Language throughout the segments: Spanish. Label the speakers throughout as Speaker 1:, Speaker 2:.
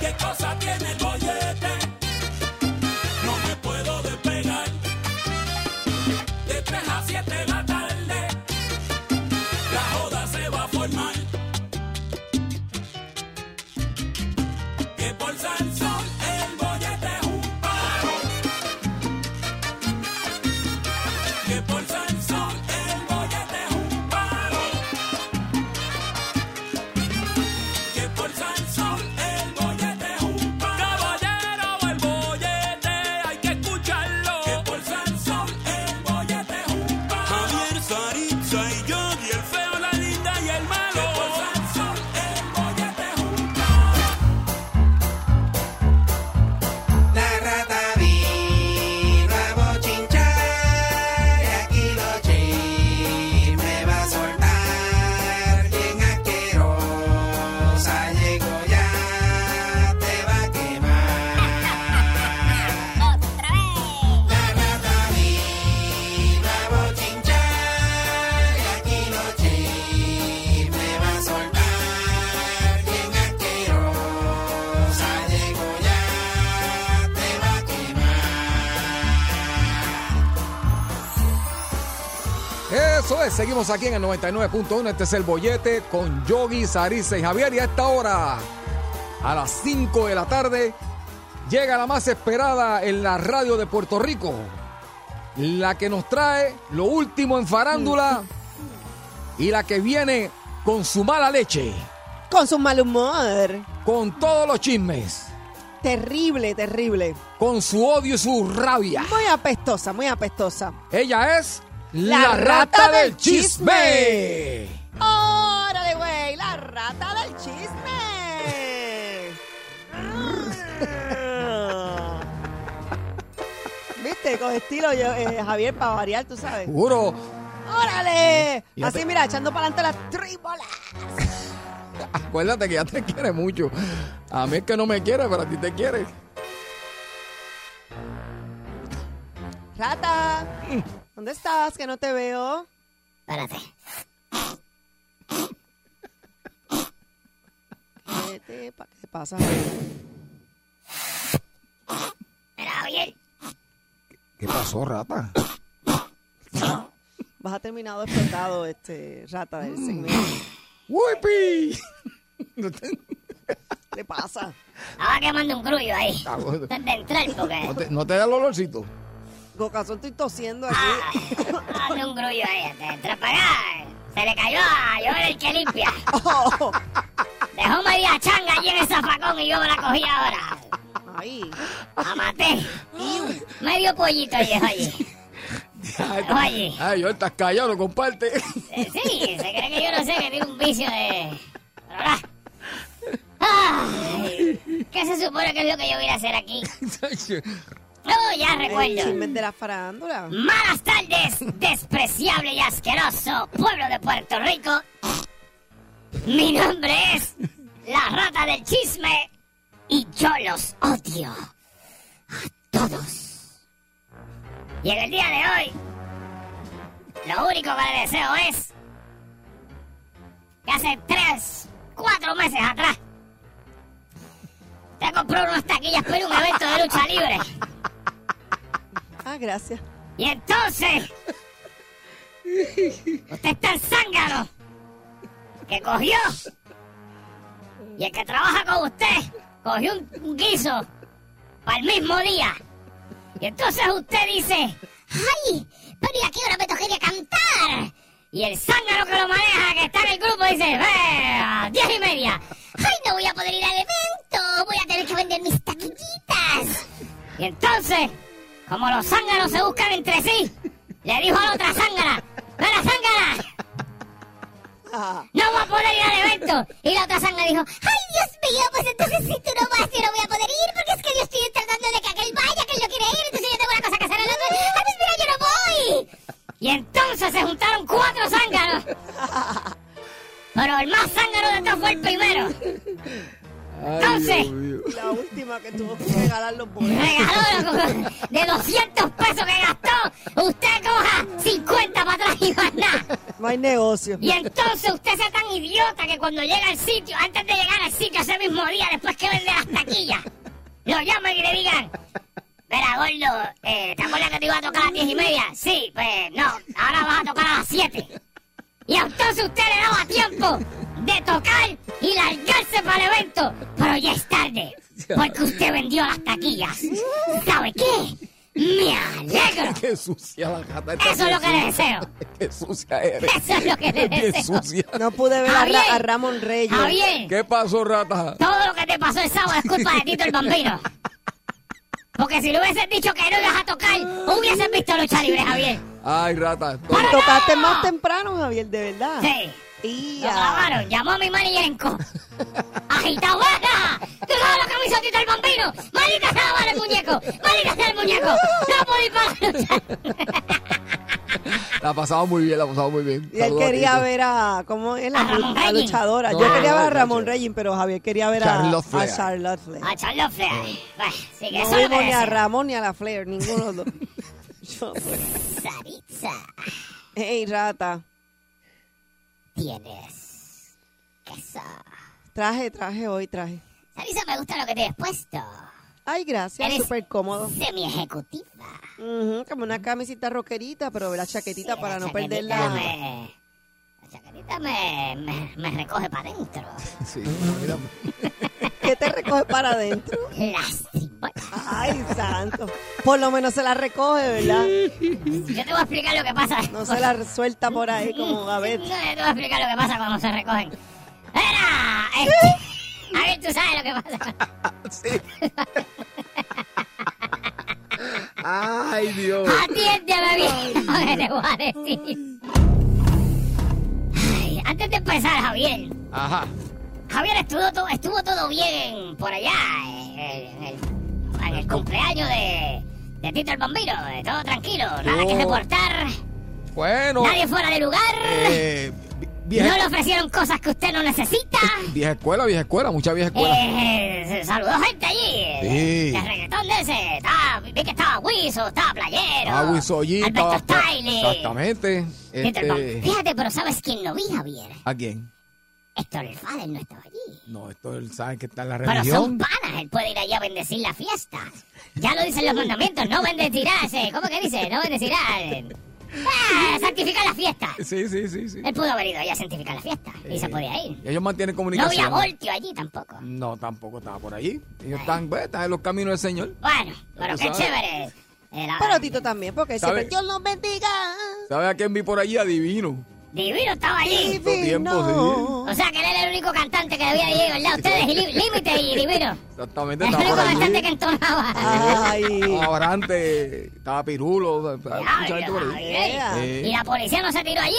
Speaker 1: ¿Qué cosa tiene el bollete? No me puedo despegar. De 3 a 7 de la tarde, la joda se va a formar. Que por San Sol el bollete es un paro. Que por San Sol el bollete es un paro. Que por San Sol el bollete es un palo. Caballero, el bollete hay que escucharlo. Que por San Sol el bollete es un palo. Javier, Saritza y yo. Y el feo, la linda y el malo. Que por San Sol el bollete es un
Speaker 2: La rata vino a bochinchar y aquí los chismes va a soltar. Bien asquerosa llegó ya, te va a quemar. La rata vino a bochinchar y aquí los chismes va a soltar. Bien asquerosa llegó ya. Te va a
Speaker 3: Eso es, seguimos aquí en el 99.1. Este es el bollete con Yogi, Sarisa y Javier. Y a esta hora, a las 5 de la tarde, llega la más esperada en la radio de Puerto Rico. La que nos trae lo último en farándula y la que viene con su mala leche,
Speaker 4: Con su mal humor.
Speaker 3: con todos los chismes,
Speaker 4: Terrible, terrible.
Speaker 3: con su odio y su rabia.
Speaker 4: Muy apestosa, muy apestosa.
Speaker 3: Ella es
Speaker 4: La rata del chisme. ¡Órale, güey! ¡La rata del chisme! ¿Viste? Con estilo yo, eh, Javier para variar, tú sabes.
Speaker 3: Juro,
Speaker 4: ¡Órale!
Speaker 3: Uh. Y
Speaker 4: Así,
Speaker 3: ate-
Speaker 4: mira, echando para adelante las tríbolas.
Speaker 3: Acuérdate que ya te quiere mucho. A mí es que no me quiere, pero a ti te quiere.
Speaker 4: ¡Rata! ¿Dónde estás? Que no te veo.
Speaker 5: Espérate.
Speaker 4: Vete, pa- ¿Qué pasa?
Speaker 5: Mira, Javier.
Speaker 3: ¿Qué pasó, rata?
Speaker 4: Vas a terminado explotado, este, rata del segmento.
Speaker 3: ¡Wipi!
Speaker 4: ¿Qué le pasa?
Speaker 5: Estaba quemando un grullo ahí.
Speaker 3: Ah, bueno.
Speaker 5: Antes de entrar,
Speaker 3: ¿No
Speaker 5: porque.
Speaker 3: te, no te da el olorcito?
Speaker 4: Gocazón, estoy tosiendo aquí.
Speaker 5: Hace Ah, un grullo ahí. Antes de entrar para acá. Se le cayó a Joel el que limpia.
Speaker 4: Oh,
Speaker 5: Dejó media changa allí en el zafacón y yo me la cogí ahora.
Speaker 4: ay,
Speaker 5: La maté. Medio pollito llegó allí. Dejó allí.
Speaker 3: Ay, yo estás callado, no comparte.
Speaker 5: Eh, Sí, se cree que yo no sé que tengo un vicio de. Pero, ah. Ay, ¿Qué se supone que es lo que yo voy a hacer aquí? No, ya
Speaker 4: el
Speaker 5: recuerdo.
Speaker 4: chisme de la farándula.
Speaker 5: Malas tardes, despreciable y asqueroso pueblo de Puerto Rico. Mi nombre es la rata del chisme y yo los odio a todos. Y en el día de hoy, lo único que le deseo es que hace tres, cuatro meses atrás, te compró unas taquillas para ir a un evento de lucha libre.
Speaker 4: Ah, gracias.
Speaker 5: Y entonces, usted es tan zángano que cogió y el que trabaja con usted cogió un, un guiso para el mismo día. Y entonces usted dice, ¡ay! Pero ¿y a qué hora me toqué de cantar? Y el zángano que lo maneja, que está en el grupo, dice, ¡vea! ¡Diez y media! ¡Ay, no voy a poder ir al evento! ¡Voy a tener que vender mis taquillitas! Y entonces, como los zánganos se buscan entre sí, le dijo a la otra zángana, ¡Mira, zángana!
Speaker 4: Ah,
Speaker 5: ¡No voy a poder ir al evento! Y la otra zángana dijo, ¡Ay, Dios mío! Pues entonces si tú no vas, yo no voy a poder ir porque es que yo estoy tratando de que aquel vaya, que él no quiere ir, entonces yo tengo una cosa que hacer al otro. ¡Ay, pues mira, yo no voy! Y entonces se juntaron cuatro zánganos. Pero el más zángano de todos fue el primero. Entonces...
Speaker 4: la última que tuvo que regalar los boletos.
Speaker 5: Regaló loco, de 200 pesos que gastó, usted coja 50 hay más nada.
Speaker 4: No hay negocio.
Speaker 5: Y entonces usted sea tan idiota que cuando llega al sitio, antes de llegar al sitio ese mismo día, después que vende las taquillas, lo llaman y le digan, mira, gordo, eh, ¿te acuerdas que te iba a tocar a las diez y media? Sí, pues no, ahora vas a tocar a las siete. Y entonces usted le daba tiempo de tocar y largarse para el evento, pero ya es tarde, porque usted vendió las taquillas. ¿Sabe qué? Me alegro.
Speaker 3: Qué sucia la gata.
Speaker 5: Eso es lo que le deseo.
Speaker 3: Qué sucia eres.
Speaker 5: Eso es lo que le
Speaker 3: Qué
Speaker 5: deseo.
Speaker 3: sucia.
Speaker 4: No pude ver a, Ra-
Speaker 5: Javier.
Speaker 4: a Ramón Reyes.
Speaker 5: Javier.
Speaker 3: ¿Qué pasó, rata?
Speaker 5: Todo lo que te pasó el sábado es culpa de Tito el Bambino. Porque si le hubieses dicho que no ibas a tocar, hubieses visto lucha libre, Javier.
Speaker 3: Ay, rata. to-
Speaker 5: Para
Speaker 4: Pues Tocaste
Speaker 5: nada.
Speaker 4: más temprano, Javier, de verdad.
Speaker 5: Sí. Lo
Speaker 4: Tía.
Speaker 5: clavaron. Llamó a mi manienco. Agitado, baja. ¿Tú sabes lo que me hizo Tito el Bambino? Maldita sea la bala el muñeco. Maldita sea el muñeco. No podí pagar la lucha.
Speaker 3: La pasaba muy bien, la pasaba muy bien.
Speaker 4: Y él
Speaker 3: Saludos a
Speaker 4: quería
Speaker 3: Tito.
Speaker 4: ver a. ¿Cómo es la,
Speaker 5: A Ramón
Speaker 4: la
Speaker 5: Reyes.
Speaker 4: luchadora?
Speaker 3: No,
Speaker 4: Yo quería ver a
Speaker 3: no,
Speaker 4: Ramón
Speaker 3: no.
Speaker 4: Reyes, pero Javier quería ver a
Speaker 3: Charlotte
Speaker 4: a
Speaker 3: Flair.
Speaker 4: Charlotte Flair.
Speaker 5: A Charlo Flair. Bueno, sí que
Speaker 4: No
Speaker 5: eso es lo
Speaker 4: vimos
Speaker 5: que
Speaker 4: ni a
Speaker 5: deseo.
Speaker 4: Ramón ni a la Flair, ninguno de los dos. Yo, pues.
Speaker 5: Saritza,
Speaker 4: Ey, rata.
Speaker 5: tienes queso.
Speaker 4: Traje, traje hoy, traje.
Speaker 5: Sarisa, me gusta lo que te has puesto.
Speaker 4: Ay, gracias,
Speaker 5: Eres-
Speaker 4: súper cómodo.
Speaker 5: Semi-ejecutiva.
Speaker 4: Ujú, como una camisita roquerita, pero la chaquetita
Speaker 5: Sí,
Speaker 4: para
Speaker 5: la
Speaker 4: no
Speaker 5: chaquetita
Speaker 4: perder la...
Speaker 5: me- La chaquetita me, me, me recoge para adentro.
Speaker 3: Sí, mira.
Speaker 4: ¿Qué te recoge para adentro?
Speaker 5: Lástima.
Speaker 4: Ay, santo. Por lo menos se la recoge, ¿verdad?
Speaker 5: Yo te voy a explicar lo que pasa.
Speaker 4: No se la suelta por ahí como a ver.
Speaker 5: No, yo te voy a explicar lo que pasa cuando se recogen. ¡Era! Este, a ver, tú sabes lo que pasa.
Speaker 3: Ay, Dios.
Speaker 5: Atiéndeme bien lo que te voy a decir. Ay, antes de empezar, Javier.
Speaker 3: Ajá.
Speaker 5: Javier estuvo todo, estuvo todo bien por allá, eh, en el, en el cumpleaños de, de Tito el Bambino, eh, todo tranquilo, nada que
Speaker 3: Oh.
Speaker 5: reportar,
Speaker 3: Bueno.
Speaker 5: nadie fuera de lugar,
Speaker 3: Eh, vi-
Speaker 5: no
Speaker 3: vieja,
Speaker 5: le ofrecieron cosas que usted no necesita,
Speaker 3: vieja escuela, vieja escuela, mucha vieja escuela.
Speaker 5: eh, se saludó gente allí, eh,
Speaker 3: Sí.
Speaker 5: de reggaetón de ese, estaba- vi que estaba Wiso, estaba Playero,
Speaker 3: Ah, Wisoyita.
Speaker 5: Alberto Style,
Speaker 3: Exactamente.
Speaker 5: Tito el Bambino.
Speaker 3: Este,
Speaker 5: fíjate, pero ¿sabes quién no vi, Javier?
Speaker 3: ¿A quién?
Speaker 5: Héctor el Fader no estaba allí.
Speaker 3: No, esto él sabe que está en la
Speaker 5: Pero son
Speaker 3: religión.
Speaker 5: panas, él puede ir allá a bendecir la fiesta. Ya lo dicen los mandamientos, no bendecirás, eh, ¿cómo que dice? No bendecirás. eh. Ah, santificar la fiesta.
Speaker 3: Sí, sí, sí, sí.
Speaker 5: Él pudo haber ido allá a santificar la fiesta y se podía ir.
Speaker 3: Y ellos mantienen
Speaker 5: No había
Speaker 3: comunicación.
Speaker 5: voltio allí tampoco.
Speaker 3: No, tampoco estaba por allí.
Speaker 5: Eh.
Speaker 3: Ellos están, pues, están en los caminos del Señor.
Speaker 5: Bueno, pero qué
Speaker 3: sabes.
Speaker 5: chévere. eh, la-
Speaker 4: Pero Tito también, porque siempre
Speaker 3: ¿Sabe?
Speaker 4: Dios los bendiga.
Speaker 3: ¿Sabes a quién vi por allí? Adivino.
Speaker 5: Divino estaba allí.
Speaker 3: Todo tiempo,
Speaker 4: Divino.
Speaker 5: O sea que él era el único cantante que había allí, ¿verdad? Ustedes, y Lí- Límite y Divino.
Speaker 3: Exactamente,
Speaker 5: El
Speaker 3: estaba
Speaker 5: único
Speaker 3: por
Speaker 5: cantante
Speaker 3: allí.
Speaker 5: que
Speaker 3: Ah,
Speaker 5: entonaba.
Speaker 4: Ay,
Speaker 3: Estaba antes, estaba Pirulo. o sea, estaba mucha gente
Speaker 5: Diablo,
Speaker 3: por ahí.
Speaker 5: Javier.
Speaker 3: Eh.
Speaker 5: Y la policía no se tiró allí.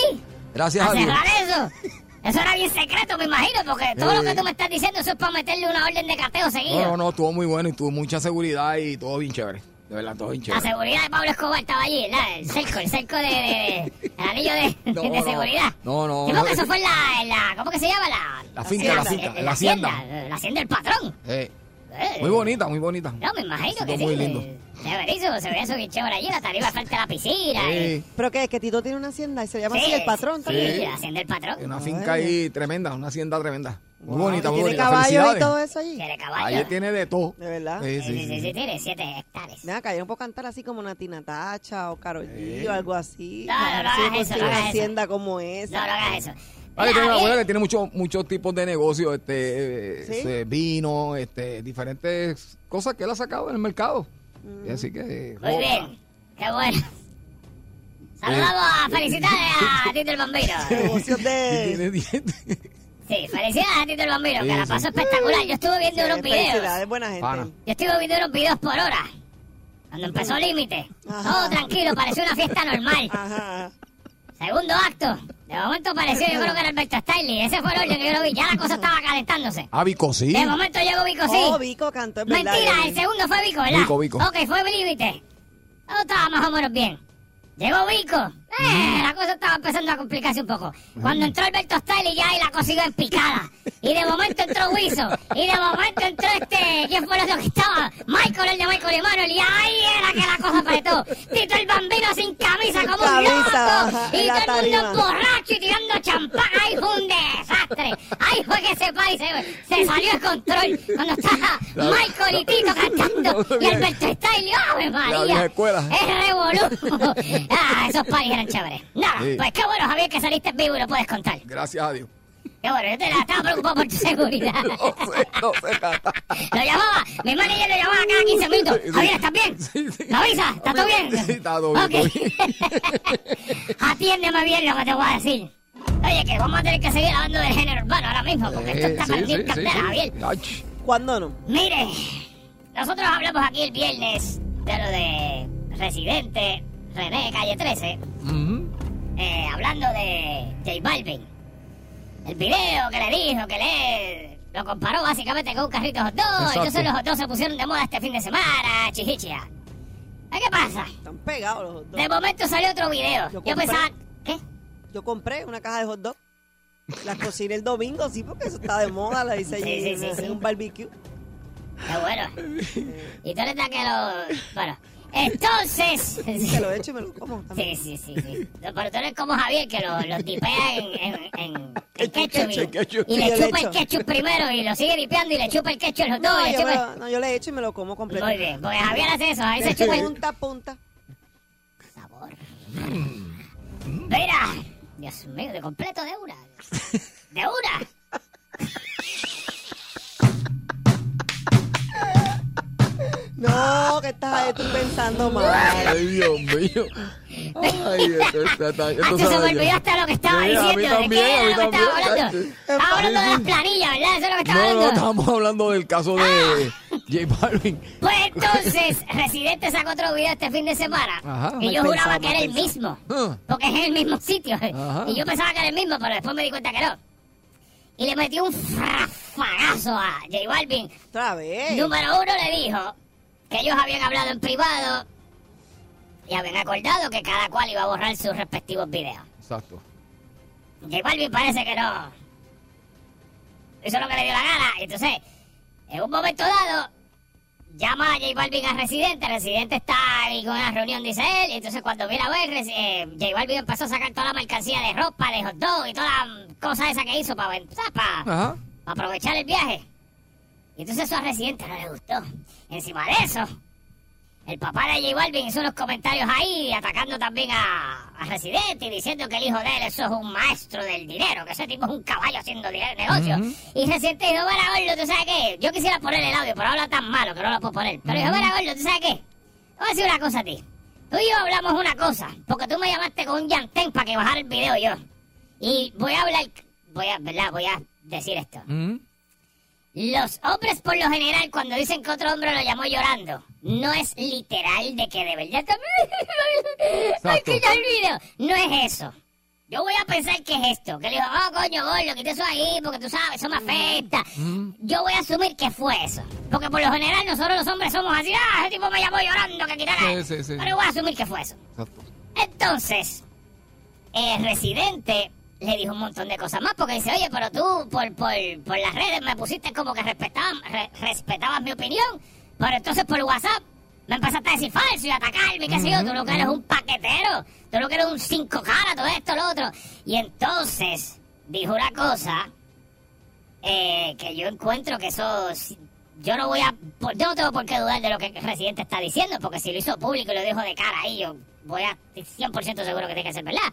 Speaker 3: Gracias
Speaker 5: a
Speaker 3: a Dios.
Speaker 5: cerrar eso. Eso era bien secreto, me imagino, porque todo lo que tú me estás diciendo eso es para meterle una orden de cateo
Speaker 3: No,
Speaker 5: seguido.
Speaker 3: no, no, estuvo muy bueno y tuvo mucha seguridad y todo bien chévere. De verdad, todo bien
Speaker 5: La
Speaker 3: chévere.
Speaker 5: seguridad de Pablo Escobar estaba allí, ¿verdad? El cerco, el cerco de, de- de- el anillo de,
Speaker 3: No,
Speaker 5: de
Speaker 3: no.
Speaker 5: seguridad.
Speaker 3: No, no,
Speaker 5: Sí,
Speaker 3: no.
Speaker 5: porque eso fue en la, en la- ¿cómo que se llama? La,
Speaker 3: La finca, la
Speaker 5: hacienda,
Speaker 3: finca,
Speaker 5: eh,
Speaker 3: la hacienda.
Speaker 5: hacienda, eh, La hacienda del patrón.
Speaker 3: Eh,
Speaker 5: Eh,
Speaker 3: muy bonita, muy bonita.
Speaker 5: No, me imagino que
Speaker 3: Estuvo
Speaker 5: sí.
Speaker 3: muy lindo.
Speaker 5: eh, Chéverísimo, se veía su chévere allí, la tarifa frente a la piscina. eh.
Speaker 3: Eh,
Speaker 4: pero que es que Tito tiene una hacienda y se llama así
Speaker 5: Sí,
Speaker 4: el patrón
Speaker 5: sí,
Speaker 4: también.
Speaker 5: la hacienda del patrón.
Speaker 3: una finca ahí tremenda, una hacienda tremenda. Muy
Speaker 4: Wow,
Speaker 3: bonita,
Speaker 4: y
Speaker 3: muy
Speaker 4: tiene
Speaker 3: bonita.
Speaker 4: caballos y
Speaker 3: Felicidades.
Speaker 4: todo eso allí.
Speaker 5: Tiene
Speaker 3: Ahí
Speaker 5: caballo.
Speaker 3: tiene de todo.
Speaker 4: De verdad.
Speaker 3: Sí,
Speaker 5: Sí,
Speaker 3: sí, sí.
Speaker 5: tiene siete hectáreas.
Speaker 4: Nada, que yo no puedo cantar así como Natina Tacha o Karol G o algo así.
Speaker 5: No, no, no
Speaker 4: A ver
Speaker 5: hagas
Speaker 4: si
Speaker 5: eso, no
Speaker 4: consigo
Speaker 5: hagas
Speaker 4: una
Speaker 5: eso.
Speaker 4: hacienda como
Speaker 5: No,
Speaker 4: esa.
Speaker 5: no hagas eso.
Speaker 3: Ah,
Speaker 5: Mira,
Speaker 3: que
Speaker 5: eh.
Speaker 3: tiene una abuela
Speaker 5: Javier,
Speaker 3: que tiene mucho- muchos tipos de negocios, este, eh,
Speaker 4: ¿Sí?
Speaker 3: ese vino, este, diferentes cosas que él ha sacado en el mercado. Y
Speaker 4: Mm.
Speaker 3: Así que. eh,
Speaker 5: Muy bien, qué bueno. Saludamos a felicidades a Tito el Bambino.
Speaker 4: Negocios de...
Speaker 3: Tiene dientes.
Speaker 5: Sí, felicidades a Tito el Bambino, que
Speaker 3: Sí,
Speaker 5: la
Speaker 3: sí.
Speaker 5: pasó espectacular. Yo estuve viendo unos videos.
Speaker 4: Felicidades, buena gente.
Speaker 3: Pana.
Speaker 5: Yo estuve viendo unos videos por hora. Cuando empezó Límite,
Speaker 4: Ajá.
Speaker 5: todo tranquilo, pareció una fiesta normal.
Speaker 4: Ajá.
Speaker 5: Segundo acto, de momento pareció, yo creo que era Alberto Stiley. Ese fue el orden que yo lo vi. Ya la cosa estaba calentándose.
Speaker 3: Ah, Vico, sí.
Speaker 5: De momento llegó Vico, ¿Ah, sí.
Speaker 4: Oh, Vico cantó, es verdad.
Speaker 5: Mentira,
Speaker 4: yo vi.
Speaker 5: el segundo fue Vico, ¿verdad?
Speaker 3: Vico, Vico.
Speaker 5: Ok, fue Límite. Todo estaba más o menos bien. Llegó Vico. eh, la cosa estaba empezando a complicarse un poco. Cuando entró Alberto Style y ya y la cosa iba en picada. Y de momento entró Wiso. Y de momento entró este, ¿quién fue el otro que estaba? Michael, el de Michael y Manuel. Y ahí era que la cosa apretó. Tito el bambino sin camisa como
Speaker 4: Camisa,
Speaker 5: un loco.
Speaker 4: ajá, en
Speaker 5: Y
Speaker 4: la
Speaker 5: todo el mundo
Speaker 4: tarima.
Speaker 5: borracho y tirando champán. Ahí fue un desastre. Ahí fue que ese país se, se salió de control. Cuando estaba Michael y Tito cantando. Y Alberto Style, ¡Ave María!
Speaker 3: vieja escuela.
Speaker 5: Es revolú. ah, esos paris eran chéveres. Nada,
Speaker 3: Sí.
Speaker 5: pues qué bueno, Javier, que saliste vivo y lo puedes contar.
Speaker 3: Gracias a Dios.
Speaker 5: Qué bueno, yo te la estaba preocupado por tu seguridad.
Speaker 3: No sé, no sé, Cata.
Speaker 5: Lo llamaba, mi manager lo llamaba cada 15 minutos.
Speaker 3: Sí.
Speaker 5: Javier, ¿estás bien?
Speaker 3: Sí, sí.
Speaker 5: ¿Me avisas? ¿Está todo bien?
Speaker 3: Sí, está todo bien,
Speaker 5: Ok.
Speaker 3: todo
Speaker 5: Atiéndeme bien lo que te voy a decir. Oye, que vamos a tener que seguir hablando del género urbano ahora mismo, porque esto
Speaker 3: Eh,
Speaker 5: está
Speaker 3: sí,
Speaker 5: partido
Speaker 3: sí,
Speaker 5: en candela, Javier.
Speaker 3: sí, sí. Ach,
Speaker 4: ¿Cuándo no?
Speaker 5: Mire, nosotros hablamos aquí el viernes de lo de Residente, René, calle 13. eh, hablando de J Balvin. El video que le dijo, que le lo comparó básicamente con un carrito hot dog.
Speaker 3: Exacto.
Speaker 5: Entonces los hot dogs se pusieron de moda este fin de semana, chichichia. ¿Eh, ¿Qué pasa?
Speaker 4: Están pegados los hot dogs.
Speaker 5: De momento salió otro video.
Speaker 4: Yo
Speaker 5: Yo,
Speaker 4: compré.
Speaker 5: pensaba, ¿qué?
Speaker 4: Yo compré una caja de hot dog. Las cociné el domingo, sí, porque eso está de moda, la hice
Speaker 5: Sí,
Speaker 4: allí
Speaker 5: sí,
Speaker 4: en-
Speaker 5: sí,
Speaker 4: en
Speaker 5: sí.
Speaker 4: un barbecue.
Speaker 5: Qué bueno. Y tú eres la que lo... Bueno, entonces...
Speaker 4: Se lo echo y me lo como también.
Speaker 5: Sí, sí, sí, sí. No, Pero tú eres como Javier, que lo- los tipea en, en, en- en ketchup, y-
Speaker 3: ketchup, ketchup.
Speaker 5: y,
Speaker 4: Y
Speaker 5: le
Speaker 4: el
Speaker 5: chupa el
Speaker 4: hecho.
Speaker 5: ketchup primero y lo sigue dipeando y le chupa el ketchup los dos.
Speaker 4: No,
Speaker 5: y le
Speaker 4: yo
Speaker 5: chupa
Speaker 4: me
Speaker 5: el-
Speaker 4: lo- no, yo le echo y me lo como completo.
Speaker 5: Muy bien, porque Javier hace eso, ahí se
Speaker 4: De
Speaker 5: chupa el
Speaker 4: punta a punta.
Speaker 5: sabor. Mira, Dios mío, de completo de una. De una.
Speaker 4: No, que estás ahí tú pensando mal.
Speaker 3: Ay, Dios mío. Ay, esto está- está- esto
Speaker 5: Hacho,
Speaker 3: se
Speaker 5: Ah, se me
Speaker 3: daña.
Speaker 5: olvidó hasta lo que estaba
Speaker 3: Sí, a mí
Speaker 5: diciendo. ¿De
Speaker 3: también,
Speaker 5: qué
Speaker 3: a mí
Speaker 5: era lo que estaba
Speaker 3: también,
Speaker 5: hablando?
Speaker 3: chacho.
Speaker 5: Estaba hablando de las
Speaker 3: Sí, sí.
Speaker 5: planillas, ¿verdad? Eso es lo que estaba
Speaker 3: No, no,
Speaker 5: hablando.
Speaker 3: estamos hablando del caso de J Balvin.
Speaker 5: Pues entonces, Residente sacó otro video este fin de semana.
Speaker 3: Ajá.
Speaker 5: y yo
Speaker 4: Mal
Speaker 5: juraba
Speaker 4: pensado,
Speaker 5: que era
Speaker 4: mal
Speaker 5: el mismo.
Speaker 3: Ah.
Speaker 5: Porque es el mismo sitio.
Speaker 3: Ajá.
Speaker 5: Y yo pensaba que era el mismo, pero después me di cuenta que no. Y le metió un frafagazo a J Balvin.
Speaker 4: Otra vez.
Speaker 5: Número uno le dijo que ellos habían hablado en privado y habían acordado que cada cual iba a borrar sus respectivos videos.
Speaker 3: Exacto.
Speaker 5: J Balvin parece que no. Hizo lo que le dio la gana. Y Entonces, en un momento dado, llama a J Balvin a Residente. Residente está ahí con una reunión, dice él. Y entonces, cuando viene a ver, Resi- eh, J Balvin empezó a sacar toda la mercancía de ropa, de hot dog y toda la mm, cosa esa que hizo para
Speaker 3: Ajá.
Speaker 5: aprovechar el viaje. Y entonces eso a Residente no le gustó. Encima de eso, el papá de J Balvin hizo unos comentarios ahí atacando también a, a Residente y diciendo que el hijo de él eso es un maestro del dinero, que ese tipo es un caballo haciendo dinero, negocio. Y Residente dijo, mira, Gordo, ¿tú sabes qué? Yo quisiera poner el audio, pero habla tan malo que no lo puedo poner. Pero dijo, mira, Gordo, ¿tú sabes qué? Te voy a decir una cosa a ti. Tú y yo hablamos una cosa, porque tú me llamaste con un llantén para que bajara el video yo. Y voy a hablar, voy a, ¿verdad? Voy a decir esto.
Speaker 3: Mm.
Speaker 5: Los hombres por lo general cuando dicen que otro hombre lo llamó llorando, no es literal de que de verdad también... ¡Ay,
Speaker 3: Exacto.
Speaker 5: que ya el video! No es eso. Yo voy a pensar que es esto, que le digo, oh, coño, lo quité eso ahí porque tú sabes, eso me
Speaker 3: Mm.
Speaker 5: afecta. Yo voy a asumir que fue eso. Porque por lo general nosotros los hombres somos así, ah, ese tipo me llamó llorando, que quitara...
Speaker 3: Sí,
Speaker 5: esto".
Speaker 3: sí, sí.
Speaker 5: Pero yo voy a asumir que fue eso.
Speaker 3: Exacto.
Speaker 5: Entonces, el residente le dijo un montón de cosas más porque dice, oye, pero tú por, por, por las redes me pusiste como que respetaban- re- respetabas mi opinión, pero entonces por WhatsApp me empezaste a decir falso y a atacarme, y qué sé yo, tú lo que eres un paquetero, tú lo que eres un cinco cara, todo esto, lo otro. Y entonces dijo una cosa eh, que yo encuentro que eso... si- Yo no voy a... por- Yo no tengo por qué dudar de lo que el residente está diciendo, porque si lo hizo público y lo dijo de cara ahí, yo voy a... estoy 100% seguro que tiene que ser verdad.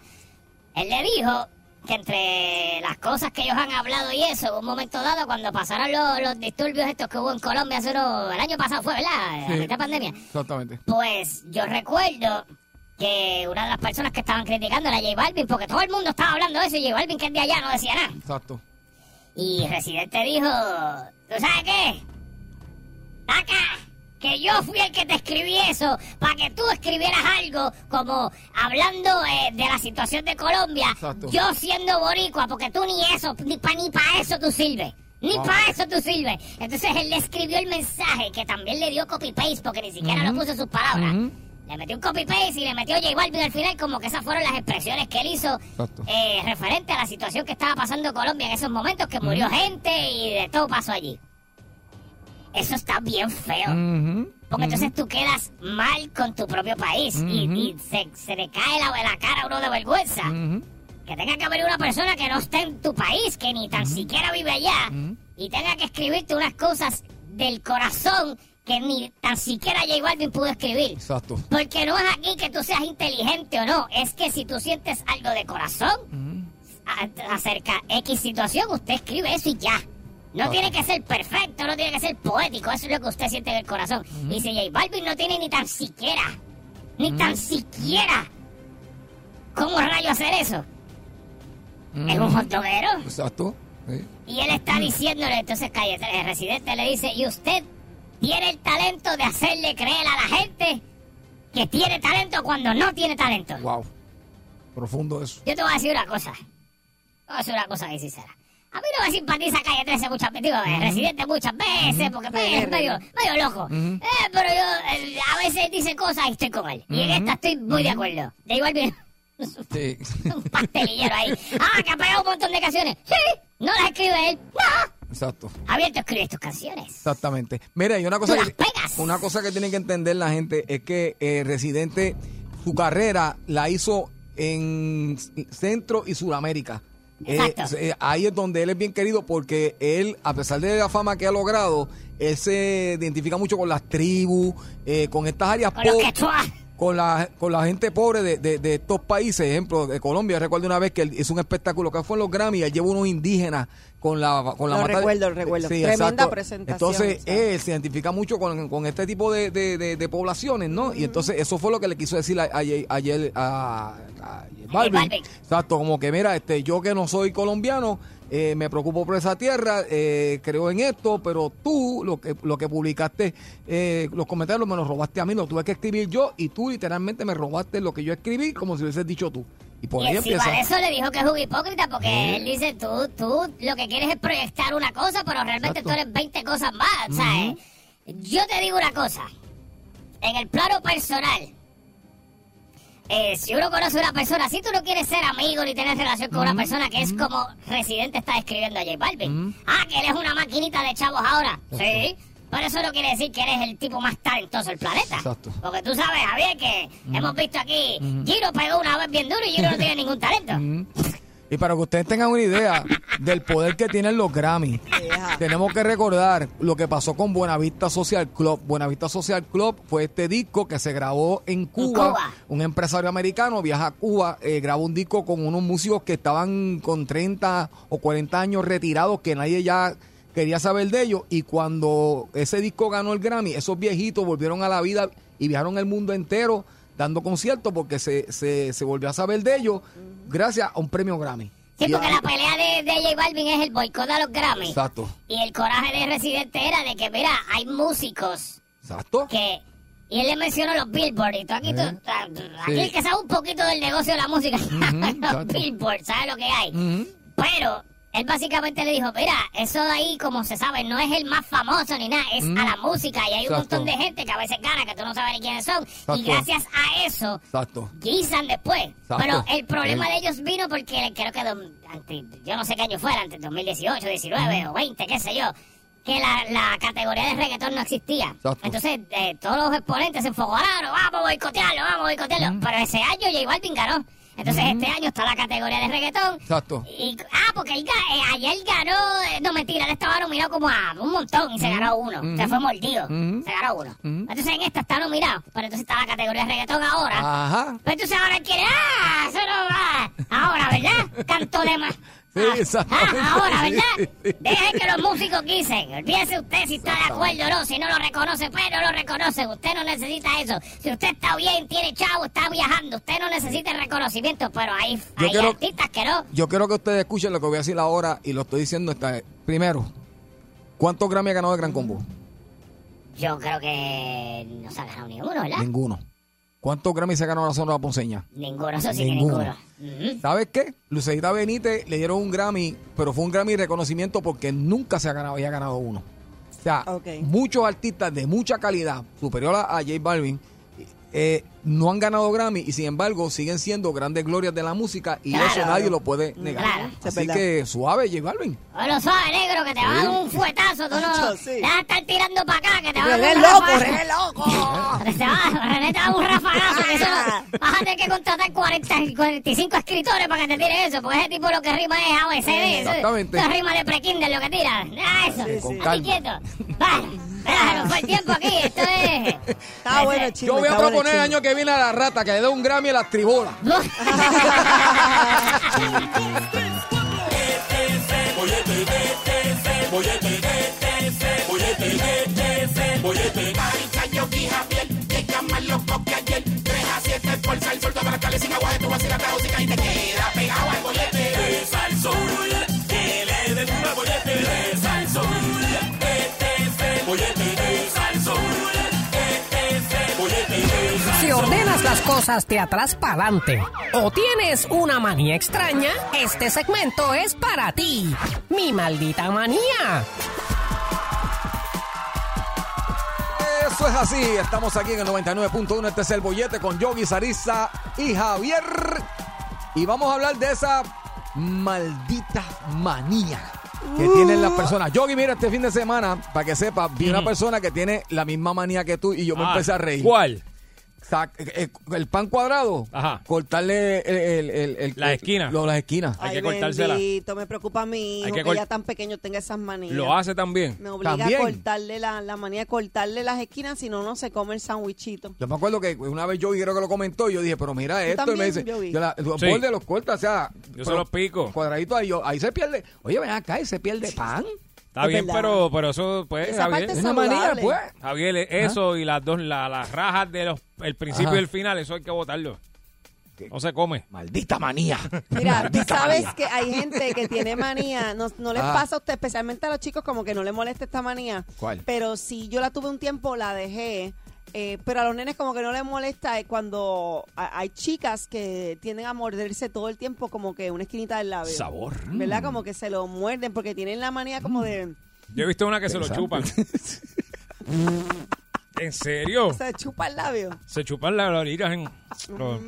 Speaker 5: Él le dijo que entre las cosas que ellos han hablado y eso, en un momento dado, cuando pasaron los, los disturbios estos que hubo en Colombia hace unos- el año pasado fue, ¿verdad?
Speaker 3: Sí.
Speaker 5: A mitad de pandemia.
Speaker 3: Exactamente.
Speaker 5: Pues yo recuerdo que una de las personas que estaban criticando era J Balvin, porque todo el mundo estaba hablando de eso y J Balvin, que es de allá, no decía nada.
Speaker 3: Exacto.
Speaker 5: Y Residente dijo, ¿tú sabes qué? Taca, que yo fui el que te escribí eso, para que tú escribieras algo como hablando eh, de la situación de Colombia,
Speaker 3: Exacto.
Speaker 5: yo siendo boricua, porque tú ni eso, ni para ni pa eso tú sirves. Ni
Speaker 3: Wow.
Speaker 5: para eso tú sirves. Entonces él le escribió el mensaje que también le dio copy-paste porque ni siquiera lo puso en sus palabras. Le metió un copy-paste y le metió J Balvin al final, como que esas fueron las expresiones que él hizo
Speaker 3: Exacto.
Speaker 5: eh, referente a la situación que estaba pasando en Colombia en esos momentos, que murió gente y de todo pasó allí. Eso está bien feo.
Speaker 3: Ujú,
Speaker 5: Porque entonces tú quedas mal con tu propio país y- y, se, se le cae la, la cara a uno de vergüenza.
Speaker 3: ujú.
Speaker 5: Que tenga que haber una persona que no esté en tu país, que ni tan siquiera vive allá, y tenga que escribirte unas cosas del corazón que ni tan siquiera J Balvin pudo escribir.
Speaker 3: Exacto.
Speaker 5: Porque no es aquí que tú seas inteligente o no, es que si tú sientes algo de corazón a- acerca X situación, usted escribe eso y ya. No tiene que ser perfecto, no tiene que ser poético, eso es lo que usted siente en el corazón. Y si J Balvin no tiene ni tan siquiera, ni tan siquiera, ¿cómo rayo hacer eso? Es un hotdoguero.
Speaker 3: Exacto. Sí.
Speaker 5: Y él está diciéndole, entonces cállate, el residente le dice, y usted tiene el talento de hacerle creer a la gente que tiene talento cuando no tiene talento.
Speaker 3: Wow. Profundo eso.
Speaker 5: Yo te voy a decir una cosa. Te voy a decir una cosa bien sincera. A mí no me simpatiza Calle 13 muchas veces, digo, eh, Residente muchas veces, porque pues, es medio, medio loco. Eh, pero yo eh, a veces dice cosas y estoy con él. Y en esta estoy muy de acuerdo. De igual bien,
Speaker 3: Sí.
Speaker 5: un pastelillero ahí. Ah, que ha pegado un montón de canciones. Sí, no las escribe él. No.
Speaker 3: Exacto.
Speaker 5: Javier, tú escribes tus canciones.
Speaker 3: Exactamente. Mira, y una cosa,
Speaker 5: Tú
Speaker 3: que,
Speaker 5: las pegas.
Speaker 3: una cosa que tienen que entender la gente es que eh, Residente, su carrera la hizo en Centro y Sudamérica. Eh,
Speaker 5: Exacto.
Speaker 3: eh, ahí es donde él es bien querido porque él, a pesar de la fama que ha logrado, él se identifica mucho con las tribus, eh, con estas áreas
Speaker 5: Con los
Speaker 3: po-
Speaker 5: quechua.
Speaker 3: con la, con la gente pobre de, de- de estos países, ejemplo, de Colombia. Recuerdo una vez que él hizo un espectáculo que fue en los Grammy, él llevó unos indígenas con la con la
Speaker 4: Lo
Speaker 3: mata-
Speaker 4: recuerdo, lo recuerdo.
Speaker 3: Sí,
Speaker 4: Tremenda
Speaker 3: exacto.
Speaker 4: presentación,
Speaker 3: Entonces,
Speaker 4: ¿sabes?
Speaker 3: él eh, se identifica mucho con, con este tipo de, de- de- de poblaciones, ¿no? Y entonces eso fue lo que le quiso decir a- ayer ayer a, a J Balvin.
Speaker 5: Balvin.
Speaker 3: Exacto, como que mira, este, yo que no soy colombiano, eh, me preocupo por esa tierra, eh, creo en esto, pero tú lo que lo que publicaste, eh, los comentarios me los robaste a mí, lo tuve que escribir yo y tú literalmente me robaste lo que yo escribí como si lo hubieses dicho tú. Y por
Speaker 5: Y
Speaker 3: ahí
Speaker 5: encima
Speaker 3: empieza.
Speaker 5: de eso le dijo que es un hipócrita porque él dice, tú, tú lo que quieres es proyectar una cosa, pero realmente
Speaker 3: Exacto.
Speaker 5: tú eres 20 cosas más. O sea, eh, yo te digo una cosa. En el plano personal, eh, si uno conoce a una persona, si tú no quieres ser amigo ni tener relación
Speaker 3: Mm,
Speaker 5: con una persona que es como residente está escribiendo a J Balvin. Ah, que él es una maquinita de chavos ahora. Sí. Pero eso no quiere decir que eres el tipo más talentoso del planeta.
Speaker 3: Exacto. Mm.
Speaker 5: Porque tú sabes, Javier, que hemos visto aquí, Giro pegó una vez bien duro y Giro no tiene ningún talento.
Speaker 3: Mm. Y para que ustedes tengan una idea del poder que tienen los Grammy,
Speaker 4: Deja.
Speaker 3: tenemos que recordar lo que pasó con Buenavista Social Club. Buenavista Social Club fue este disco que se grabó en Cuba.
Speaker 5: Cuba.
Speaker 3: Un empresario americano viaja a Cuba, eh, grabó un disco con unos músicos que estaban con 30 o 40 años retirados, que nadie ya quería saber de ellos. Y cuando ese disco ganó el Grammy, esos viejitos volvieron a la vida y viajaron el mundo entero dando conciertos porque se, se, se volvió a saber de ellos gracias a un premio Grammy.
Speaker 5: Sí,
Speaker 3: Y-
Speaker 5: porque la pelea de, de J Balvin es el boicot a los Grammy.
Speaker 3: Exacto,
Speaker 5: Y el coraje de Residente era de que, mira, hay músicos
Speaker 3: exacto.
Speaker 5: que... Y él le mencionó los billboards. Y tú aquí, tú- aquí
Speaker 3: Sí.
Speaker 5: el que sabe un poquito del negocio de la música, los
Speaker 3: exacto. Mm.
Speaker 5: billboards, sabe lo que hay.
Speaker 3: Ujú.
Speaker 5: Pero él básicamente le dijo, mira, eso de ahí, como se sabe, no es el más famoso ni nada, es a la música y hay un
Speaker 3: Mm. Exacto.
Speaker 5: montón de gente que a veces gana, que tú no sabes ni quiénes son. Y
Speaker 3: Exacto.
Speaker 5: gracias a eso,
Speaker 3: Exacto.
Speaker 5: guisan después.
Speaker 3: Exacto.
Speaker 5: pues. Pero el problema
Speaker 3: Sí.
Speaker 5: de ellos vino porque creo que, don- ante- yo no sé qué año fuera, antes 2018, 19 o 20, qué sé yo, que la, la categoría de reggaetón no existía.
Speaker 3: Exacto.
Speaker 5: Entonces eh, todos los exponentes se enfogonaron, vamos a boicotearlo, vamos a boicotearlo. Pero ese año J Balvin ganó. Entonces este año está la categoría de reggaetón.
Speaker 3: Exacto.
Speaker 5: Y- ah, porque él, ga- eh, ayer ganó, eh, no mentira, él estaba nominado como a un montón y se ganó uno. Se fue mordido, se ganó uno. Entonces en esta está nominado, pero entonces está la categoría de reggaetón
Speaker 3: Ah,
Speaker 5: ahora.
Speaker 3: Ajá.
Speaker 5: Pero entonces ahora él quiere, ah, eso no va. Ahora, ¿verdad? Canto de más.
Speaker 3: Sí,
Speaker 5: Ah,
Speaker 3: exactamente.
Speaker 5: ah, ahora,
Speaker 3: Sí,
Speaker 5: ¿verdad?
Speaker 3: sí.
Speaker 5: Dejen que los músicos dicen. Olvídese usted si está de acuerdo o no. Si no lo reconoce, pues no lo reconoce. Usted no necesita eso. Si usted está bien, tiene chavo, está viajando, usted no necesita el reconocimiento. Pero hay,
Speaker 3: Yo
Speaker 5: hay
Speaker 3: quiero-
Speaker 5: artistas que no.
Speaker 3: Yo quiero que ustedes escuchen lo que voy a decir ahora y lo estoy diciendo esta Primero, ¿cuántos Grammy ha ganado el Gran Combo?
Speaker 5: Yo creo que no se ha ganado ninguno, ¿verdad?
Speaker 3: Ninguno. ¿Cuántos Grammy se ha ganado la Sonora Ponceña?
Speaker 5: ninguno, eso sí que
Speaker 3: Ninguno.
Speaker 5: ninguno. Ujú.
Speaker 3: ¿Sabes qué? Lucerita Benítez le dieron un Grammy, pero fue un Grammy de reconocimiento porque nunca se ha ganado, había ganado uno. O sea,
Speaker 4: Ok.
Speaker 3: muchos artistas de mucha calidad, superior a, a J Balvin, eh, no han ganado Grammy y sin embargo siguen siendo grandes glorias de la música y
Speaker 5: Claro.
Speaker 3: eso nadie lo puede negar.
Speaker 5: Claro.
Speaker 4: Mm, Es
Speaker 3: Así
Speaker 4: verdad.
Speaker 3: que suave, J Balvin.
Speaker 5: O lo sabes, negro, que te va a dar un fuetazo. Tú no.
Speaker 4: Yo sí.
Speaker 5: Deja de estar tirando para acá, que te va a
Speaker 4: René
Speaker 5: dar
Speaker 4: es
Speaker 5: un
Speaker 4: loco,
Speaker 5: rafagazo.
Speaker 4: René es loco.
Speaker 5: Te va- René te va a dar un rafagazo. que eso no- vas a tener que contratar 40, y 45 escritores para que te tire eso. Porque ese tipo lo que rima es ABCD. eso-
Speaker 3: Exactamente.
Speaker 5: Eso rima de prekinder lo que tira. Ah, eso.
Speaker 4: Sí,
Speaker 3: sí.
Speaker 5: Aquí
Speaker 3: Calma.
Speaker 5: quieto. Vale. Espera, se nos fue el tiempo aquí. Esto es.
Speaker 4: Está bueno el chisme.
Speaker 3: Yo voy a
Speaker 4: está bueno el
Speaker 3: proponer el
Speaker 4: chisme.
Speaker 3: año que viene a la rata que le dé un Grammy a las tribolas.
Speaker 6: Si ordenas las cosas de atrás para adelante o tienes una manía extraña, este segmento es para ti. Mi maldita manía.
Speaker 3: Eso es así. Estamos aquí en el 99.1. Este es el bollete con Yogi, Sarisa y Javier. Y vamos a hablar de esa maldita manía que tienen las personas. Yogi, mira, este fin de semana, para que sepa, vi una persona que tiene la misma manía que tú y yo me
Speaker 7: Ah,
Speaker 3: empecé a reír.
Speaker 7: ¿Cuál?
Speaker 3: Sa- eh, eh, el pan cuadrado,
Speaker 7: Ajá.
Speaker 3: cortarle el, el- el- el-
Speaker 7: Las
Speaker 3: el-
Speaker 7: esquinas.
Speaker 3: lo- las esquinas.
Speaker 7: Hay que
Speaker 4: Ay,
Speaker 7: cortársela.
Speaker 4: bendito, me preocupa a mi hijo
Speaker 7: Hay
Speaker 4: que,
Speaker 7: que cort-
Speaker 4: ya tan pequeño tenga esas manías.
Speaker 7: Lo hace también.
Speaker 4: Me obliga
Speaker 3: También.
Speaker 4: a cortarle la, la manía de cortarle las esquinas, si no, no se come el sandwichito.
Speaker 3: Yo me acuerdo que una vez Yogi creo que lo comentó y yo dije, pero mira esto. y me
Speaker 4: también,
Speaker 3: dice,
Speaker 4: Yogi.
Speaker 3: yo la- los
Speaker 7: Sí.
Speaker 3: bordes los corta, o sea.
Speaker 7: Yo se
Speaker 3: pero
Speaker 7: los pico.
Speaker 3: Cuadradito ahí, yo- ahí se pierde. Oye, ven acá, y se pierde pan.
Speaker 7: Está
Speaker 4: Es
Speaker 7: bien,
Speaker 4: verdad.
Speaker 7: pero, pero eso, pues,
Speaker 4: Esa
Speaker 7: Javier.
Speaker 4: parte
Speaker 3: Es
Speaker 4: es
Speaker 3: una manía,
Speaker 4: saludable.
Speaker 3: pues.
Speaker 7: Javier, eso y las dos, la- las rajas de los, el principio
Speaker 3: Ajá.
Speaker 7: y el final, eso hay que botarlo.
Speaker 3: ¿Qué?
Speaker 7: No se come.
Speaker 3: Maldita manía.
Speaker 4: Mira, tú
Speaker 3: Maldita
Speaker 4: sabes
Speaker 3: manía.
Speaker 4: que hay gente que tiene manía. No, no les
Speaker 3: Ah.
Speaker 4: pasa a usted, especialmente a los chicos, como que no les molesta esta manía.
Speaker 3: ¿Cuál?
Speaker 4: Pero si yo la tuve un tiempo, la dejé. eh, pero a los nenes como que no les molesta eh, cuando ha- hay chicas que tienden a morderse todo el tiempo como que una esquinita del labio.
Speaker 3: Sabor. Mm.
Speaker 4: ¿Verdad? Como que se lo muerden porque tienen la manía como de...
Speaker 7: Yo he visto una que se lo chupan. ¿En serio?
Speaker 4: Se chupa el labio.
Speaker 7: Se chupan las orillas en... lo-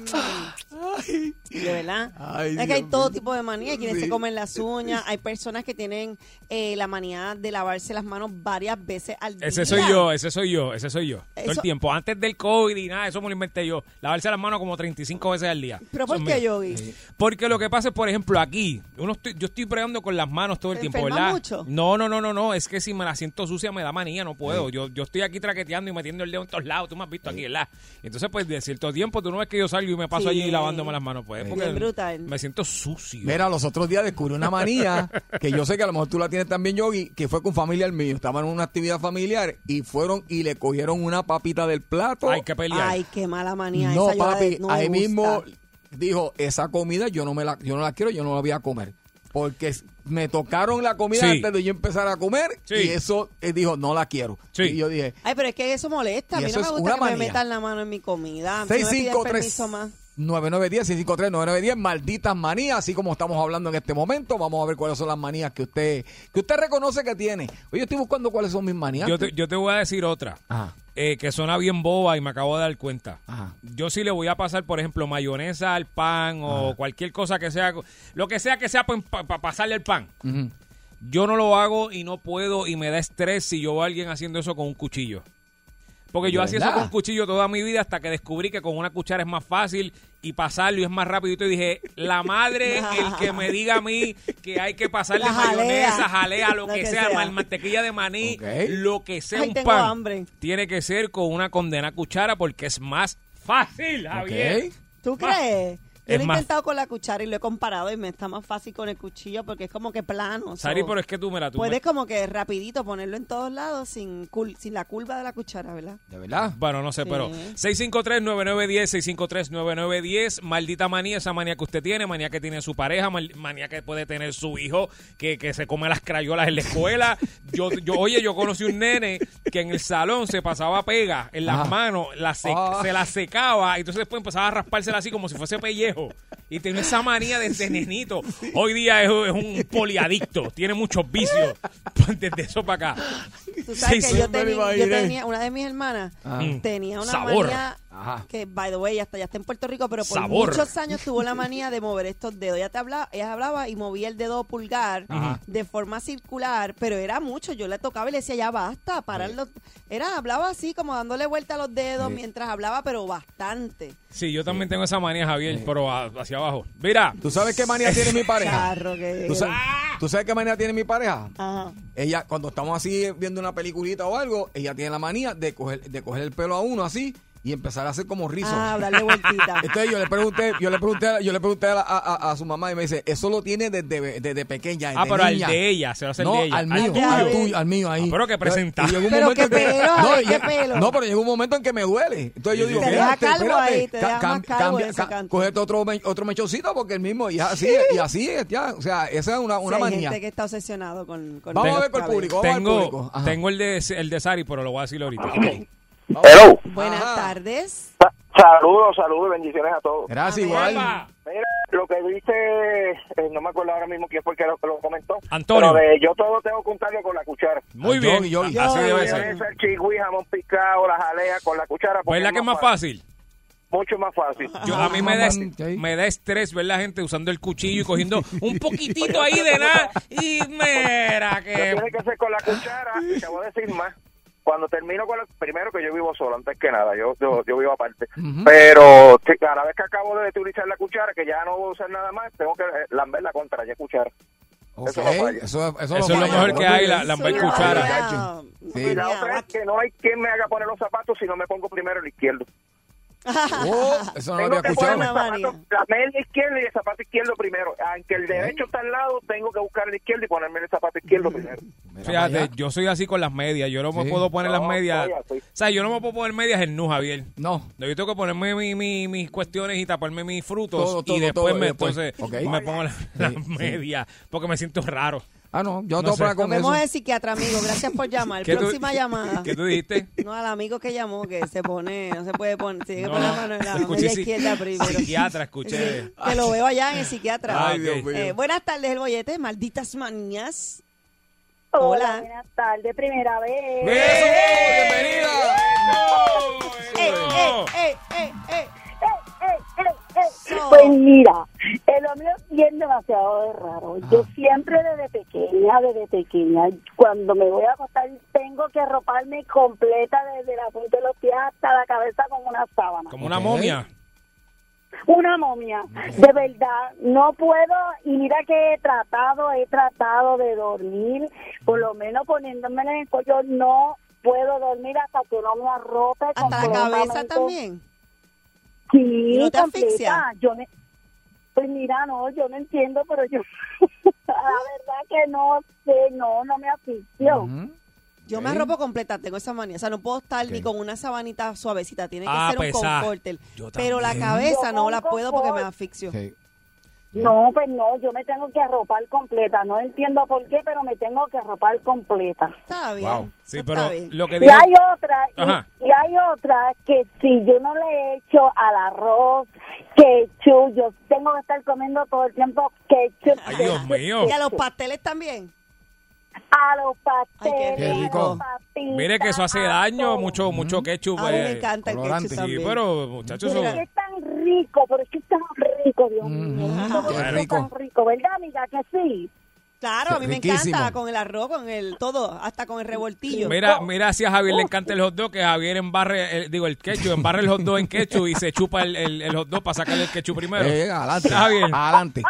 Speaker 4: Mm, De verdad.
Speaker 3: Ay,
Speaker 4: es
Speaker 3: Dios
Speaker 4: que hay
Speaker 3: mío.
Speaker 4: todo tipo de manía. Hay quienes
Speaker 3: Sí.
Speaker 4: se comen las uñas. Hay personas que tienen eh, la manía de lavarse las manos varias veces al día.
Speaker 7: Ese soy yo, ese soy yo, ese soy yo. Todo el
Speaker 4: Eso-
Speaker 7: tiempo. Antes del COVID y nada, eso me lo inventé yo. Lavarse las manos como 35 veces al día.
Speaker 4: ¿Pero por
Speaker 7: Eso es
Speaker 4: qué,
Speaker 7: mío.
Speaker 4: Yogi?
Speaker 7: Porque lo que pasa es, por ejemplo, aquí, uno estoy- yo estoy bregando con las manos todo el
Speaker 4: ¿Te
Speaker 7: tiempo,
Speaker 4: enferma
Speaker 7: ¿verdad?
Speaker 4: mucho?
Speaker 7: No, no, no, no, no. Es que si me la siento sucia me da manía, no puedo. Yo, yo estoy aquí traqueteando y metiendo el dedo en todos lados. Tú me has visto aquí, ¿verdad? Entonces, pues, de cierto tiempo, tú no ves que yo salgo y me paso
Speaker 4: Sí.
Speaker 7: allí lavándome las manos, pues.
Speaker 4: Bien
Speaker 7: Porque
Speaker 4: brutal.
Speaker 7: Me siento sucio.
Speaker 3: Mira, los otros días descubrí una manía que yo sé que a lo mejor tú la tienes también, Yogi, que fue con familiar mío. Estaban en una actividad familiar y fueron y le cogieron una papita del plato.
Speaker 7: Hay que pelear.
Speaker 4: Ay, qué mala manía.
Speaker 3: No,
Speaker 4: esa yo la de-
Speaker 3: papi,
Speaker 4: no me
Speaker 3: ahí
Speaker 4: gusta.
Speaker 3: mismo dijo, esa comida yo no me la, yo no la quiero, yo no la voy a comer. Porque s- me tocaron la comida
Speaker 7: Sí.
Speaker 3: antes de yo empezar a comer
Speaker 7: Sí.
Speaker 3: y eso eh, dijo, no la quiero.
Speaker 7: Sí.
Speaker 3: Y yo dije,
Speaker 4: Ay, pero es que eso molesta. A
Speaker 3: Y
Speaker 4: mí
Speaker 3: eso
Speaker 4: no me
Speaker 3: es
Speaker 4: gusta
Speaker 3: una
Speaker 4: que
Speaker 3: manía.
Speaker 4: me metan la mano en mi comida. Si no me piden permiso más.
Speaker 3: 653 9910 653 9910 malditas manías, así como estamos hablando en este momento, vamos a ver cuáles son las manías que usted que usted reconoce que tiene. Oye, yo estoy buscando cuáles son mis manías.
Speaker 7: Yo te, yo te voy a decir otra.
Speaker 3: Ajá.
Speaker 7: eh, que suena bien boba y me acabo de dar cuenta.
Speaker 3: Ajá.
Speaker 7: Yo sí le voy a pasar, por ejemplo, mayonesa al pan o cualquier cosa que sea, lo que sea que sea para pasarle el pan.
Speaker 3: Ujú.
Speaker 7: Yo no lo hago y no puedo y me da estrés si yo veo a alguien haciendo eso con un cuchillo. Porque yo
Speaker 3: ¿De
Speaker 7: hacía eso
Speaker 3: verdad?
Speaker 7: con cuchillo toda mi vida hasta que descubrí que con una cuchara es más fácil y pasarlo y es más rápido. Y dije, la madre, el que me diga a mí que hay que pasarle
Speaker 4: La jalea.
Speaker 7: mayonesa, jalea, lo, que, sea, mal- mantequilla de maní,
Speaker 3: Ok.
Speaker 7: lo que sea,
Speaker 4: Ay,
Speaker 7: un
Speaker 4: tengo
Speaker 7: pan.
Speaker 4: hambre.
Speaker 7: Tiene que ser con una condena cuchara porque es más fácil, Javier.
Speaker 3: Ok.
Speaker 4: ¿Tú
Speaker 7: Más.
Speaker 4: crees? Yo
Speaker 7: Es
Speaker 4: lo he
Speaker 7: más.
Speaker 4: intentado con la cuchara y lo he comparado y me está más fácil con el cuchillo porque es como que plano.
Speaker 7: Sari,
Speaker 4: so-
Speaker 7: pero es que tú, mira, tú
Speaker 4: Puedes
Speaker 7: me-
Speaker 4: como que rapidito ponerlo en todos lados sin, cul- sin la curva de la cuchara, ¿verdad?
Speaker 3: De verdad.
Speaker 7: Bueno, no sé, pero 653-9910, 653-9910, maldita manía, esa manía que usted tiene, manía que tiene su pareja, mal- manía que puede tener su hijo, que, que se come las crayolas en la escuela. Yo, yo, oye, yo conocí un nene que en el salón se pasaba pega en las
Speaker 3: Ajá.
Speaker 7: manos, la se,
Speaker 3: Ah.
Speaker 7: se la secaba y entonces después empezaba a raspársela así como si fuese pellejo. Y tenía esa manía desde nenito. Hoy día es, es un poliadicto, tiene muchos vicios desde eso para acá.
Speaker 4: Tú sabes
Speaker 7: Sí,
Speaker 4: que
Speaker 7: sí,
Speaker 4: yo,
Speaker 3: me lo
Speaker 4: tenía- yo
Speaker 3: imaginé.
Speaker 4: tenía, una de mis hermanas
Speaker 3: Ah.
Speaker 4: tenía una
Speaker 7: Sabor.
Speaker 4: manía
Speaker 3: Ajá.
Speaker 4: que by the way hasta ya está en Puerto Rico pero por
Speaker 7: Sabor.
Speaker 4: muchos años tuvo la manía de mover estos dedos ella te hablaba ella hablaba y movía el dedo pulgar
Speaker 3: Ajá.
Speaker 4: de forma circular pero era mucho yo le tocaba y le decía ya basta pararlo era hablaba así como dándole vuelta a los dedos
Speaker 3: Sí.
Speaker 4: mientras hablaba pero bastante
Speaker 7: Sí, yo también tengo esa manía, Javier, pero a- hacia abajo. Mira,
Speaker 3: ¿Tú sabes qué manía tiene mi pareja?
Speaker 4: Carro que
Speaker 3: ¿Tú, sa- tú sabes qué manía tiene mi pareja?
Speaker 4: Ajá.
Speaker 3: Ella, cuando estamos así viendo una peliculita o algo, ella tiene la manía de coger, de coger el pelo a uno así y empezar a hacer como rizos.
Speaker 4: Ah, darle vueltita
Speaker 3: Entonces yo le pregunté, yo le pregunté, a la- yo le pregunté a, la- a- a- a su mamá y me dice, eso lo tiene desde, be- desde pequeña.
Speaker 7: Ah,
Speaker 3: desde
Speaker 7: pero al
Speaker 3: niña".
Speaker 7: de ella, se lo hace el
Speaker 3: no,
Speaker 7: de ella.
Speaker 3: Al
Speaker 7: Al
Speaker 3: mío,
Speaker 4: tuyo.
Speaker 3: al tuyo, al mío ahí.
Speaker 7: Ah, pero que presenta.
Speaker 3: Y llegó un
Speaker 4: Pero
Speaker 3: momento
Speaker 4: qué
Speaker 3: en que-
Speaker 4: pelo,
Speaker 3: no,
Speaker 4: ay,
Speaker 3: y-
Speaker 4: qué pelo.
Speaker 3: No, pero llegó un momento en que me duele. Entonces yo
Speaker 4: Te
Speaker 3: digo,
Speaker 4: deja
Speaker 3: espérate,
Speaker 4: calvo
Speaker 3: espérate,
Speaker 4: ahí, te
Speaker 3: ca-
Speaker 4: deja más
Speaker 3: cam-
Speaker 4: calvo
Speaker 3: cambia-
Speaker 4: ese
Speaker 3: ca-
Speaker 4: canto.
Speaker 3: cógete otro, me- otro mechoncito porque el mismo, y así, y así es, ya. O sea, esa es una, una
Speaker 4: Sí, hay
Speaker 3: manía.
Speaker 4: gente que está obsesionado con, con
Speaker 3: Vamos a
Speaker 4: los
Speaker 3: ver con el
Speaker 4: cabellos.
Speaker 3: público, vamos a ver con el
Speaker 7: tengo,
Speaker 3: público. Ajá.
Speaker 7: tengo el de el de Sari, pero lo voy a decir ahorita.
Speaker 8: Hello.
Speaker 4: buenas
Speaker 3: Ajá.
Speaker 4: tardes
Speaker 8: Sa- Saludos, saludos y bendiciones a todos.
Speaker 3: Gracias,
Speaker 4: Amén.
Speaker 3: igual.
Speaker 8: Mira, lo que dice, eh, no me acuerdo ahora mismo quién fue el que lo, lo comentó.
Speaker 7: Antonio.
Speaker 8: Pero de yo todo tengo que untarlo con la cuchara.
Speaker 7: Muy
Speaker 3: Ah,
Speaker 7: bien.
Speaker 3: Yogi, Yogi.
Speaker 7: Así
Speaker 4: Yogi,
Speaker 7: debe
Speaker 4: Yogi.
Speaker 7: ser.
Speaker 8: Puede ser chigüí, jamón picado, la jalea con la cuchara. porque
Speaker 7: Pues la que es más fácil.
Speaker 8: Mucho más fácil.
Speaker 7: Yo, a mí me da, est-
Speaker 3: Ok.
Speaker 7: me da estrés ver la gente usando el cuchillo y cogiendo un poquitito ahí de nada. Y mira
Speaker 8: Lo
Speaker 7: que...
Speaker 8: tiene que hacer con la cuchara, y te voy a decir más. Cuando termino con la... Primero que yo vivo solo, antes que nada, yo, yo, yo vivo aparte. Pero te- cada vez que acabo de utilizar la cuchara, que ya no voy a usar nada más, tengo que eh, lamber la contra, ya cuchara.
Speaker 3: Ok,
Speaker 8: Eso no falla.
Speaker 3: eso, eso,
Speaker 7: Eso es lo
Speaker 3: falla,
Speaker 7: mejor que
Speaker 3: muy
Speaker 7: hay,
Speaker 3: bien.
Speaker 7: la- la
Speaker 4: Eso es una
Speaker 7: cuchara.
Speaker 4: manía-
Speaker 3: Sí.
Speaker 8: Y la otra
Speaker 4: manía
Speaker 8: es que no hay quien me haga poner los zapatos si no me pongo primero el izquierdo.
Speaker 3: Oh, eso no lo había
Speaker 8: tengo que ponerme el
Speaker 3: escuchado.
Speaker 4: buena-
Speaker 8: zapato, la media izquierda y el zapato izquierdo primero. Aunque el derecho está al lado, tengo que buscar el izquierdo y ponerme el zapato izquierdo primero.
Speaker 3: Mira para allá.
Speaker 7: Fíjate, yo soy así con las medias. Yo no me
Speaker 3: Sí.
Speaker 7: puedo poner las
Speaker 8: No,
Speaker 7: medias.
Speaker 8: soy
Speaker 7: O
Speaker 8: así.
Speaker 7: sea, yo no me puedo poner medias en nu, Javier.
Speaker 3: No.
Speaker 7: No, Yo tengo que ponerme mi- mi- mis cuestiones y taparme mis frutos
Speaker 3: Todo, todo,
Speaker 7: y después
Speaker 3: todo,
Speaker 7: me,
Speaker 3: y después.
Speaker 7: entonces,
Speaker 3: Ok.
Speaker 7: me pongo la- las medias porque me siento raro.
Speaker 3: Ah, no, yo
Speaker 7: No
Speaker 3: tengo
Speaker 7: sé.
Speaker 3: problema
Speaker 4: Nos
Speaker 3: con
Speaker 4: vemos
Speaker 3: eso.
Speaker 4: de psiquiatra, amigo. Gracias por llamar.
Speaker 7: ¿Qué tú-
Speaker 4: Próxima llamada.
Speaker 7: ¿Qué tú dijiste?
Speaker 4: No, al amigo que llamó, que se pone, no se puede poner, tiene que
Speaker 7: No,
Speaker 4: poner la mano en la
Speaker 7: escuché
Speaker 4: media
Speaker 7: si-
Speaker 4: izquierda primero.
Speaker 7: psiquiatra, escuché. Ah,
Speaker 4: Sí, que lo veo allá en el psiquiatra.
Speaker 7: Ay, Dios
Speaker 3: mío.
Speaker 4: Eh, buenas tardes, el bollete, malditas manías. Hola.
Speaker 9: Hola, buenas tardes, primera vez.
Speaker 7: ¡Eso!
Speaker 3: ¡Bienvenida!
Speaker 4: Eh, eh,
Speaker 7: ¡Eso!
Speaker 4: eh, eh, eh.
Speaker 9: Eh, eh, eh, eh.
Speaker 4: Eso.
Speaker 9: Pues mira, el hombre bien demasiado de raro. Yo siempre desde pequeña, desde pequeña, cuando me voy a acostar, tengo que arroparme completa desde la punta de los pies hasta la cabeza con una sábana.
Speaker 7: Como una
Speaker 3: Ok.
Speaker 7: momia.
Speaker 9: Una momia, de verdad, no puedo, y mira que he tratado, he tratado de dormir, por lo menos poniéndome en el cuello, no puedo dormir hasta que no me arrope
Speaker 4: Hasta la cabeza
Speaker 9: completamente.
Speaker 4: también.
Speaker 9: Sí,
Speaker 4: ¿Y no te
Speaker 9: completa.
Speaker 4: asfixia?
Speaker 9: Yo ne- pues mira, no, yo no entiendo, pero yo la verdad que no sé, no, no me asfixio.
Speaker 3: Ujú.
Speaker 4: Yo me
Speaker 3: Ok.
Speaker 4: arropo completa, tengo esa manía. O sea, no puedo estar ni
Speaker 3: Ok.
Speaker 4: con una sabanita suavecita, tiene que
Speaker 7: Ah,
Speaker 4: ser un
Speaker 7: pesá.
Speaker 4: confortel.
Speaker 7: Yo
Speaker 4: Pero la
Speaker 7: también.
Speaker 4: cabeza
Speaker 9: Yo
Speaker 4: no
Speaker 9: con
Speaker 4: la puedo porque me
Speaker 9: confort.
Speaker 4: asfixio.
Speaker 3: Sí.
Speaker 9: No, pues no, yo me tengo que arropar completa, no entiendo por qué, pero me tengo que arropar completa.
Speaker 4: Está bien.
Speaker 3: Wow.
Speaker 4: eso
Speaker 7: Sí,
Speaker 4: está
Speaker 7: pero
Speaker 4: bien.
Speaker 7: lo que
Speaker 9: Y
Speaker 7: digo...
Speaker 9: hay otra,
Speaker 7: Ajá.
Speaker 9: y, y hay otra que si yo no le echo al arroz ketchup, yo tengo que estar comiendo todo el tiempo ketchup.
Speaker 7: Ay, Dios
Speaker 9: ketchup,
Speaker 7: mío.
Speaker 4: Y a los
Speaker 9: ketchup.
Speaker 4: pasteles también.
Speaker 9: a los
Speaker 4: Ay,
Speaker 9: pasteles,
Speaker 4: qué
Speaker 3: rico.
Speaker 9: a los papitas,
Speaker 7: Mire que eso hace
Speaker 9: a
Speaker 7: daño,
Speaker 9: todo.
Speaker 7: mucho, mucho ketchup.
Speaker 4: Ah, A mí me
Speaker 7: eh.
Speaker 4: encanta el
Speaker 3: colorante.
Speaker 4: ketchup
Speaker 7: Sí,
Speaker 4: también.
Speaker 7: pero muchachos,
Speaker 9: Pero
Speaker 7: eso-
Speaker 9: es que es tan rico, pero es que es tan rico, Dios mío.
Speaker 4: Ah,
Speaker 3: Ujú,
Speaker 9: Pero
Speaker 3: qué
Speaker 9: es
Speaker 3: rico.
Speaker 9: tan rico, ¿verdad, amiga? Que sí.
Speaker 4: Claro, a mí me
Speaker 3: Riquísimo.
Speaker 4: encanta con el arroz, con el todo, hasta con el revoltillo.
Speaker 7: Mira, mira si a Javier le encanta el hot dog, que Javier embarre, el- digo, el ketchup, embarre el hot dog en ketchup y se chupa el, el, el hot dog para sacarle el ketchup primero.
Speaker 3: Eh, adelante.
Speaker 7: Está bien.
Speaker 3: Adelante.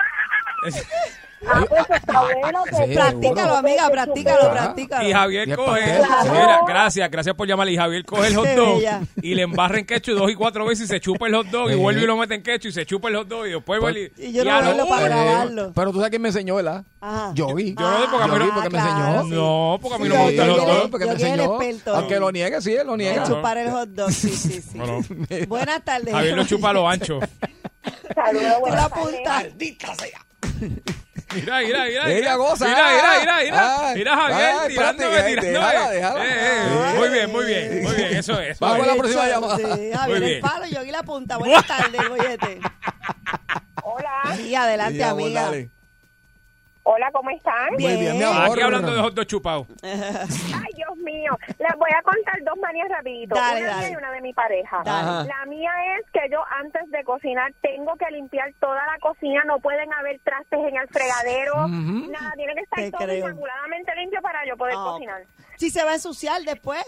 Speaker 9: Ah, pues está bueno.
Speaker 3: Sí,
Speaker 9: que
Speaker 4: Practícalo,
Speaker 3: seguro.
Speaker 4: amiga, practícalo,
Speaker 3: Claro.
Speaker 4: practícalo.
Speaker 7: Ah, Y Javier
Speaker 3: Y el
Speaker 7: coge,
Speaker 3: pastel.
Speaker 9: Claro.
Speaker 7: mira, gracias, gracias por llamar. Y Javier coge el hot
Speaker 4: Qué
Speaker 7: dog
Speaker 4: bella.
Speaker 7: y le embarra en ketchup dos y cuatro veces y se chupa el hot dog y
Speaker 3: Sí. Pues,
Speaker 7: vuelve y lo mete en ketchup y se chupa el hot dog y después vuelve y,
Speaker 4: Y yo no
Speaker 7: a
Speaker 4: lo bailo
Speaker 7: lo-
Speaker 4: para
Speaker 3: Eh,
Speaker 4: grabarlo.
Speaker 3: Pero tú sabes quién me enseñó, ¿verdad?
Speaker 4: Ajá.
Speaker 3: Yo vi.
Speaker 7: Yo no sé porque a mí
Speaker 3: Yo
Speaker 7: no-
Speaker 3: vi porque me
Speaker 4: Ah, claro,
Speaker 3: enseñó.
Speaker 4: sí.
Speaker 7: No, porque a mí no
Speaker 4: Sí,
Speaker 7: me gustan
Speaker 4: yo
Speaker 7: los
Speaker 4: quiero-
Speaker 7: dos.
Speaker 4: yo quiero el experto.
Speaker 3: Aunque lo niegue, sí, él lo
Speaker 4: El
Speaker 3: niega.
Speaker 7: Hecho.
Speaker 4: chupar el hot dog, sí, sí, sí.
Speaker 7: No, no.
Speaker 4: Buenas tardes.
Speaker 7: Javier lo chupa a lo ancho.
Speaker 9: Saludos,
Speaker 4: Te lo
Speaker 9: buenas tardes.
Speaker 4: apunta.
Speaker 7: Mira, mira, mira.
Speaker 3: Mira, goza,
Speaker 7: Mira, mira,
Speaker 3: ah.
Speaker 7: mira, mira.
Speaker 3: Ay,
Speaker 7: Mira, Javier,
Speaker 3: ay, espérate,
Speaker 7: tirándome,
Speaker 3: ay,
Speaker 7: tirándome.
Speaker 3: déjala, déjala.
Speaker 7: Eh, eh, Muy bien, muy bien, muy bien. Eso es. eso
Speaker 3: Vamos a la
Speaker 7: es.
Speaker 3: próxima llamada.
Speaker 4: Sí,
Speaker 7: Muy
Speaker 4: Javier
Speaker 7: bien.
Speaker 4: el palo, yo aquí la punta. Buenas tardes, bollete.
Speaker 9: Hola,
Speaker 4: Sí, adelante,
Speaker 3: Digamos,
Speaker 4: amiga.
Speaker 3: dale.
Speaker 9: hola,
Speaker 10: Hola, ¿cómo están?
Speaker 3: Muy bien, mi amor.
Speaker 7: Aquí hablando de hot dog chupado.
Speaker 10: Ay, Dios mío. Les voy a contar dos manías rapidito.
Speaker 4: Dale,
Speaker 10: una
Speaker 4: dale.
Speaker 10: mía y una de mi pareja.
Speaker 3: Dale.
Speaker 10: La mía es que yo antes de cocinar tengo que limpiar toda la cocina. No pueden haber trastes en el fregadero.
Speaker 3: Ujú.
Speaker 10: Nada, tiene que estar
Speaker 4: Te
Speaker 10: todo
Speaker 4: creo.
Speaker 10: inmaculadamente limpio para yo poder
Speaker 4: Ah,
Speaker 10: cocinar.
Speaker 4: Si se va a ensuciar después.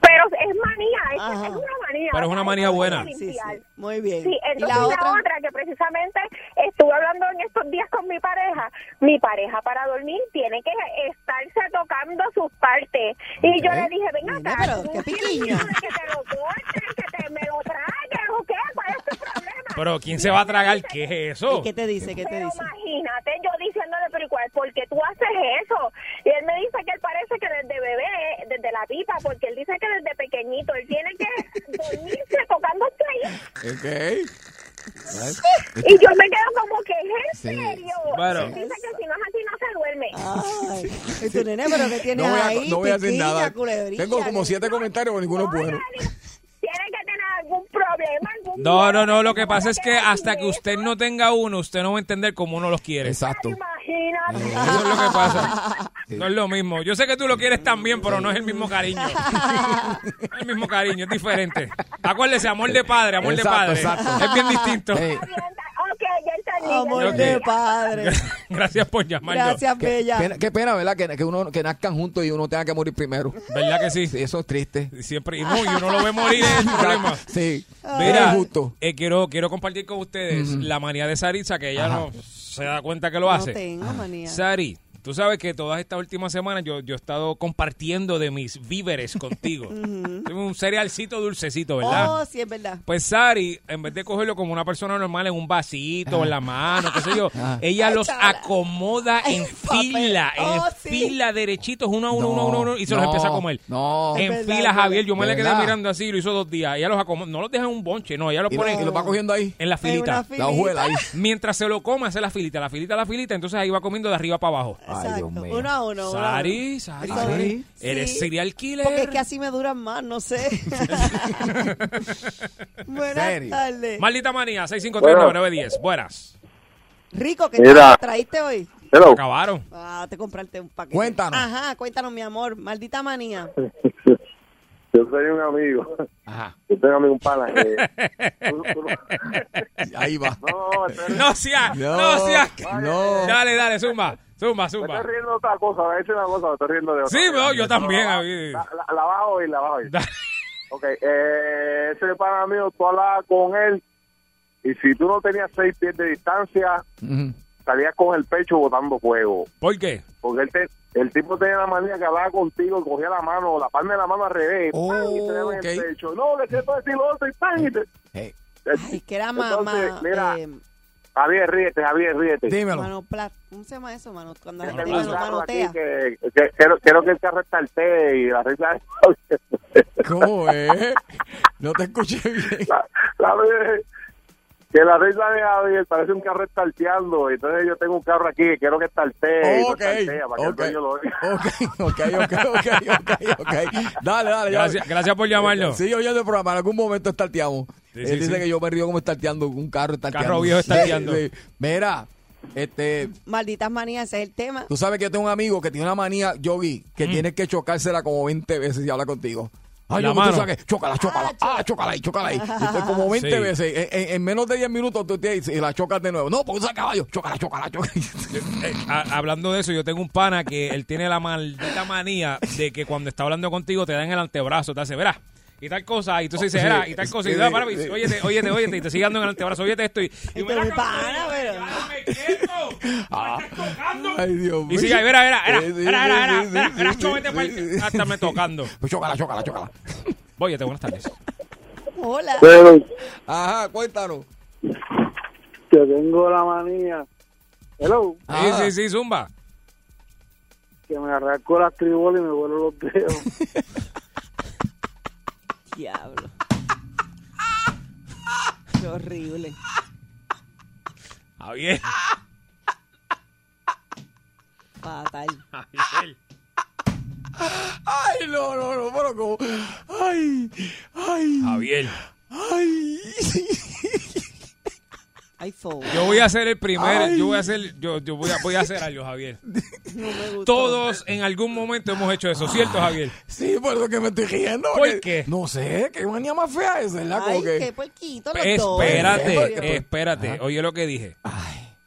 Speaker 10: Pero es manía, es,
Speaker 4: Ajá.
Speaker 10: es una manía.
Speaker 7: Pero es una manía buena.
Speaker 10: Limpiar.
Speaker 4: Sí, sí. Muy bien.
Speaker 10: Sí,
Speaker 4: ¿Y
Speaker 10: entonces
Speaker 4: la otra?
Speaker 10: que precisamente estuve hablando en estos días con mi pareja, mi pareja para dormir tiene que estarse tocando sus partes. Y yo
Speaker 3: Ok.
Speaker 10: le dije, venga
Speaker 4: Mira,
Speaker 10: acá,
Speaker 4: pero
Speaker 10: ¿tú
Speaker 4: qué
Speaker 10: tienes
Speaker 4: piquiña.
Speaker 10: miedo de que te lo corten, que te, me lo traguen o qué? ¿Cuál es tu problema?
Speaker 7: Pero ¿quién se va a tragar? ¿Qué es
Speaker 4: ¿Y
Speaker 3: Oh.
Speaker 7: eso?
Speaker 4: qué te dice? ¿Qué te
Speaker 10: Pero
Speaker 4: dice?
Speaker 10: imagínate, yo diciéndole, pero ¿y cuál? ¿Por qué tú haces eso? Y él me dice que él parece que desde bebé, desde la pipa, porque él dice que desde pequeñito, él tiene que dormirse tocando ahí.
Speaker 3: Ok.
Speaker 10: Y yo me quedo como que es en
Speaker 3: Sí.
Speaker 10: serio.
Speaker 7: Bueno.
Speaker 10: Dice que si no es así no se duerme.
Speaker 4: Ah, Ay, y tu nene, pero que tienes
Speaker 3: No voy, a,
Speaker 4: ahí?
Speaker 3: no voy a decir
Speaker 4: Piquiña,
Speaker 3: nada.
Speaker 4: culebrilla,
Speaker 3: Tengo como siete comentarios, pero ninguno es bueno.
Speaker 10: Tiene que tener algún problema. Algún
Speaker 7: No, no, no. Lo
Speaker 10: problema.
Speaker 7: que pasa es que hasta que usted no tenga uno, usted no va a entender cómo uno los quiere. Eso
Speaker 3: Exacto.
Speaker 10: Imagínate.
Speaker 7: es lo que pasa. No es lo mismo. Yo sé que tú lo quieres también, pero no es el mismo cariño. No es el mismo cariño, es diferente. Acuérdese, amor de padre, amor
Speaker 3: Exacto,
Speaker 7: de padre.
Speaker 3: exacto.
Speaker 7: Es bien distinto.
Speaker 3: Ey,
Speaker 10: Ok, ya entendí. ya
Speaker 4: Amor
Speaker 7: Ok.
Speaker 10: entendí.
Speaker 4: de padre.
Speaker 7: Gracias por llamarnos.
Speaker 4: Gracias,
Speaker 3: qué,
Speaker 4: Bella.
Speaker 3: pena, qué pena, ¿verdad? Que, que uno que nazcan juntos y uno tenga que morir primero.
Speaker 7: ¿Verdad que sí?
Speaker 3: Sí, eso es triste.
Speaker 7: Siempre. Y, no, y uno lo ve morir, es el problema.
Speaker 3: Sí.
Speaker 7: Mira,
Speaker 3: Es justo.
Speaker 7: eh, quiero, quiero compartir con ustedes la manía de Saritza, que ella no se da cuenta que lo
Speaker 4: No
Speaker 7: hace.
Speaker 3: Ah,
Speaker 4: tengo manía.
Speaker 7: Sari, tú sabes que todas estas últimas semanas yo, yo he estado compartiendo de mis víveres contigo. Tengo un cerealcito dulcecito, ¿verdad?
Speaker 4: Oh, sí, es verdad.
Speaker 7: Pues Sari, en vez de cogerlo como una persona normal en un vasito, en la mano, qué sé yo, ella los
Speaker 4: Échala.
Speaker 7: acomoda
Speaker 4: En
Speaker 7: en
Speaker 4: papel.
Speaker 7: fila, en
Speaker 4: Oh, sí.
Speaker 7: fila derechitos, uno a uno,
Speaker 3: No,
Speaker 7: uno a uno, uno, y se los
Speaker 3: no,
Speaker 7: empieza a comer.
Speaker 3: no.
Speaker 4: Es
Speaker 7: En
Speaker 4: verdad,
Speaker 7: fila,
Speaker 4: es verdad.
Speaker 7: Javier, yo me
Speaker 3: De
Speaker 7: le quedé
Speaker 3: verdad.
Speaker 7: mirando así, lo hizo dos días. Ella los acomoda, no los deja en un bonche, no, ella los
Speaker 3: Y lo,
Speaker 7: pone
Speaker 3: y lo va cogiendo ahí.
Speaker 7: en la
Speaker 4: En
Speaker 7: filita.
Speaker 4: una
Speaker 3: La hojuela ahí.
Speaker 7: Mientras se lo come, hace la filita, la filita, la filita, entonces ahí va comiendo de arriba para abajo.
Speaker 3: Ay,
Speaker 4: Exacto.
Speaker 3: Dios mío.
Speaker 4: Uno a uno. uno a
Speaker 7: Sari,
Speaker 4: uno.
Speaker 7: Sari,
Speaker 4: Eso
Speaker 3: Sari,
Speaker 4: es.
Speaker 7: Eres
Speaker 4: Sí.
Speaker 7: serial killer.
Speaker 4: Porque es que así me duran más, no sé. Buenas
Speaker 3: Serio.
Speaker 4: tardes.
Speaker 7: Maldita manía, 6539910. Buenas.
Speaker 4: Rico, ¿qué
Speaker 11: Mira.
Speaker 4: tal? traíste hoy?
Speaker 11: Hello.
Speaker 7: Acabaron.
Speaker 4: Ah, te compraste un paquete.
Speaker 3: Cuéntanos.
Speaker 4: Ajá, cuéntanos, mi amor. Maldita manía.
Speaker 11: Yo soy un amigo.
Speaker 3: Ajá.
Speaker 11: Yo tengo a mí un pana que... tú- tú-
Speaker 3: Ahí va.
Speaker 11: No, espera.
Speaker 7: No seas, no,
Speaker 3: No,
Speaker 7: seas.
Speaker 3: no.
Speaker 7: Dale, dale, zumba, zumba,
Speaker 11: Me
Speaker 7: zumba.
Speaker 11: estoy riendo de otra cosa, me decir una cosa, me estoy riendo de otra.
Speaker 7: Sí, no, yo también,
Speaker 11: La,
Speaker 7: a mí.
Speaker 11: la, la- la bajo y la bajo. hoy.
Speaker 7: Da-
Speaker 11: Ok, eh, ese pana mío, tú hablabas con él y si tú no tenías seis pies de distancia,
Speaker 3: Ujú.
Speaker 11: salías con el pecho botando fuego.
Speaker 7: ¿Por qué?
Speaker 11: Porque él te- el tipo tenía la manía que hablaba contigo, y cogía la mano, la palma de la mano al revés,
Speaker 3: Oh,
Speaker 11: ¡pam! y te daba en el
Speaker 3: ok.
Speaker 11: pecho. No, le quiero decir lo otro y ¡pam! y Eh, te-
Speaker 3: Hey,
Speaker 4: Ay, que era más.
Speaker 11: Entonces,
Speaker 4: más,
Speaker 11: mira,
Speaker 4: eh,
Speaker 11: Javier, ríete, Javier, ríete.
Speaker 3: dímelo.
Speaker 4: manopla- ¿Cómo se llama eso, mano? Cuando la
Speaker 11: Yo
Speaker 4: gente
Speaker 11: tengo un
Speaker 4: mano-
Speaker 11: carro aquí
Speaker 4: manotea.
Speaker 11: que, que- quiero, quiero que él te arresta el té y la risa.
Speaker 3: ¿Cómo es? No te escuché bien.
Speaker 11: la, la vez- que la risa de Javier parece un carro estarteando. Entonces yo tengo un carro aquí que quiero que estartee. y no
Speaker 3: Ok,
Speaker 11: estartea, para que el
Speaker 3: ok,
Speaker 11: dueño lo oiga.
Speaker 3: ok, ok, ok, ok, ok, ok. Dale, dale. ya.
Speaker 7: Gracias, gracias por llamarlo.
Speaker 3: Sí, oyendo el programa, en algún momento estarteamos.
Speaker 7: Sí,
Speaker 3: Él
Speaker 7: sí,
Speaker 3: dice
Speaker 7: sí.
Speaker 3: que yo me río como estarteando, un carro estarteando.
Speaker 7: Carro viejo estarteando.
Speaker 3: Sí, sí. Mira, este,
Speaker 4: Malditas manías, ese es el tema.
Speaker 3: tú sabes que yo tengo un amigo que tiene una manía, Yogi, que tiene que chocársela como 20 veces y habla contigo.
Speaker 7: Mm. La
Speaker 3: Ay, yo tú
Speaker 7: mano.
Speaker 3: sabes que chócala, chócala, ah, chócala ahí, chócala ahí. Entonces, como 20
Speaker 7: Sí.
Speaker 3: veces, en, en- en menos de 10 minutos tú te y la chocas de nuevo. No, porque usa caballo, chócala, chócala, chócala.
Speaker 7: Eh, a- hablando de eso, yo tengo un pana que él tiene la maldita manía de que cuando está hablando contigo te dan el antebrazo, te hace, verá. Y tal cosa, y tú dices,
Speaker 3: Sí,
Speaker 7: verá, y tal cosa, y
Speaker 3: sí,
Speaker 7: tú dices, para,
Speaker 3: sí.
Speaker 7: óyete, óyete, óyete, y te sigue dando en el antebrazo, óyete esto, y, y
Speaker 4: Este es mi pana, pero-
Speaker 7: ¡Déjame quieto! ¡Me
Speaker 12: Ah.
Speaker 7: estás tocando!
Speaker 3: Ah. Ay, Dios
Speaker 7: Y
Speaker 3: mío.
Speaker 7: sigue ahí, verá, verá, verá,
Speaker 3: Sí, sí,
Speaker 7: verá, verá, verá,
Speaker 3: sí,
Speaker 7: verá,
Speaker 3: sí,
Speaker 7: verá,
Speaker 3: sí,
Speaker 7: chóvete,
Speaker 3: sí,
Speaker 7: pa'l-
Speaker 3: sí.
Speaker 7: Ah, estarme tocando.
Speaker 3: Pues chócala, chócala, chócala.
Speaker 7: Óyete, buenas tardes.
Speaker 4: Hola.
Speaker 11: Pero
Speaker 3: Ajá, cuéntanos.
Speaker 11: yo tengo la manía. Hello,
Speaker 7: Sí,
Speaker 3: Ah.
Speaker 7: sí, sí, zumba.
Speaker 11: que me arranco las tribolas y me vuelo los dedos.
Speaker 4: Diablo. Qué horrible.
Speaker 7: Javier,
Speaker 4: Fatal.
Speaker 7: Javier.
Speaker 3: Ay, no, no, no, pero como. Ay, ay,
Speaker 7: Javier.
Speaker 3: ay.
Speaker 4: Ay, soul.
Speaker 7: Yo voy a ser el primer,
Speaker 4: Ay.
Speaker 7: yo voy a ser, yo, yo voy a, voy a hacer algo, Javier. Todos en algún momento hemos hecho eso, ¿cierto, Javier?
Speaker 12: Sí, por eso que me estoy riendo.
Speaker 7: ¿Por
Speaker 12: porque-
Speaker 7: qué?
Speaker 12: No sé, qué manía más fea esa, ¿verdad? Como
Speaker 4: Ay,
Speaker 12: que-
Speaker 4: qué puerquito los dos.
Speaker 7: Espérate, espérate, oye lo que dije.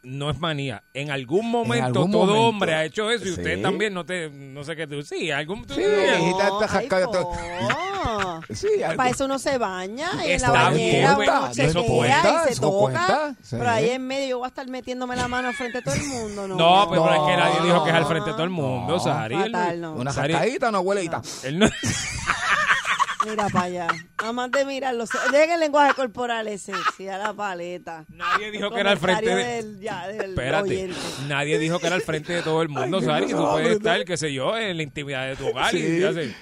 Speaker 7: No es manía. En algún momento
Speaker 12: algún
Speaker 7: todo
Speaker 12: momento.
Speaker 7: hombre ha hecho eso y
Speaker 12: Sí.
Speaker 7: usted también no te no sé qué tú sí, algún tú-
Speaker 12: Sí,
Speaker 7: no.
Speaker 12: está- está jascado todo.
Speaker 4: No.
Speaker 12: Sí, algo-
Speaker 4: Para eso uno se baña y en la
Speaker 12: Está
Speaker 4: bañera
Speaker 12: bien,
Speaker 4: uno
Speaker 12: eso
Speaker 4: se
Speaker 12: cuenta,
Speaker 4: y se
Speaker 12: eso
Speaker 4: toca.
Speaker 12: cuenta, sí.
Speaker 4: Pero ahí en medio yo voy a estar metiéndome la mano frente a todo el mundo. No,
Speaker 7: No, pues, pero es que nadie dijo que es al frente de todo el mundo,
Speaker 12: No.
Speaker 7: Sari. Él-
Speaker 4: Fatal, no.
Speaker 12: Una
Speaker 7: Sari-
Speaker 12: jascadita, una abuelita.
Speaker 7: él no-
Speaker 4: Mira para allá. Nada más de mirarlo. Dejen el lenguaje corporal ese. Sí, a la paleta.
Speaker 7: Nadie dijo que era al frente de-
Speaker 4: Del, ya, del
Speaker 7: Espérate,
Speaker 4: oyente.
Speaker 7: nadie dijo que era al frente de todo el mundo,
Speaker 12: Ay, qué
Speaker 7: Sari. Tú
Speaker 12: pesado,
Speaker 7: puedes
Speaker 12: brutal.
Speaker 7: estar, qué sé yo, en la intimidad de tu hogar y
Speaker 12: Sí.
Speaker 7: ya sé.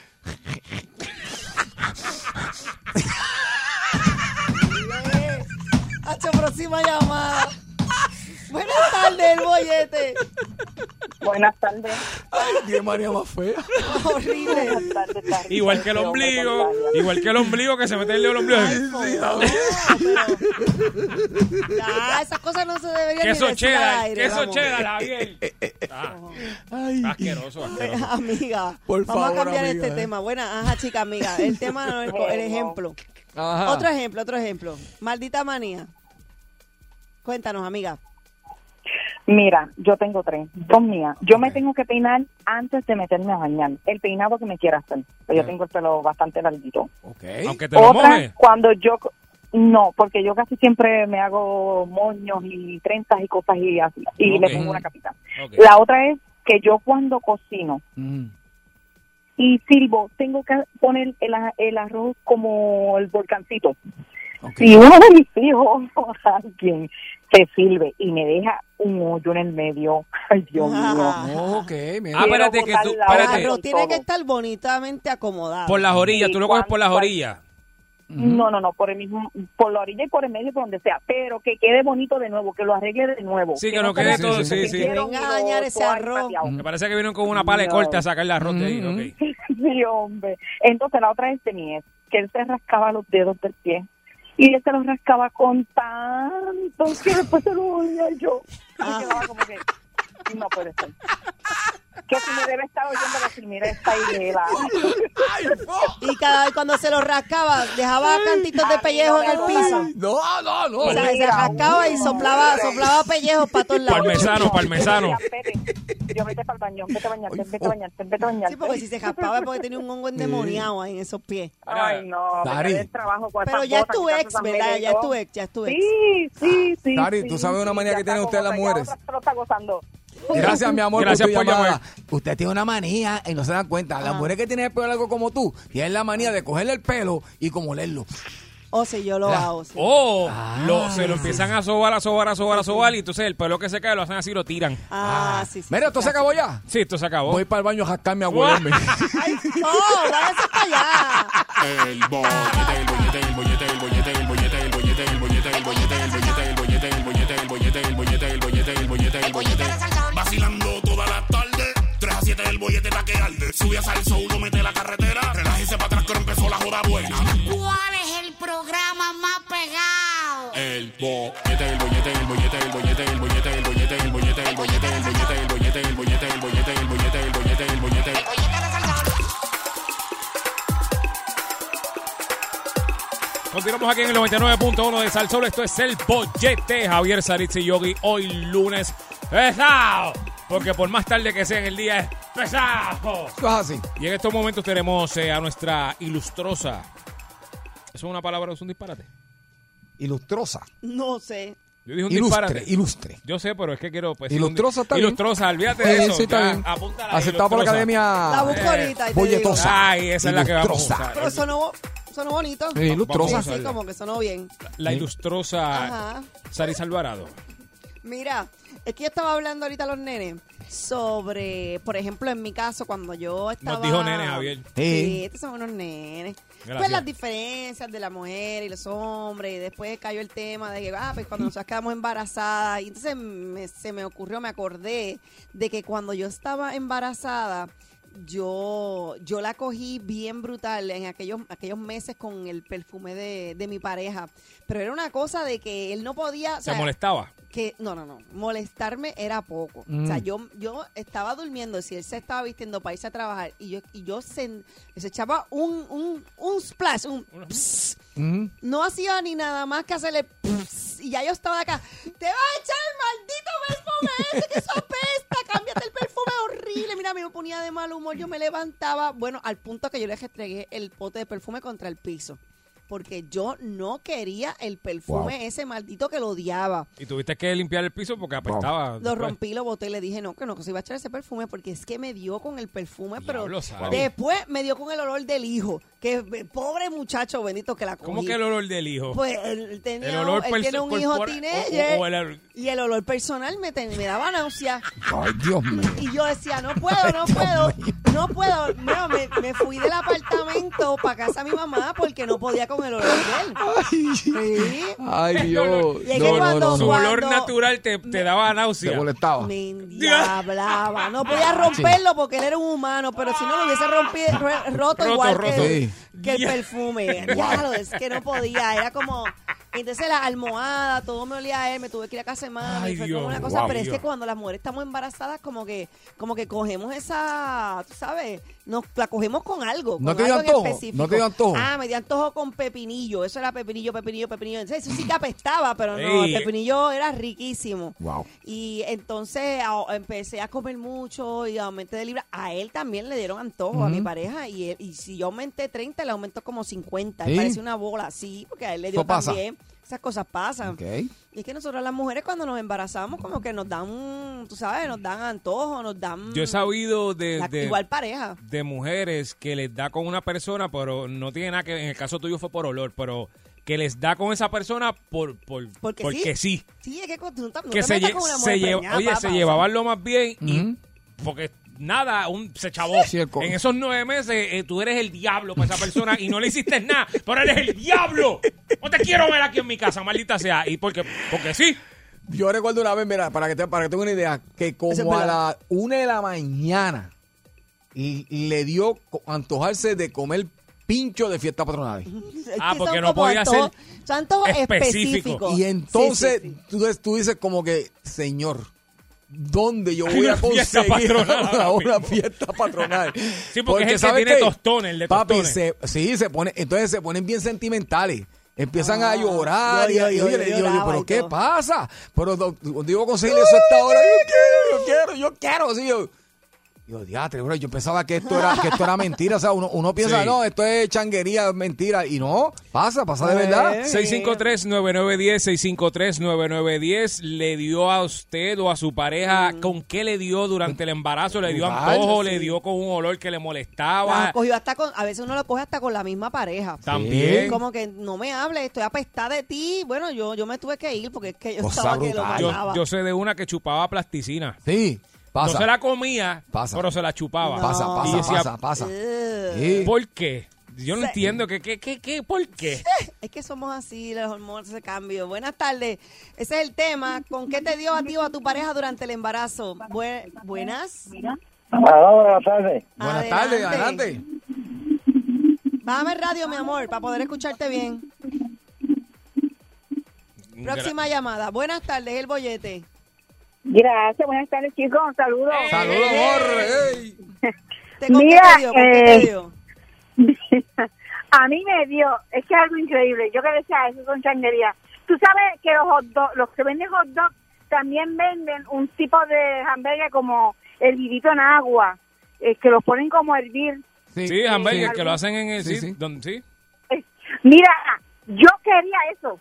Speaker 4: Hacho, próxima llamada. Buenas tardes, el bollete.
Speaker 10: Buenas tardes.
Speaker 12: Ay, qué manía más fea.
Speaker 4: Horrible.
Speaker 10: Buenas tardes, Carlos.
Speaker 7: Igual que el
Speaker 10: Este hombre
Speaker 7: ombligo,
Speaker 10: con varias.
Speaker 7: igual que el ombligo que se mete el dedo en el ombligo.
Speaker 12: Sí, a ver.
Speaker 4: Ya, esas cosas no se deberían ni
Speaker 7: Queso
Speaker 4: decir al
Speaker 7: cheddar,
Speaker 4: aire,
Speaker 7: queso
Speaker 4: vamos.
Speaker 7: cheddar, Javier. Ah,
Speaker 12: Eh, Ay,
Speaker 7: asqueroso, asqueroso.
Speaker 4: Amiga,
Speaker 12: Por
Speaker 4: vamos
Speaker 12: favor,
Speaker 4: a cambiar
Speaker 12: amiga,
Speaker 4: este
Speaker 12: eh.
Speaker 4: tema. Buena, ajá, chica, amiga. El tema no es co- el ejemplo.
Speaker 7: Ah.
Speaker 3: Ajá.
Speaker 4: Otro ejemplo, otro ejemplo. Maldita manía. Cuéntanos, amiga.
Speaker 9: Mira, yo tengo tres, dos mías. Yo me tengo que peinar antes de meterme a bañar. El peinado que me quiera hacer. Pero yo tengo el pelo bastante larguito.
Speaker 12: Ok.
Speaker 7: Aunque te lo mojes.
Speaker 9: cuando yo... No, porque yo casi siempre me hago moños y trenzas y cosas y así. Y
Speaker 7: Ok.
Speaker 9: le pongo una capita.
Speaker 7: Ok.
Speaker 9: La otra es que yo cuando cocino
Speaker 12: Mm.
Speaker 9: y silbo, tengo que poner el, a- el arroz como el volcancito.
Speaker 12: Ok.
Speaker 9: Si uno de mis hijos o alguien se sirve y me deja un hoyo en el medio, ay Dios mío.
Speaker 4: Ajá.
Speaker 12: Ok, mira.
Speaker 7: Ah, espérate, que tú,
Speaker 9: botar la
Speaker 4: El
Speaker 7: espérate.
Speaker 4: arroz Ah, tiene
Speaker 9: todo.
Speaker 4: que estar bonitamente acomodado.
Speaker 7: Por las orillas,
Speaker 9: Sí,
Speaker 7: tú lo coges por las
Speaker 9: cuál-
Speaker 7: orillas.
Speaker 9: No, no, no, por el mismo, por la orilla y por el medio, por donde sea, pero que quede bonito de nuevo, que lo arregle de nuevo.
Speaker 7: Sí, que no quede
Speaker 9: como
Speaker 7: todo,
Speaker 9: que
Speaker 7: sí,
Speaker 9: se
Speaker 7: sí.
Speaker 9: hicieron
Speaker 4: Venga a
Speaker 9: los
Speaker 4: dañar ese
Speaker 9: toallas
Speaker 4: arroz.
Speaker 9: pateados.
Speaker 7: Me parece que vinieron con una pala de
Speaker 9: No.
Speaker 7: corta a sacar el arroz de ahí.
Speaker 12: Mm,
Speaker 9: Mm-hmm.
Speaker 7: ok.
Speaker 9: Sí, hombre. Entonces la otra es de mi ex, que él se rascaba los dedos del pie. Y él se los rascaba con tanto que después se lo volvía yo. Y
Speaker 4: Ah.
Speaker 9: quedaba como que, no puede ser. Que si me debe estar oyendo decir, mira esta idea.
Speaker 4: Y cada cuando se lo rascaba, dejaba cantitos de pellejo en el piso.
Speaker 12: No, no, no.
Speaker 7: Pues
Speaker 4: O sea, se
Speaker 9: Mira,
Speaker 4: rascaba y soplaba, soplaba pellejos para todos lados.
Speaker 7: Parmesano, parmesano.
Speaker 9: Yo vete para el baño, vete a bañarte,
Speaker 12: oh,
Speaker 9: vete a bañarte, vete a bañarte.
Speaker 4: Sí, porque si se jaspaba es porque tenía un hongo endemoniado ahí en esos pies.
Speaker 9: Ay, no,
Speaker 12: Dari.
Speaker 9: pero el trabajo
Speaker 1: Pues
Speaker 9: con
Speaker 4: Pero
Speaker 9: esas
Speaker 4: ya es
Speaker 9: cosas,
Speaker 4: tu
Speaker 9: quizás
Speaker 4: ex,
Speaker 9: esas
Speaker 4: ¿verdad?
Speaker 9: medias y
Speaker 4: Ya es
Speaker 9: todo.
Speaker 4: tu ex, ya es tu ex.
Speaker 9: Sí, sí, sí.
Speaker 12: Dari, tú
Speaker 9: sí,
Speaker 12: sabes una
Speaker 9: sí,
Speaker 12: manía
Speaker 9: ya
Speaker 12: que
Speaker 9: está
Speaker 12: tienen ustedes
Speaker 9: como
Speaker 12: las
Speaker 9: que ya
Speaker 12: mujeres.
Speaker 9: otra- otra está gozando.
Speaker 12: Gracias, mi amor,
Speaker 7: Gracias
Speaker 12: por
Speaker 7: por
Speaker 12: tu llamada.
Speaker 7: llamar.
Speaker 12: Usted tiene una manía y no se dan cuenta. Las mujeres que tienen el pelo largo como tú tienen la manía de cogerle el pelo y como olerlo.
Speaker 4: O si yo lo
Speaker 12: La-
Speaker 4: hago. sí.
Speaker 7: Oh,
Speaker 12: Ah.
Speaker 7: lo- se lo empiezan a sobar, a sobar, a sobar, a sobar. Y entonces el pelo que se cae lo hacen así y lo tiran.
Speaker 4: Ah, sí, sí.
Speaker 12: Mira, esto se acabó ya.
Speaker 7: Sí, esto se acabó.
Speaker 12: Voy para el baño a jascarme a huelerme.
Speaker 4: No, váyase para allá.
Speaker 13: El bollete, el bollete, el bollete, el bollete, el bollete, el bollete, el bollete, el bollete, el bollete, el bollete, el bollete, el bollete, el bollete, el bollete, el bollete, el bollete.
Speaker 1: Vacilando toda la tarde, 3 a 7 del bollete está que arde. Sube a salso, uno mete la carretera, relájese para atrás que ahora empezó la joda buena.
Speaker 2: ¿Cuál es el programa más pegado?
Speaker 13: El bollete, el bollete, el bollete, el bollete, el bollete, el bollete, el bollete, el bollete, el bollete, el bollete, el bollete, el bollete, el bollete, el bollete, el bollete.
Speaker 7: Continuamos aquí en el 99.1 de Salsol. Esto es el bollete. Javier Saritz y Yogi. Hoy lunes pesado. Porque por más tarde que sea en el día es pesado.
Speaker 12: Esto es así.
Speaker 7: Y en estos momentos tenemos eh, a nuestra ilustrosa. ¿Eso es una palabra o es un disparate?
Speaker 12: Ilustrosa.
Speaker 4: No sé.
Speaker 7: Yo dije un
Speaker 12: Ilustre.
Speaker 7: disparate.
Speaker 12: Ilustre.
Speaker 7: Yo sé, pero es que quiero. Pues,
Speaker 12: Ilustrosa está bien.
Speaker 7: Ilustrosa, olvídate
Speaker 12: Está
Speaker 7: de
Speaker 12: bien,
Speaker 7: eso.
Speaker 12: sí, está
Speaker 7: ya,
Speaker 12: bien.
Speaker 7: apúntala,
Speaker 12: Aceptado por la
Speaker 7: ilustrosa.
Speaker 4: La
Speaker 12: academia.
Speaker 4: busco ahorita
Speaker 12: Ah, eh,
Speaker 4: y te digo.
Speaker 12: Bolletosa.
Speaker 7: Ay, esa es la que vamos a
Speaker 12: Ilustrosa.
Speaker 7: usar.
Speaker 4: Pero sonó, sonó bonito.
Speaker 12: Sí, ilustrosa.
Speaker 4: Sí, sí, como que sonó bien.
Speaker 7: La ilustrosa
Speaker 12: Ah,
Speaker 4: Ajá.
Speaker 7: Saritz Alvarado.
Speaker 4: Mira, es que yo estaba hablando ahorita a los nenes sobre, por ejemplo, en mi caso, cuando yo estaba...
Speaker 7: dijo nene, Javier.
Speaker 12: Sí.
Speaker 4: Sí, estos son unos nenes.
Speaker 7: Gracias.
Speaker 4: Pues las diferencias de la mujer y los hombres, y después cayó el tema de que, ah, pues cuando nosotras quedamos embarazadas, y entonces me- se me ocurrió, me acordé de que cuando yo estaba embarazada, yo, yo la cogí bien brutal en aquellos, aquellos meses con el perfume de, de mi pareja. Pero era una cosa de que él no podía. o
Speaker 7: Se
Speaker 4: sea,
Speaker 7: molestaba.
Speaker 4: que no, no, no, molestarme era poco.
Speaker 7: Mm.
Speaker 4: O sea, yo, yo estaba durmiendo, si él se estaba vistiendo para irse a trabajar y yo, y yo se, se echaba un, un, un splash, un pss, no hacía ni nada más que hacerle pss, y ya yo estaba acá, te va a echar el maldito perfume ese que eso apesta, cámbiate el perfume horrible, mira, me ponía de mal humor, yo me levantaba, bueno, al punto que yo le restregué el pote de perfume contra el piso. Porque yo no quería el perfume ese maldito que lo odiaba.
Speaker 7: Y tuviste que limpiar el piso porque apestaba.
Speaker 4: Lo
Speaker 7: Ah, después.
Speaker 4: rompí, lo boté y le dije, no, que no, que se iba a echar ese perfume porque es que me dio con el perfume, pero
Speaker 7: Diablo, Sari.
Speaker 4: después me dio con el olor del hijo. Que eh, pobre muchacho bendito que la cogí.
Speaker 7: ¿Cómo que el olor del hijo?
Speaker 4: Pues él, tenía
Speaker 7: El olor
Speaker 4: un- él
Speaker 7: perso-
Speaker 4: tiene un hijo
Speaker 7: corpora-
Speaker 4: teenager
Speaker 7: o- o el-
Speaker 4: y el olor personal me, ten- me daba náusea.
Speaker 12: Ay, Dios mío.
Speaker 4: Y yo decía, no puedo, no puedo, no puedo. No, me, me fui del apartamento para casa de mi mamá porque no podía con el olor de él. Sí.
Speaker 3: Ay, Dios.
Speaker 4: Y es que cuando-
Speaker 7: Su olor
Speaker 4: cuando-
Speaker 7: natural te, te daba náusea. Te
Speaker 12: molestaba.
Speaker 4: Y hablaba. No podía romperlo porque él era un humano, pero si no lo hubiese rompi- ro- roto,
Speaker 7: Roto,
Speaker 4: igual
Speaker 7: roto.
Speaker 4: que,
Speaker 7: Sí.
Speaker 4: que el
Speaker 7: Ya.
Speaker 4: perfume.
Speaker 7: Wow.
Speaker 4: Claro, es que no podía. Era como. Entonces la almohada, todo me olía a él, me tuve que ir a casa de mami,
Speaker 7: Ay,
Speaker 4: fue
Speaker 7: Dios,
Speaker 4: como una cosa,
Speaker 7: wow.
Speaker 4: pero es que
Speaker 7: Dios.
Speaker 4: cuando las mujeres estamos embarazadas, como que, como que cogemos esa, tú sabes, nos la cogemos con algo.
Speaker 12: ¿No
Speaker 4: con
Speaker 12: te dio
Speaker 4: algo en
Speaker 12: antojo?
Speaker 4: específico.
Speaker 12: ¿No te dio antojo?
Speaker 4: Ah, me dio antojo con pepinillo, eso era pepinillo, pepinillo, pepinillo. Entonces, eso sí que apestaba, pero no,
Speaker 12: Ey.
Speaker 4: el pepinillo era riquísimo.
Speaker 12: Wow.
Speaker 4: Y entonces a- empecé a comer mucho y aumenté de libra. A él también le dieron antojo a mi
Speaker 12: Ujú.
Speaker 4: pareja y, él- y si yo aumenté 30, le aumentó como 50.
Speaker 12: ¿Sí?
Speaker 4: Parece una bola, sí, porque a él le dio
Speaker 12: Eso pasa.
Speaker 4: también. Esas cosas pasan.
Speaker 12: Ok.
Speaker 4: Y es que nosotros las mujeres cuando nos embarazamos como que nos dan, un- tú sabes, nos dan antojo, nos dan
Speaker 7: Yo he sabido de,
Speaker 4: la-
Speaker 7: de-
Speaker 4: igual pareja.
Speaker 7: de mujeres que les da con una persona, pero no tiene nada que en el caso tuyo fue por olor, pero que les da con esa persona por, por
Speaker 4: Porque,
Speaker 7: sí.
Speaker 4: Sí, es que con- tú no te- no
Speaker 7: Que
Speaker 4: te
Speaker 7: se,
Speaker 4: metas
Speaker 7: lle-
Speaker 4: con una
Speaker 7: se
Speaker 4: mujer
Speaker 7: lleva-
Speaker 4: preñada,
Speaker 7: oye,
Speaker 4: papá,
Speaker 7: se
Speaker 4: o sea,
Speaker 7: llevaban lo más bien y porque nada, un, se chavó. en esos nueve meses eh, tú eres el diablo para esa persona y no le hiciste nada, pero eres el diablo. No te quiero ver aquí en mi casa, maldita sea. Y porque, porque sí.
Speaker 12: Yo recuerdo una vez, mira, para que te, para que tenga una idea, que
Speaker 7: Eso es
Speaker 12: como a
Speaker 7: verdad.
Speaker 12: las una de la mañana y- y le dio co- antojarse de comer pincho de fiesta patronal.
Speaker 4: es que
Speaker 7: Ah,
Speaker 4: son
Speaker 7: porque no
Speaker 4: como
Speaker 7: podía
Speaker 4: antojos-
Speaker 7: ser
Speaker 4: son antojos específicos.
Speaker 12: Y entonces
Speaker 4: Sí, sí, sí.
Speaker 12: Tú, des- tú dices como que, señor, ¿dónde yo
Speaker 7: Hay
Speaker 12: voy a
Speaker 7: una fiesta
Speaker 12: conseguir
Speaker 7: patronal ahora
Speaker 12: una, una fiesta patronal?
Speaker 7: Sí, porque es el que
Speaker 12: ¿sabe
Speaker 7: tiene
Speaker 12: qué?
Speaker 7: tostones, el de
Speaker 12: Papi,
Speaker 7: tostones.
Speaker 12: se- sí, se pone, entonces se ponen bien sentimentales. Empiezan a
Speaker 4: yo-
Speaker 12: llorar y,
Speaker 4: Ah, yo-
Speaker 12: y-
Speaker 4: yo-
Speaker 12: oye,
Speaker 4: yo
Speaker 12: le digo, yo,
Speaker 4: lloraba y
Speaker 12: pero ¿qué
Speaker 4: todo.
Speaker 12: pasa? Pero do- cuando yo conseguir eso a esta hora, yo quiero, yo quiero, yo quiero. Sí, yo, Digo, diatre, bro, yo pensaba que esto era, que esto era mentira. O sea, uno, uno piensa,
Speaker 7: Sí.
Speaker 12: no, esto es changuería, es mentira. Y no, pasa, pasa de verdad.
Speaker 4: Pues.
Speaker 7: 653-9910, 653-9910. ¿Le dio a usted o a su pareja con qué le dio durante el embarazo? ¿Le dio
Speaker 12: Igual,
Speaker 7: antojo?
Speaker 12: sí.
Speaker 7: ¿Le dio con un olor que le
Speaker 4: Las
Speaker 7: molestaba?
Speaker 4: cogió hasta con, a veces uno lo coge hasta con la misma pareja.
Speaker 7: También.
Speaker 4: Como que no me hables, estoy apestada de ti. Bueno, yo, yo me tuve que ir porque es que yo
Speaker 7: Cosa
Speaker 4: estaba que lo
Speaker 7: Yo,
Speaker 4: mataba.
Speaker 7: yo sé de una que chupaba plasticina.
Speaker 12: Sí,
Speaker 7: pasa. No se la comía, pero se la chupaba.
Speaker 12: Pasa, pasa,
Speaker 7: Y decía, "Eh,
Speaker 12: pasa, pasa.
Speaker 7: ¿Por qué? Yo no
Speaker 4: Sí.
Speaker 7: entiendo. ¿Qué, qué, qué, qué, ¿Por qué?
Speaker 4: Es que somos así, los hormonas se cambian. Buenas tardes. Ese es el tema. ¿Con qué te dio a ti o a tu pareja durante el embarazo? Bue- buenas.
Speaker 14: Aló, buenas tardes.
Speaker 12: Buenas
Speaker 4: Adelante.
Speaker 12: tardes, adelante.
Speaker 4: Bájame el radio, mi amor, para poder escucharte bien. Próxima llamada. Buenas tardes, el bollete.
Speaker 9: Gracias, buenas tardes chicos, saludos.
Speaker 7: Eh,
Speaker 12: Saludos, Borre.
Speaker 4: ¿Te- con qué
Speaker 9: Mira,
Speaker 4: te dio? ¿Con qué te
Speaker 9: eh,
Speaker 4: dio?
Speaker 9: a mí me dio, es que es algo increíble, yo que decía, eso son changuería. Tú sabes que los hot dog- los que venden hot dog también venden un tipo de hamburguesa como hervidito en agua, eh, que los ponen como a hervir.
Speaker 7: Sí,
Speaker 9: Eh,
Speaker 7: hamburger, que
Speaker 9: algún-
Speaker 7: lo hacen en el sí, don- sí.
Speaker 9: Mira, yo quería eso.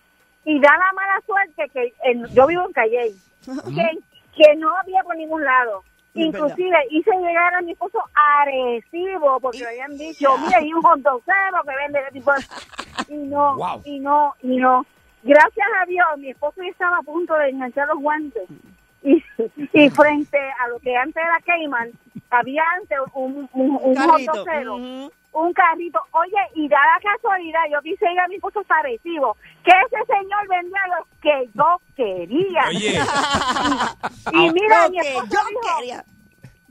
Speaker 9: Y da la mala suerte que en- yo vivo en Calle, que, que no había por ningún lado.
Speaker 4: Es
Speaker 9: Inclusive hice llegar a mi esposo agresivo porque le habían dicho, mira, hay un jondocero que vende ese tipo de-". Y no,
Speaker 14: Wow.
Speaker 9: y no, y no. Gracias a Dios, mi esposo ya estaba a punto de enganchar los guantes. Y, y frente a lo que antes era Cayman,
Speaker 10: Ah,
Speaker 9: había antes un, un, un
Speaker 4: carrito.
Speaker 9: jondocero un carrito. Oye, y da la casualidad, yo quise ir a mi puesto agresivo, que ese señor vendía los que yo quería.
Speaker 14: Oye.
Speaker 9: y, y mira,
Speaker 14: Lo
Speaker 9: mi
Speaker 4: Ah,
Speaker 14: que
Speaker 9: esposo dijo,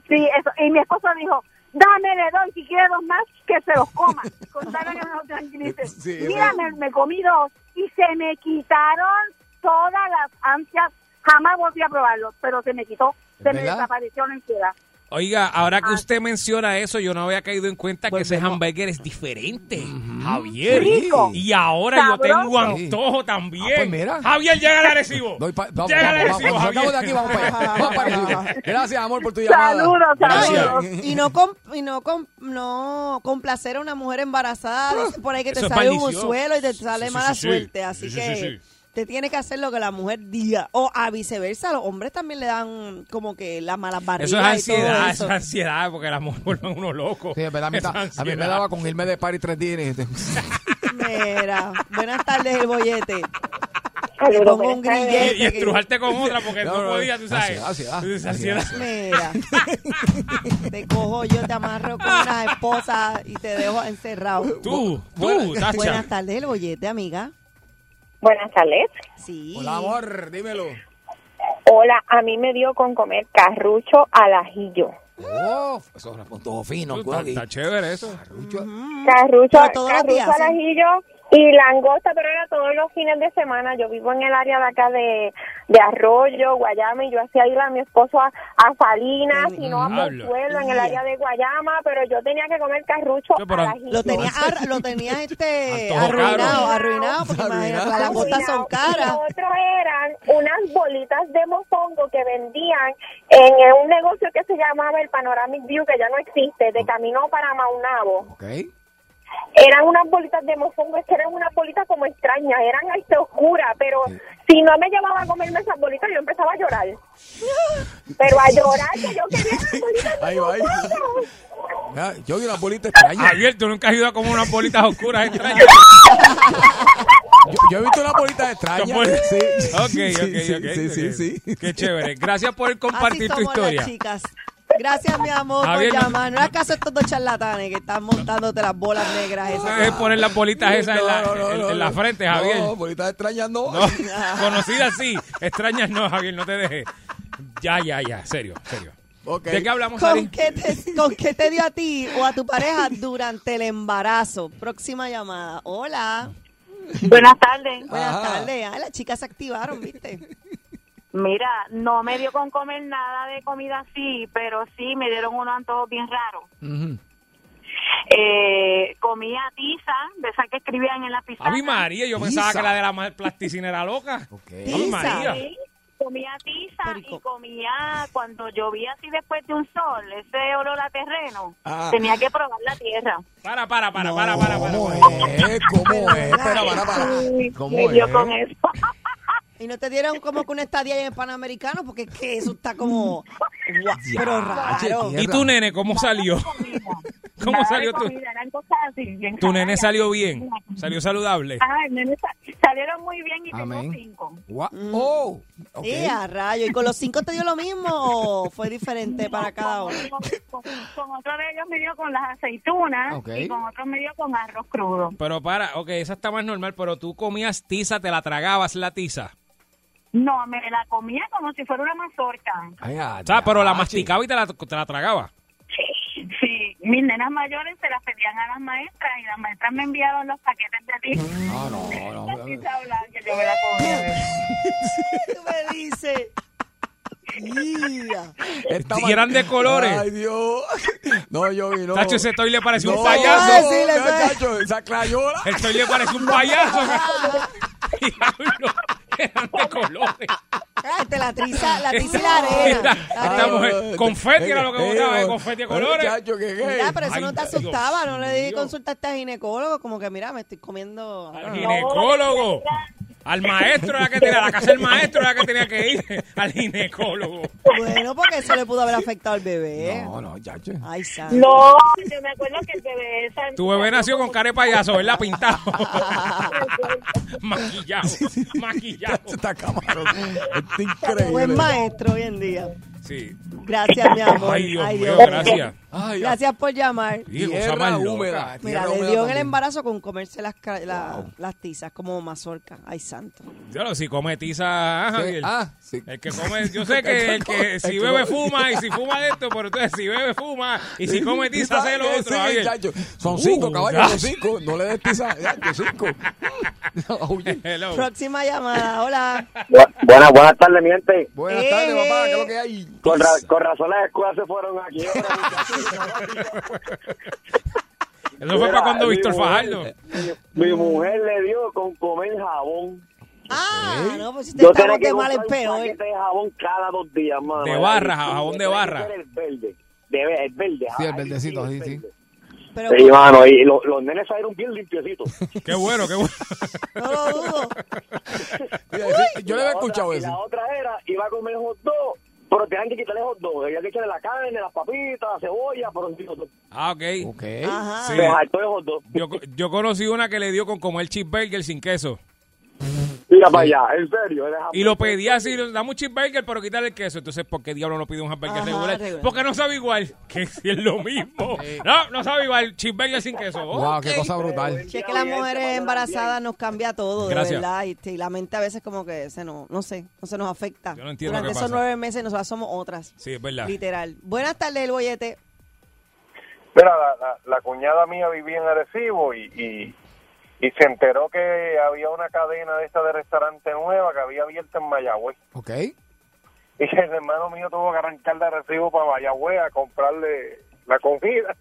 Speaker 9: Sí, eso. Y mi esposo dijo, dame, le doy, si quiere dos más, que se los coma. Contame que me los tranquilice.
Speaker 15: Sí,
Speaker 9: Mira,
Speaker 15: eso-
Speaker 9: me, me comí dos y se me quitaron todas las ansias. Jamás volví a probarlos, pero se me quitó, se me
Speaker 7: ¿Verdad?
Speaker 9: desapareció la ansiedad.
Speaker 7: Oiga, ahora
Speaker 4: Ah.
Speaker 7: que usted menciona eso, yo no había caído en cuenta que ese hamburger es diferente, Javier.
Speaker 12: Rico.
Speaker 7: Y ahora yo tengo
Speaker 12: Sabroso.
Speaker 7: antojo también.
Speaker 12: Ah, pues mira.
Speaker 7: Javier, llega al Arecibo.
Speaker 12: Doy pa- vamos,
Speaker 7: llega al
Speaker 12: vamos,
Speaker 7: Arecibo,
Speaker 12: vamos,
Speaker 7: Javier.
Speaker 12: sacamos de aquí, vamos para allá. Vamos para allá. Gracias, amor, por tu llamada.
Speaker 4: Saludos, saludos.
Speaker 12: Gracias.
Speaker 4: Y no, com- y no, com- no complacer a una mujer embarazada, dicen por ahí que
Speaker 12: Eso
Speaker 4: te
Speaker 12: es
Speaker 4: sale un
Speaker 12: maldición.
Speaker 4: suelo y te sale
Speaker 12: Sí, sí,
Speaker 4: mala
Speaker 12: sí, sí.
Speaker 4: suerte. Así
Speaker 12: Sí, sí,
Speaker 4: que
Speaker 12: sí,
Speaker 4: te tiene que hacer lo que la mujer diga. O a viceversa, los hombres también le dan como que las malas barrigas.
Speaker 7: Eso es
Speaker 4: y todo
Speaker 7: ansiedad, eso
Speaker 4: eso.
Speaker 7: es ansiedad, porque el amor vuelve a uno loco.
Speaker 12: Sí, es verdad, a mí,
Speaker 7: Esa
Speaker 12: ta- a mí me
Speaker 7: ansiedad.
Speaker 12: daba con irme de party tres días. y dije,
Speaker 4: Mira, buenas tardes, el bollete.
Speaker 12: Saludos,
Speaker 4: Te pongo un
Speaker 12: buenas tardes.
Speaker 4: grillete.
Speaker 7: Y, y estrujarte con otra porque
Speaker 12: No,
Speaker 7: no,
Speaker 12: no,
Speaker 7: podía, tú sabes.
Speaker 12: ansiedad,
Speaker 7: Esa
Speaker 12: ansiedad.
Speaker 7: ansiedad.
Speaker 4: Mira, te cojo yo, te amarro con una esposa y te dejo encerrado.
Speaker 7: Tú,
Speaker 4: Bu-
Speaker 7: tú, Tacha.
Speaker 4: Buenas tardes, el bollete, amiga.
Speaker 10: Buenas tardes.
Speaker 4: Sí.
Speaker 12: Hola, amor, dímelo.
Speaker 10: Hola, a mí me dio con comer carrucho al ajillo.
Speaker 12: Oh, eso es un todo fino.
Speaker 7: Está, está chévere eso.
Speaker 10: Carrucho,
Speaker 7: Pero todos los
Speaker 10: carrucho
Speaker 7: días,
Speaker 10: al
Speaker 7: ¿sí?
Speaker 10: ajillo y langosta, pero era todos los fines de semana. Yo vivo en el área de acá de, eh, de Arroyo, Guayama, y yo hacía ir a mi esposo a, a Salinas, y no a
Speaker 7: Habla.
Speaker 10: Pozuelo, en el área de Guayama, pero yo tenía que comer carrucho al ajillo.
Speaker 4: Lo tenías ar- lo tenías este
Speaker 10: Antojo caro.
Speaker 4: arruinado, arruinado, porque imagínate, las costas son caras.
Speaker 10: otros eran unas bolitas de mofongo que vendían en un negocio que se llamaba el Panoramic View, que ya no existe, de camino para Maunabo. Eran unas bolitas de mofongo, es que eran unas bolitas como extrañas, eran este oscuras, pero si no me llevaba a comerme esas bolitas, yo empezaba a llorar. Pero a llorar, que yo quería las bolitas de
Speaker 12: Ahí va, ahí va.
Speaker 10: mofongo.
Speaker 12: Ah, Yo vi una bolita extraña.
Speaker 7: Javier, tú nunca has ido a comer unas bolitas oscuras extrañas.
Speaker 12: Yo, yo he visto una bolita extraña.
Speaker 7: Bueno,
Speaker 12: Sí.
Speaker 7: Ok,
Speaker 12: Sí,
Speaker 7: ok,
Speaker 12: sí,
Speaker 7: ok.
Speaker 12: sí, sí,
Speaker 7: ok.
Speaker 12: sí.
Speaker 7: Qué chévere. Gracias por
Speaker 4: Así
Speaker 7: compartir tu
Speaker 4: somos
Speaker 7: historia.
Speaker 4: las chicas. Gracias, mi amor,
Speaker 7: Javier,
Speaker 4: por
Speaker 7: no-
Speaker 4: llamar. No hagas caso a estos dos charlatanes que están montándote las bolas negras
Speaker 7: No
Speaker 4: esas.
Speaker 7: dejes poner las bolitas esas en, la,
Speaker 12: No, no,
Speaker 7: en-
Speaker 12: no,
Speaker 7: en la
Speaker 12: no. pues
Speaker 7: frente, Javier.
Speaker 12: No, bolitas extrañas no.
Speaker 7: No, Conocidas sí, extrañas no, Javier, no te dejes. Ya, ya, ya, serio, serio. ¿De qué hablamos,
Speaker 4: ¿Con
Speaker 7: Ari?
Speaker 4: qué, te, ¿Con qué te dio a ti o a tu pareja durante el embarazo? Próxima llamada. Hola.
Speaker 9: Buenas tardes.
Speaker 4: Buenas
Speaker 9: Ajá.
Speaker 4: tardes. Ay, las chicas se activaron, ¿viste?
Speaker 9: Mira, no me dio con comer nada de comida así, pero sí me dieron unos antojos bien raros. Eh, comía tiza, de esa que escribían en la pizarra.
Speaker 7: Avi María, yo pensaba que la de la ma- plasticina era loca. Ave María.
Speaker 9: Sí, comía tiza y comía cuando llovía así después de un sol, ese olor a terreno.
Speaker 7: Ah.
Speaker 9: Tenía que probar la tierra.
Speaker 7: Para, para, para, para, para, para.
Speaker 12: eh. ¿Cómo es? Espera, para, para. ¿Cómo me dio es? con
Speaker 9: eso.
Speaker 4: Y no te dieron como que una estadía en el Panamericano, porque es que eso está como... guau, pero raro.
Speaker 7: ¿Y tu nene cómo salió? ¿Cómo
Speaker 9: Nada de
Speaker 7: salió tu,
Speaker 9: comida, eran cosas así, bien
Speaker 7: tu
Speaker 9: raras.
Speaker 7: nene? salió bien, salió saludable.
Speaker 9: Ay, nene, sa- salieron muy bien y tengo cinco.
Speaker 12: Oh, ok.
Speaker 4: Sí, a rayo. ¿Y con los cinco te dio lo mismo o fue diferente para cada uno?
Speaker 9: Con, con otro de ellos me dio con las aceitunas
Speaker 7: Ok.
Speaker 9: y con otro me dio con arroz crudo.
Speaker 7: Pero para, ok, esa está más normal, pero tú comías tiza, te la tragabas la tiza.
Speaker 9: No, me la comía como si fuera una mazorca.
Speaker 7: O sea, pero la masticaba y te la, te la tragaba.
Speaker 9: Sí, mis nenas mayores se las pedían a las maestras y las maestras me enviaron los paquetes de ti.
Speaker 12: No, no, no.
Speaker 9: yo me la comía.
Speaker 4: Tú me dices. Mira.
Speaker 7: Y eran de colores.
Speaker 12: Ay, Dios. No, yo vi, no.
Speaker 7: Tacho, ese toy le pareció
Speaker 12: No,
Speaker 7: un payaso.
Speaker 12: no,
Speaker 7: Decirle,
Speaker 12: no,
Speaker 7: ¿sabes?
Speaker 12: Tacho, esa crayola.
Speaker 7: El toy le pareció un payaso. Diablo, eran de colores.
Speaker 4: Ay, te la triza, la tiza y la arena.
Speaker 7: Mira,
Speaker 4: La
Speaker 7: esta
Speaker 4: arena.
Speaker 7: mujer, confeti era lo que
Speaker 12: eh,
Speaker 7: buscaba,
Speaker 12: eh,
Speaker 7: eh, confeti de
Speaker 12: eh,
Speaker 7: colores.
Speaker 12: chacho, que gay.
Speaker 4: Mira, pero eso no te
Speaker 7: Ay, Dios
Speaker 4: asustaba, no le di consultaste a ginecólogo, como que mira, me estoy comiendo...
Speaker 7: Al ginecólogo. Al maestro era que tenía, a la casa del maestro era que tenía que ir. Al ginecólogo.
Speaker 4: Bueno, porque eso le pudo haber afectado al bebé.
Speaker 12: No, no, ya.
Speaker 4: Ay, santo.
Speaker 9: No, yo me acuerdo que el bebé sal-
Speaker 7: Tu bebé nació con cara de payaso, ¿verdad? Pintado. Maquillado. Maquillado.
Speaker 12: Está camarón. Está
Speaker 4: Buen
Speaker 12: increíble.
Speaker 4: maestro hoy en día.
Speaker 7: Sí.
Speaker 4: Gracias, mi amor.
Speaker 7: Ay, Dios mío,
Speaker 4: mío.
Speaker 7: gracias. Ay,
Speaker 4: gracias por llamar.
Speaker 7: Sí, cosa Tierra más loca. húmeda,
Speaker 4: Mira,
Speaker 7: tierra
Speaker 4: le dio en
Speaker 7: húmeda
Speaker 4: el
Speaker 7: también.
Speaker 4: embarazo con comerse las, ca- la- las tizas como mazorca. Ay, santo.
Speaker 7: Yo lo, si come tiza, ah,
Speaker 4: Sí,
Speaker 7: Javier.
Speaker 4: ah,
Speaker 7: El que come, yo sé que el que si bebe fuma y si fuma de esto, pero entonces si bebe fuma y si come tiza hace lo
Speaker 3: Sí,
Speaker 7: otro. Javier.
Speaker 3: chacho. Son cinco,
Speaker 7: Uh,
Speaker 3: caballos, son
Speaker 7: chacho.
Speaker 3: cinco. No le des pizza, chacho, cinco.
Speaker 7: Hello.
Speaker 4: Próxima llamada. Hola.
Speaker 14: Buenas, buenas tardes, mi gente.
Speaker 7: Eh.
Speaker 3: Buenas tardes, papá, ¿qué es lo que hay?
Speaker 14: Con, ra-
Speaker 7: Pues,
Speaker 14: con razón las escuelas se fueron aquí.
Speaker 7: Eso fue para cuando Víctor Fajardo.
Speaker 11: eh,
Speaker 14: Mi mujer le dio con comer jabón.
Speaker 4: Ah, no, pues si te
Speaker 14: Yo tengo
Speaker 4: estamos
Speaker 14: que
Speaker 4: de mal
Speaker 14: comprar
Speaker 4: es
Speaker 14: un
Speaker 4: peor.
Speaker 14: paquete de jabón cada dos días, mano.
Speaker 7: De barra, jabón
Speaker 14: Y
Speaker 7: de
Speaker 14: tiene que
Speaker 7: barra.
Speaker 14: ser El verde. Debe, el verde.
Speaker 3: Sí, el
Speaker 14: ah,
Speaker 3: verdecito, sí, sí.
Speaker 4: Pero,
Speaker 14: Sí, mano, y lo- los nenes salieron bien limpiecitos.
Speaker 7: Qué bueno, qué bueno.
Speaker 4: No lo dudo.
Speaker 3: Yo le había escuchado
Speaker 14: La
Speaker 3: eso.
Speaker 14: otra era, iba a comer hot dog, pero tenían que quitarle hot dog. Había que echarle la carne, las papitas, la cebolla, pero sí, hot dog.
Speaker 7: Ah, ok.
Speaker 14: Ajá.
Speaker 7: Sí.
Speaker 14: Se saltó de hot dog.
Speaker 7: Yo, co- yo conocí una que le dio con comer cheeseburger sin queso.
Speaker 14: Mira para allá, en serio. era
Speaker 7: Y lo pedí así, dame un cheeseburger, pero quitarle el queso. Entonces, ¿por qué diablo no pide un hamburger
Speaker 14: Ajá,
Speaker 7: regular?
Speaker 14: regular.
Speaker 7: Porque no sabe igual. Que si es lo mismo. No, no sabe igual. Cheeseburger sin queso. Oh.
Speaker 3: Wow, qué cosa brutal.
Speaker 4: Si es que las mujeres embarazadas nos cambia todo, de
Speaker 7: Gracias.
Speaker 4: verdad. Y, y la mente a veces como que se no, no sé, no se nos afecta.
Speaker 7: Yo no entiendo
Speaker 4: Durante
Speaker 7: qué
Speaker 4: esos
Speaker 7: pasa.
Speaker 4: nueve meses nosotras somos otras.
Speaker 7: Sí, es verdad.
Speaker 4: Literal. Buenas tardes, el bollete.
Speaker 11: Mira, la, la- la cuñada mía vivía en Arecibo y, y, y se enteró que había una cadena de esta de restaurante nueva que había abierta en Mayagüez.
Speaker 3: Ok.
Speaker 11: Y el hermano mío tuvo que arrancar de Arecibo para Mayagüez a comprarle la comida.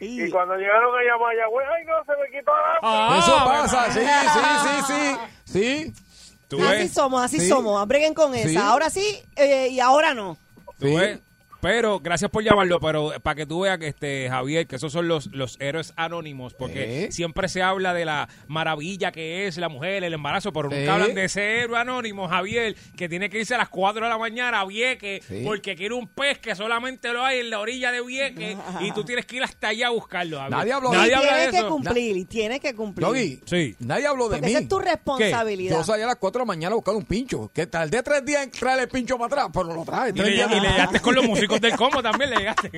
Speaker 11: Y cuando llegaron allá a Mayagüez, ¡ay no, se me quitó el hambre!
Speaker 7: Ah,
Speaker 3: Eso pasa, sí, sí, sí, sí. Sí.
Speaker 7: ¿Tú
Speaker 4: así
Speaker 7: ves?
Speaker 4: somos, así
Speaker 7: Sí.
Speaker 4: somos. Breguen con
Speaker 7: Sí.
Speaker 4: esa. Ahora sí eh, y ahora no.
Speaker 7: ¿Tú ves? Pues, Pero, gracias por llamarlo, pero eh, para que tú veas que este Javier, que esos son los, los héroes anónimos, porque siempre se habla de la maravilla que es la mujer, el embarazo, pero
Speaker 3: Sí.
Speaker 7: nunca hablan de ese héroe anónimo, Javier, que tiene que irse a las 4 de la mañana a Vieque,
Speaker 3: Sí.
Speaker 7: porque quiere un pez que solamente lo hay en la orilla de Vieque, y tú tienes que ir hasta allá a buscarlo. Javier.
Speaker 3: Nadie habló de
Speaker 7: Nadie
Speaker 3: eso.
Speaker 7: habla de
Speaker 4: Tienes que
Speaker 7: eso.
Speaker 4: cumplir, y tienes que cumplir.
Speaker 3: Yogi, nadie habló de
Speaker 4: Porque
Speaker 3: mí.
Speaker 4: esa es tu responsabilidad.
Speaker 3: Yo salí a las 4 de la mañana a buscar un pincho. Que tardé tres días en traer el pincho para atrás, pero lo trae.
Speaker 7: Y le, y le llegaste con los músicos del combo también, le llegaste.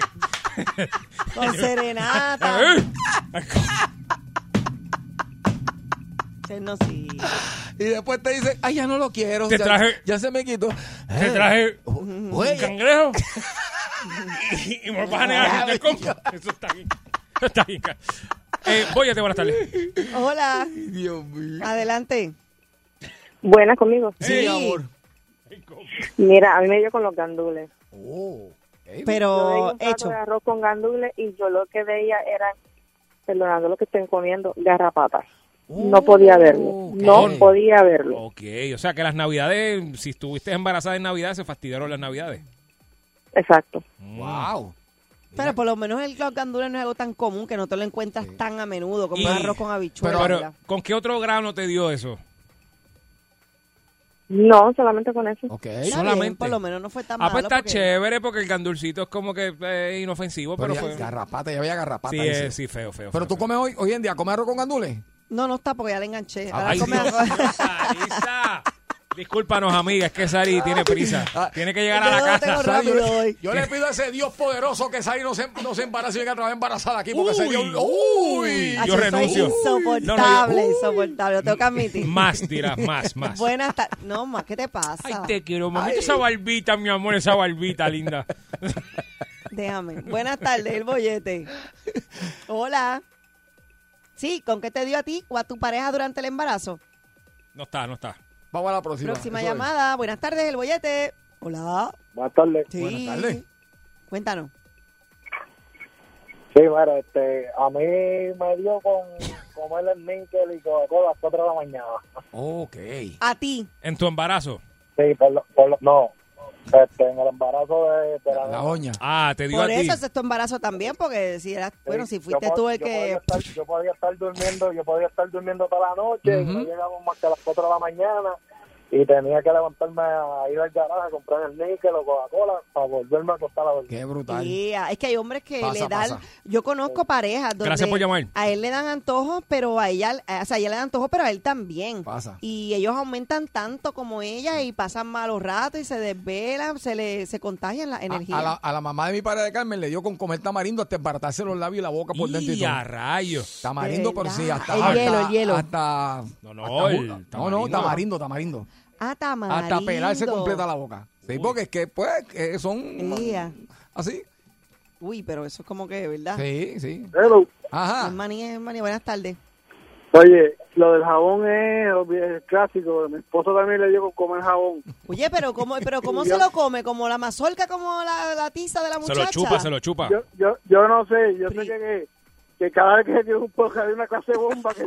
Speaker 4: Con serenata.
Speaker 7: Eh,
Speaker 4: Usted no sí.
Speaker 3: Y después te dice, ay, ya no lo quiero.
Speaker 7: Te
Speaker 3: ya,
Speaker 7: traje-
Speaker 3: Ya se me quitó.
Speaker 7: Te traje
Speaker 3: Oye.
Speaker 7: un cangrejo y, y me lo vas a negar del combo. Eso está bien. Eso está bien. cara. Eh, voy a te buenas tardes.
Speaker 4: Hola. Adelante.
Speaker 12: Buenas conmigo.
Speaker 7: Sí,
Speaker 12: amor. Mira, a mí me dio con los gandules. Yo dejé
Speaker 4: Pero
Speaker 12: un plato
Speaker 4: Oh, hecho.
Speaker 12: de arroz con gandules y yo lo que veía era, perdonando lo que estoy comiendo, garrapatas. no podía verlo. No podía verlo.
Speaker 7: Ok, o sea que las navidades, si estuviste embarazada en navidad, se fastidiaron las navidades.
Speaker 12: Exacto.
Speaker 3: Wow.
Speaker 4: Pero por lo menos el los gandules no es algo tan común que no te lo encuentras tan a menudo como
Speaker 7: Y-
Speaker 4: el arroz con habichuelas.
Speaker 7: Pero, pero, ¿con qué otro grano te dio eso? Ah,
Speaker 12: No, solamente con eso.
Speaker 4: Está bien,
Speaker 7: Solamente.
Speaker 4: por lo menos no fue tan
Speaker 7: Ah, pues
Speaker 4: malo.
Speaker 7: está
Speaker 4: porque-
Speaker 7: chévere porque el gandulcito es como que eh, inofensivo,
Speaker 3: Pero
Speaker 7: pero,
Speaker 3: ya-
Speaker 7: fue...
Speaker 3: garrapata, ya había garrapata.
Speaker 7: Sí,
Speaker 3: dice.
Speaker 7: eh, sí, feo, feo.
Speaker 3: Pero tú comes hoy, hoy en día, ¿comes arroz con gandules?
Speaker 4: No, no está porque ya le enganché. Ahora
Speaker 7: Ay,
Speaker 4: come
Speaker 7: Dios
Speaker 4: arroz.
Speaker 7: mío, Sarisa. Discúlpanos, amiga, es que Sari tiene prisa. Tiene que llegar a la casa.
Speaker 3: Sari, yo, le- yo le pido a ese Dios poderoso que Sari no se, no se embarace y venga a trabajar embarazada aquí porque ese Dios... ¡Uy!
Speaker 4: Ah, soy Insoportable, insoportable. Lo tengo que admitir.
Speaker 7: Más, dirás, más, más.
Speaker 4: Buenas tardes. No, más, ¿qué te pasa?
Speaker 7: Ay, te quiero, mamita, esa barbita, mi amor, esa barbita linda.
Speaker 4: Déjame. Buenas tardes, el bollete. Hola. Sí, ¿con qué te dio a ti o a tu pareja durante el embarazo?
Speaker 7: No está, no está.
Speaker 3: Vamos a la próxima.
Speaker 4: Próxima llamada. Buenas tardes, el bollete. Hola.
Speaker 14: Buenas tardes.
Speaker 4: Sí. Cuéntanos.
Speaker 14: Sí, bueno, este, a mí me dio con comer el níquel y Coca-Cola a las 4 de la mañana.
Speaker 7: Ok.
Speaker 4: A ti.
Speaker 7: En tu embarazo.
Speaker 14: Sí, por lo, por lo- no, este, en el embarazo de, de la,
Speaker 3: oña.
Speaker 7: Ah, te dio
Speaker 4: Por
Speaker 7: a
Speaker 4: eso
Speaker 7: ti.
Speaker 4: ese es tu embarazo también, porque si eras, bueno, si
Speaker 14: yo
Speaker 4: fuiste
Speaker 14: pod-
Speaker 4: tú el
Speaker 14: yo
Speaker 4: que...
Speaker 14: podía estar- yo podía estar durmiendo, yo podía estar durmiendo toda la noche, y no llegamos más que a las 4 de la mañana.
Speaker 11: y tenía que levantarme a ir al garaje a comprar el níquel o Coca-Cola para volverme a acostar a dormir.
Speaker 3: Qué brutal.
Speaker 4: Yeah, Es que hay hombres que
Speaker 3: Pasa,
Speaker 4: le dan.
Speaker 3: pasa.
Speaker 4: Yo conozco parejas donde
Speaker 7: Gracias por llamar.
Speaker 4: a él le dan antojos, pero a ella, eh, o sea, a ella le dan antojos, pero a él también.
Speaker 3: Pasa.
Speaker 4: Y ellos aumentan tanto como ella y pasan malos ratos y se desvelan, se le se contagian la energía.
Speaker 3: A la, a la mamá de mi padre de Carmen le dio con comer tamarindo hasta embaratarse los labios y la boca por dentro y
Speaker 7: Y
Speaker 3: todo.
Speaker 7: a rayos.
Speaker 3: Tamarindo, pero sí, hasta.
Speaker 4: El hielo, el
Speaker 3: hasta-
Speaker 4: hielo.
Speaker 3: Hasta.
Speaker 7: No,
Speaker 3: hasta-
Speaker 7: el
Speaker 3: no, no,
Speaker 7: tamarindo.
Speaker 3: tamarindo, tamarindo.
Speaker 4: Ah, tamarindo.
Speaker 3: Hasta pelarse completa la boca. Sí, porque es que, pues, eh, son.
Speaker 4: Ella.
Speaker 3: Así.
Speaker 4: Uy, pero eso es como que, ¿verdad?
Speaker 3: Sí, sí.
Speaker 4: Es
Speaker 3: Ajá.
Speaker 4: manía, es manía. Buenas tardes.
Speaker 11: Oye, lo del jabón es el clásico. Mi esposo también le dio con comer jabón.
Speaker 4: Oye, pero ¿cómo, pero cómo se lo come? ¿Como la mazorca, como la, la tiza de la
Speaker 7: Se
Speaker 4: muchacha?
Speaker 7: lo chupa, se lo chupa.
Speaker 11: Yo, yo, yo no sé, yo sé que, que, que cada vez que se tiene un poco hay una clase de bomba que...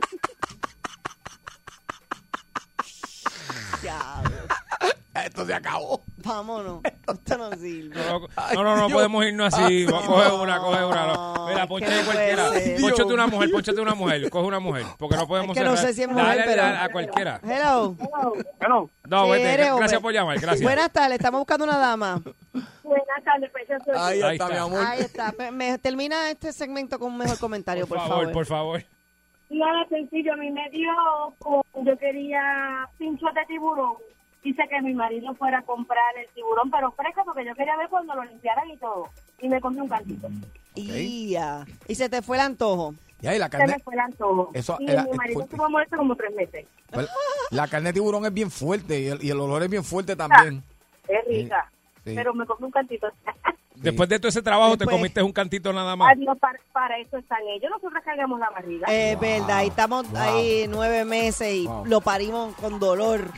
Speaker 3: Esto se acabó.
Speaker 4: Vámonos. Esto no sirve.
Speaker 7: No, no, no
Speaker 3: Dios.
Speaker 7: podemos irnos así.
Speaker 3: Ay,
Speaker 7: Va, coge una, coge una. no. Mira,
Speaker 4: que
Speaker 7: ponchate
Speaker 4: no
Speaker 7: cualquiera.
Speaker 4: puede ser.
Speaker 7: Ponchate una mujer, ponchate una mujer. Coge una mujer. Porque no podemos
Speaker 4: Es que no
Speaker 7: cerrar.
Speaker 4: sé si es
Speaker 7: Dale,
Speaker 4: mujer,
Speaker 7: dale,
Speaker 4: pero-
Speaker 7: dale, a cualquiera.
Speaker 4: Hello.
Speaker 7: No,
Speaker 4: Sí,
Speaker 7: vete.
Speaker 4: eres
Speaker 7: Gracias
Speaker 4: hombre.
Speaker 7: por llamar, gracias.
Speaker 4: Buenas tardes, estamos buscando una dama.
Speaker 9: Buenas tardes, precioso.
Speaker 3: Ahí,
Speaker 7: Ahí
Speaker 3: está,
Speaker 7: está.
Speaker 3: mi amor.
Speaker 4: Ahí está. Me- me- termina este segmento con un mejor comentario, por, favor.
Speaker 7: por favor.
Speaker 9: Nada sencillo, a mí me dio con- yo quería pinchos de tiburón. Dice que mi marido fuera a comprar el tiburón, pero fresco, porque yo quería ver cuando lo limpiaran y todo. Y me comí un cantito.
Speaker 4: Ia. Y se te fue el antojo.
Speaker 3: Y ahí la
Speaker 9: Se me
Speaker 3: carne.
Speaker 9: fue el antojo.
Speaker 3: Eso
Speaker 9: y
Speaker 3: era-
Speaker 9: mi marido
Speaker 3: fue-
Speaker 9: estuvo muerto como tres meses.
Speaker 3: pues, La carne de tiburón es bien fuerte y el, y el olor es bien fuerte también.
Speaker 9: Es rica.
Speaker 3: Sí.
Speaker 9: Pero me comí un cantito.
Speaker 7: Después de todo ese trabajo, te
Speaker 4: Después.
Speaker 7: comiste un cantito nada más.
Speaker 9: Adiós, para, para eso están ellos. Nosotros cargamos la barriga.
Speaker 4: Es verdad, y estamos
Speaker 3: Wow.
Speaker 4: ahí nueve meses y
Speaker 3: Wow.
Speaker 4: lo parimos con dolor.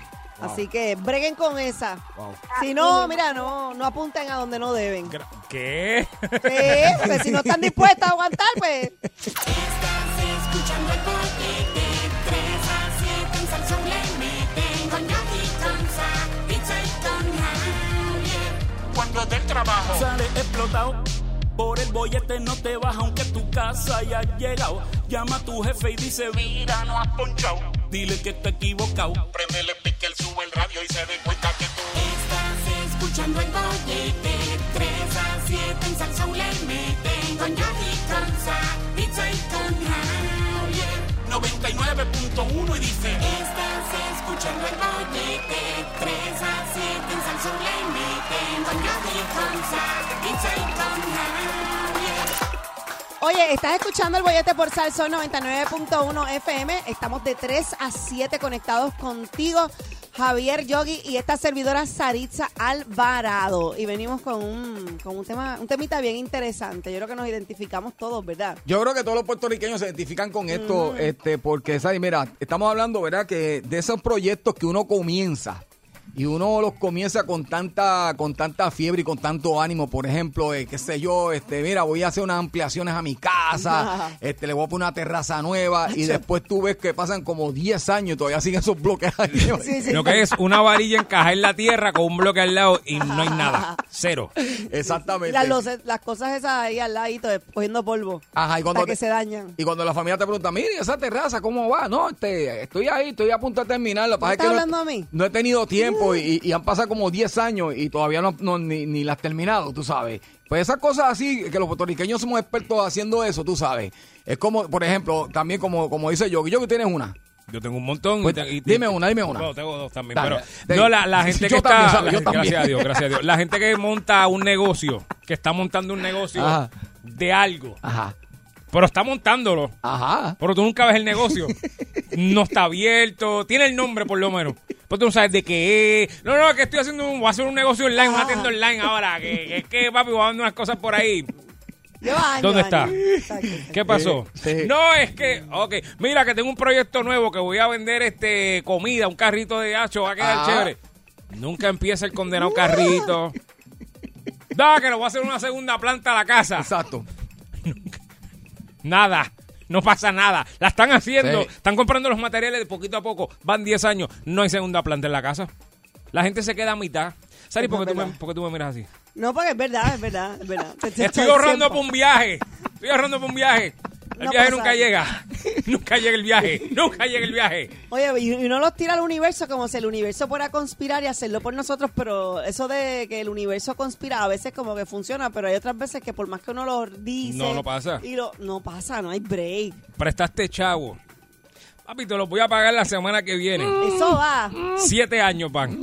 Speaker 4: Así que breguen con esa.
Speaker 3: Wow.
Speaker 4: Si no, mira, no, no apunten a donde no deben. Sí,
Speaker 7: Gra- ¿Qué?
Speaker 4: pues, si no están dispuestas a aguantar, pues.
Speaker 1: Estás escuchando el bollete, 3 a 7 en Salsón le meten con Yogi, con Sa, pizza y con Javier. Cuando del trabajo sale explotado, por el bollete no te baja aunque tu casa haya llegado. Llama a tu jefe y dice, mira, no has ponchado. Dile que está equivocado. Prendele pique, el sube el radio y se dé cuenta que tú... Estás escuchando el bollete, 3 a 7 en Salsón le meten con Yogi, con Sa, pizza y con Javier. 99.1 y dice Estás escuchando el bollete 3 a 7 en Samsung le meten Con Yogi, con Zack, pizza y con Javier
Speaker 4: Oye, estás escuchando el bollete por Salsón 99.1 FM. Estamos de 3 a 7 conectados contigo, Javier Yogi y esta servidora Saritza Alvarado. Y venimos con un, con un tema, un temita bien interesante. Yo creo que nos identificamos todos, ¿verdad?
Speaker 3: Yo creo que todos los puertorriqueños se identifican con esto, este, porque, ¿sabes? Mira, estamos hablando, ¿verdad? Que de esos proyectos que uno comienza y uno los comienza con tanta, con tanta fiebre y con tanto ánimo. Por ejemplo, eh, qué sé yo, este, mira, voy a hacer unas ampliaciones a mi casa, este, le voy a poner una terraza nueva y después tú ves que pasan como 10 años y todavía siguen esos bloques ahí.
Speaker 7: Lo que es una varilla encajada en la tierra con un bloque al lado y no hay nada. Cero.
Speaker 4: Y
Speaker 3: Exactamente.
Speaker 4: las, luces- las cosas esas ahí al ladito, eh, cogiendo polvo.
Speaker 3: Ajá, y cuando
Speaker 4: Hasta que
Speaker 3: te-
Speaker 4: se dañan.
Speaker 3: Y cuando la familia te pregunta, mire, esa terraza, ¿cómo va? No, este, estoy ahí, estoy a punto de terminarla. Pasa
Speaker 4: estás
Speaker 3: que no-
Speaker 4: hablando a mí? Mm.
Speaker 3: No he tenido tiempo y, y han pasado como 10 años y todavía no, no- ni, ni las he terminado, tú sabes. Pues esas cosas así, que los puertorriqueños somos expertos haciendo eso, tú sabes. Es como, por ejemplo, también como, como dice yo, yo que tienes una.
Speaker 7: Yo tengo un montón.
Speaker 3: Pues,
Speaker 7: Y- y-
Speaker 3: dime una, dime una.
Speaker 7: Bueno, tengo dos también.
Speaker 3: Dale,
Speaker 7: pero,
Speaker 3: dale.
Speaker 7: no, la, la
Speaker 3: Sí,
Speaker 7: gente
Speaker 3: yo
Speaker 7: que está.
Speaker 3: también, ¿sabes?
Speaker 7: la
Speaker 3: Yo
Speaker 7: gente-
Speaker 3: también.
Speaker 7: Gracias a Dios, gracias a Dios. La gente que monta un negocio, que está montando un negocio
Speaker 3: Ajá.
Speaker 7: de algo,
Speaker 3: Ajá,
Speaker 7: pero está montándolo.
Speaker 3: ajá.
Speaker 7: Pero tú nunca ves el negocio. No está abierto. Tiene el nombre, por lo menos. Pero tú no sabes de qué es. No, no, que estoy haciendo un, voy a hacer un negocio online, una tienda online ahora. Que, que, que, papi, voy a vender unas cosas por ahí.
Speaker 4: Lleva años,
Speaker 7: ¿Dónde está?
Speaker 4: años. Exacto.
Speaker 7: ¿Qué pasó?
Speaker 3: sí.
Speaker 7: No, es que, ok, mira que tengo un proyecto nuevo que voy a vender este comida, un carrito de hacho, va a quedar
Speaker 3: Ah.
Speaker 7: chévere. Nunca empieza el condenado carrito. No, que lo voy a hacer una segunda planta a la casa.
Speaker 3: Exacto.
Speaker 7: Nada. No pasa nada. La están haciendo.
Speaker 3: Sí.
Speaker 7: Están comprando los materiales de poquito a poco. Van 10 años. No hay segunda planta en la casa. La gente se queda a mitad. Sari, ¿por qué tú me, por qué tú me miras así?
Speaker 4: No, porque es verdad, es verdad, es verdad. Te- te-
Speaker 7: Estoy
Speaker 4: te-
Speaker 7: ahorrando
Speaker 4: siempre.
Speaker 7: para un viaje. Estoy ahorrando para un viaje. El
Speaker 4: No
Speaker 7: viaje
Speaker 4: pasa.
Speaker 7: nunca llega. Nunca llega el viaje. Nunca llega el viaje.
Speaker 4: Oye, y y uno los tira al universo como si el universo fuera a conspirar y hacerlo por nosotros, pero eso de que el universo conspira a veces como que funciona, pero hay otras veces que por más que uno lo dice...
Speaker 7: No, no pasa.
Speaker 4: Y lo, no pasa, no hay break.
Speaker 7: Prestaste chavo. Papi, te lo voy a pagar la semana que viene.
Speaker 4: Eso va.
Speaker 7: Siete años van.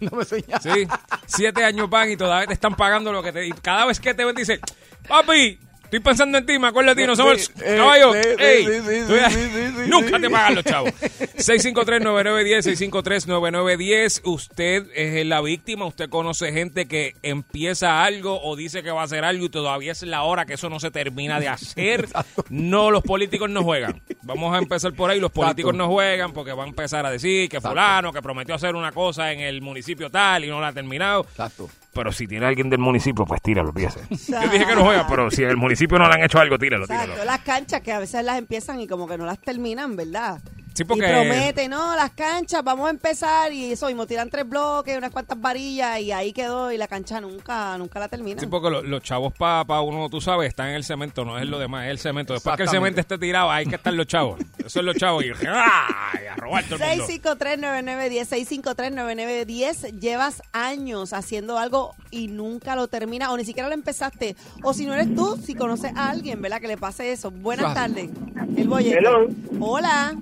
Speaker 7: no me soñas. Sí, siete años van y todavía te están pagando lo que te... Y cada vez que te ven dice, papi, estoy pensando en ti, me acuerdo de ti, no somos
Speaker 3: Sí, eh,
Speaker 7: el caballo.
Speaker 3: sí, sí,
Speaker 7: Ey,
Speaker 3: sí, sí,
Speaker 7: tú-
Speaker 3: sí, sí, sí,
Speaker 7: nunca
Speaker 3: sí.
Speaker 7: te pagan los chavos. 653-9910, 653-9910. Usted es la víctima, usted conoce gente que empieza algo o dice que va a hacer algo y todavía es la hora que eso no se termina de hacer. No, los políticos no juegan. Vamos a empezar por ahí, los políticos no juegan porque van a empezar a decir que fulano que prometió hacer una cosa en el municipio tal y no la ha terminado. Exacto. Pero si tiene alguien del municipio, pues tíralo, fíjese. Yo dije que no juega, pero si en el municipio no le han hecho algo, tíralo, tíralo.
Speaker 4: Exacto, las canchas que a veces las empiezan y como que no las terminan, ¿verdad?
Speaker 7: Sí, porque-
Speaker 4: Y promete, no, las canchas, vamos a empezar y eso mismo, tiran tres bloques, unas cuantas varillas y ahí quedó y la cancha nunca, nunca la termina.
Speaker 7: Sí, porque lo- los chavos para uno, tú sabes, están en el cemento, no es lo demás, es el cemento. Después que el cemento
Speaker 3: Exactamente.
Speaker 7: esté tirado, hay que estar los chavos. Eso es los chavos. Y, ¡ay! a robar todo el mundo.
Speaker 4: 6539910, 6539910, llevas años haciendo algo y nunca lo terminas o ni siquiera lo empezaste. O si no eres tú, si conoces a alguien, ¿verdad? Que le pase eso. Buenas
Speaker 16: Claro.
Speaker 4: tardes. El bollete.
Speaker 16: Hello.
Speaker 4: Hola.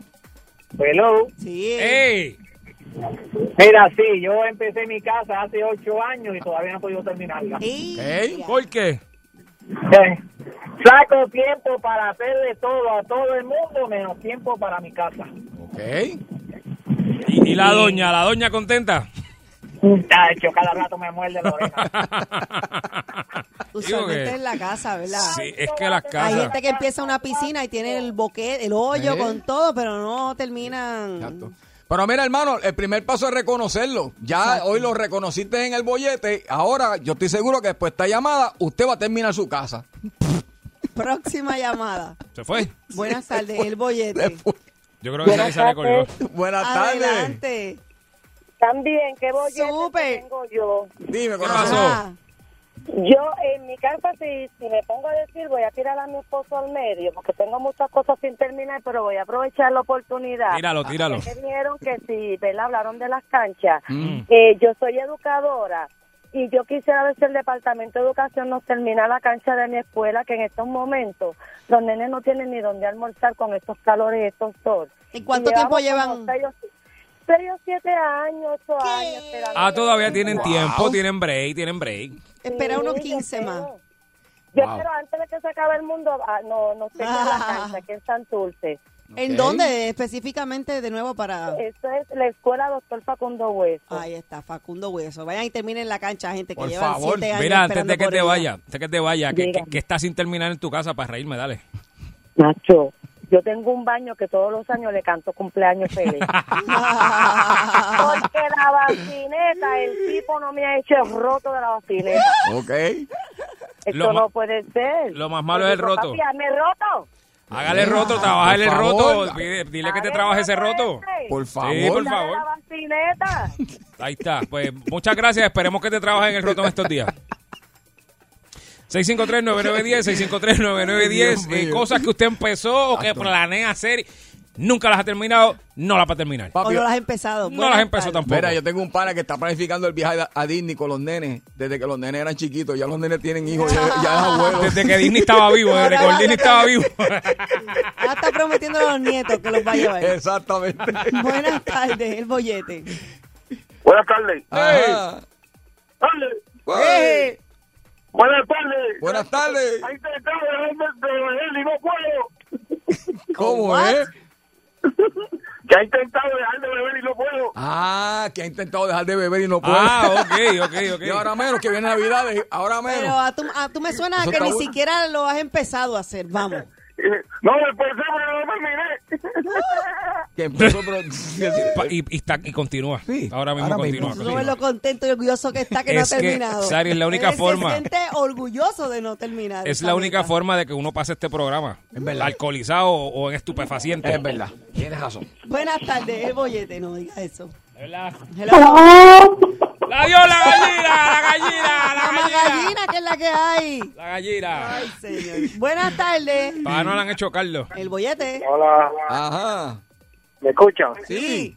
Speaker 14: Hello.
Speaker 4: Sí.
Speaker 14: Mira, sí, yo empecé mi casa hace ocho años y todavía no he podido terminarla.
Speaker 7: Ey, ¿Por qué?
Speaker 14: Saco tiempo para hacerle todo a todo el mundo, menos tiempo para mi casa.
Speaker 7: ¿Y, y la doña, la doña contenta?
Speaker 14: Tacho, cada rato me muerde la oreja.
Speaker 4: Usualmente
Speaker 7: Digo que-
Speaker 4: en la casa, ¿verdad?
Speaker 7: Sí, es que las
Speaker 4: Hay
Speaker 7: casas.
Speaker 4: gente que empieza una piscina y tiene el boquete, el hoyo
Speaker 3: Sí.
Speaker 4: con todo, pero no terminan.
Speaker 3: Mm. Pero mira, hermano, el primer paso es reconocerlo. Ya hoy lo reconociste en el bollete. Ahora, yo estoy seguro que después de esta llamada, usted va a terminar su casa.
Speaker 4: Próxima llamada.
Speaker 7: ¿Se fue?
Speaker 4: Buenas tardes, el bollete.
Speaker 7: Yo creo que
Speaker 3: Buenas
Speaker 7: Sarisa le colgó.
Speaker 3: Buenas tardes.
Speaker 4: Adelante.
Speaker 12: También, ¿qué bollete tengo yo?
Speaker 3: Dime, ¿qué
Speaker 4: Ah.
Speaker 12: Ajá. Yo en mi casa, si, si me pongo a decir, voy a tirar a mi esposo al medio, porque tengo muchas cosas sin terminar, pero voy a aprovechar la oportunidad.
Speaker 16: Tíralo, tíralo.
Speaker 12: Porque Vieron que si, ¿verdad? Hablaron de las canchas.
Speaker 16: Mm.
Speaker 12: Eh, yo soy educadora y yo quisiera ver si el Departamento de Educación nos termina la cancha de mi escuela, que en estos momentos los nenes no tienen ni dónde almorzar con estos calores y estos sol.
Speaker 4: ¿Y cuánto tiempo llevan?
Speaker 12: Seis o siete años, ocho años. esperando
Speaker 7: Ah, todavía tienen
Speaker 12: Wow.
Speaker 7: tiempo, tienen break, tienen break.
Speaker 4: Espera unos
Speaker 12: Sí, yo
Speaker 4: 15 más.
Speaker 12: espero. Yo
Speaker 7: Wow.
Speaker 12: espero antes de que se acabe el mundo, ah, no, no sé la cancha, que es tan dulce.
Speaker 4: ¿En dónde específicamente de nuevo para...?
Speaker 12: Esto es la escuela doctor Facundo Hueso.
Speaker 4: Ahí está, Facundo Hueso. Vayan y terminen la cancha, gente, que
Speaker 12: Por
Speaker 4: llevan
Speaker 12: favor.
Speaker 4: siete años
Speaker 7: Mira, antes
Speaker 4: esperando
Speaker 7: de que
Speaker 4: por
Speaker 7: te
Speaker 4: ella.
Speaker 7: vaya, antes de que te vaya, que, que, que estás sin terminar en tu casa para reírme, dale.
Speaker 12: Nacho, yo tengo un baño que todos los años le canto cumpleaños feliz. Porque la vacineta, el tipo no me ha hecho el roto de la vacineta.
Speaker 3: Ok.
Speaker 12: Esto
Speaker 7: Lo ma-
Speaker 12: no puede ser.
Speaker 7: lo más malo es el
Speaker 12: Yo digo,
Speaker 7: roto.
Speaker 12: "Papi, hazme el roto.
Speaker 7: Hágale el roto,
Speaker 3: Ah,
Speaker 7: trabajale el
Speaker 3: por
Speaker 7: roto.
Speaker 3: favor.
Speaker 7: Pide- Dile que te trabaje ese roto.
Speaker 3: Por
Speaker 7: Sí, por
Speaker 3: favor.
Speaker 7: favor.
Speaker 12: La vacineta.
Speaker 7: Ahí está. Pues muchas gracias. Esperemos que te trabajen el roto en estos días. 653-9910, 653-9910. eh, cosas que usted empezó o que planea hacer, y nunca las ha terminado, no las va a terminar.
Speaker 3: Papi,
Speaker 4: No las has empezado.
Speaker 7: No
Speaker 4: Buenas
Speaker 7: las empezó
Speaker 4: tardes.
Speaker 7: tampoco.
Speaker 3: Mira, yo tengo un pana que está planificando el viaje a- a Disney con los nenes. Desde que los nenes eran chiquitos, ya los nenes tienen hijos, ya, ya es abuelo.
Speaker 7: Desde que Disney estaba vivo, desde que Disney estaba vivo.
Speaker 4: Ahora está prometiendo a los nietos que los va a llevar.
Speaker 3: Exactamente.
Speaker 4: Buenas tardes, el bollete.
Speaker 11: Buenas tardes.
Speaker 3: Ajá.
Speaker 4: Eh,
Speaker 11: Ey. Buenas tardes.
Speaker 3: Buenas tardes.
Speaker 11: Ahí te acabo de ver de y no puedo.
Speaker 3: ¿Cómo es?
Speaker 11: Que ha intentado dejar de beber y no puedo.
Speaker 3: Ah, que ha intentado dejar de beber y no puede.
Speaker 7: Ah, ok, ok, ok.
Speaker 3: Y ahora menos, que viene Navidades, ahora menos.
Speaker 4: Pero a tú, a tú me suena a
Speaker 3: Eso
Speaker 4: que
Speaker 3: está
Speaker 4: ni
Speaker 3: bueno.
Speaker 4: siquiera lo has empezado a hacer. Vamos.
Speaker 11: Eh, No, después sí, pero no terminé.
Speaker 3: Que
Speaker 7: empezó, pero- Pa- y, y está- y continúa. ahora mismo continúa.
Speaker 4: No
Speaker 7: continúa.
Speaker 4: ves lo contento y orgulloso que está que no ha
Speaker 7: Es que,
Speaker 4: terminado.
Speaker 7: Sari, es la única
Speaker 4: Él
Speaker 7: forma.
Speaker 4: Se siente orgulloso de no terminar.
Speaker 7: Es
Speaker 4: esa
Speaker 7: la
Speaker 4: meta.
Speaker 7: única forma de que uno pase este programa. Alcoholizado o, o en estupefaciente. Es
Speaker 3: verdad. Tienes razón.
Speaker 4: Buenas tardes, el bollete. No digas eso.
Speaker 7: Hola.
Speaker 4: Hello.
Speaker 16: ¡La dio la gallina! ¡La gallina! ¡La gallina!
Speaker 4: gallina, que es la que hay.
Speaker 7: La gallina.
Speaker 4: Ay, señor. Buenas tardes.
Speaker 7: Para no la han hecho, Carlos.
Speaker 4: El bollete.
Speaker 14: Hola.
Speaker 3: Ajá.
Speaker 14: ¿Me escuchan?
Speaker 4: Sí.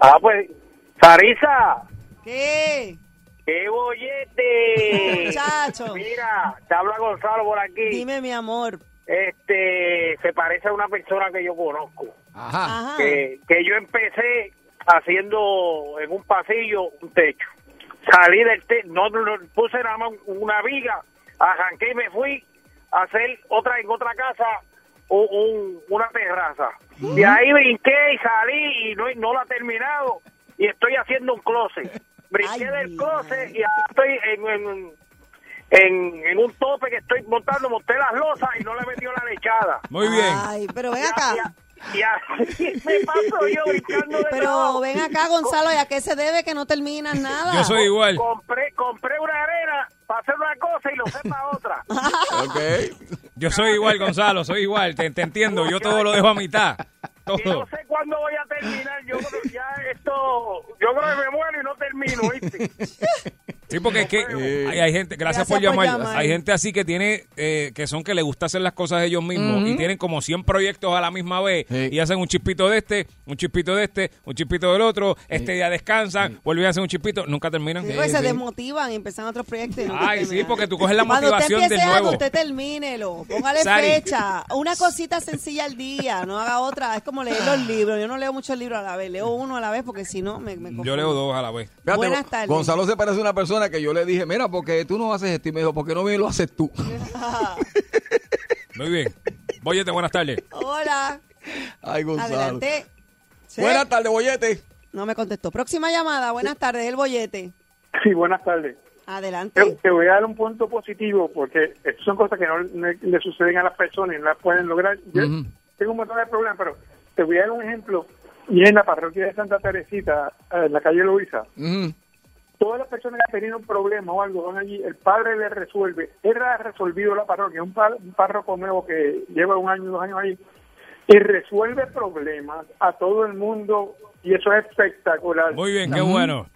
Speaker 14: Ah, pues, Sarisa,
Speaker 4: ¿Qué?
Speaker 14: ¡Qué bollete!
Speaker 4: Chacho.
Speaker 14: Mira, te habla Gonzalo por aquí.
Speaker 4: Dime, mi amor.
Speaker 14: Este, se parece a una persona que yo conozco.
Speaker 4: Ajá.
Speaker 3: Eh,
Speaker 14: Que, que yo empecé haciendo en un pasillo un techo. Salí del techo, no, no, no, puse nada más una viga, arranqué y me fui a hacer otra en otra casa un- un- una terraza. De ahí brinqué y salí y no, no la he terminado y estoy haciendo un closet. Brinqué del closet y ahora estoy en, en, en- en un tope que estoy montando, monté las losas y no le metió la lechada.
Speaker 7: Muy bien.
Speaker 4: Ay, pero ven acá.
Speaker 14: Y así me paso yo brincando de
Speaker 4: Pero
Speaker 14: trabajo.
Speaker 4: ven acá, Gonzalo, ¿y a qué se debe que no terminas nada?
Speaker 7: Yo soy igual.
Speaker 14: Compré, compré una arena para hacer una cosa y lo sé para otra.
Speaker 7: Yo soy igual, Gonzalo, soy igual. Te, te entiendo. Yo todo lo dejo a mitad.
Speaker 14: Y no
Speaker 7: Todo.
Speaker 14: sé cuándo voy a terminar. Yo creo que ya esto. Yo creo que me muero y no termino, ¿viste?
Speaker 7: Sí, porque es que eh, hay, hay gente,
Speaker 14: Gracias
Speaker 7: gracias, por,
Speaker 14: por
Speaker 7: llamar.
Speaker 14: llamar.
Speaker 7: Hay gente así que tiene, eh, que son que les gusta hacer las cosas ellos mismos
Speaker 14: Ujú.
Speaker 7: y tienen como 100 proyectos a la misma vez y hacen un chispito de este, un chispito de este, un chispito del otro, este día descansan, vuelven a hacer un chispito, nunca terminan.
Speaker 4: Sí, pues se desmotivan y empiezan otros proyectos. y no
Speaker 7: Ay,
Speaker 4: terminan.
Speaker 7: sí, porque tú coges la
Speaker 4: Cuando
Speaker 7: motivación
Speaker 4: usted
Speaker 7: del
Speaker 4: empiece algo,
Speaker 7: nuevo.
Speaker 4: usted termínelo. Póngale
Speaker 7: Sari.
Speaker 4: fecha. Una cosita sencilla al día. No haga otra. Es como leer los libros. Yo no leo muchos libros a la vez. Leo uno a la vez porque si no me, me
Speaker 7: Yo leo dos a la vez.
Speaker 4: Espérate, Buenas tardes.
Speaker 3: Gonzalo se parece a una persona que yo le dije, mira, porque tú no haces esto y me dijo, ¿por qué no me lo haces tú?
Speaker 7: Muy bien. Boyete, buenas tardes.
Speaker 4: Hola.
Speaker 3: Ay, Gonzalo.
Speaker 4: Adelante. Sí.
Speaker 3: Buenas tardes, bollete.
Speaker 4: No me contestó. Próxima llamada. Buenas tardes, el bollete.
Speaker 11: Sí, buenas tardes.
Speaker 4: Adelante.
Speaker 11: Te, te voy a dar un punto positivo porque estas son cosas que no le, le suceden a las personas y no las pueden lograr. Yo tengo un montón de problemas, pero te voy a dar un ejemplo. Y en la parroquia de Santa Teresita, eh, en la calle Luisa, todas las personas que han tenido un problema o algo van allí, el padre le resuelve. Él ha resolvido la parroquia, un, par- un párroco nuevo que lleva un año, dos años ahí, y resuelve problemas a todo el mundo y eso es espectacular.
Speaker 7: Muy bien, qué bueno.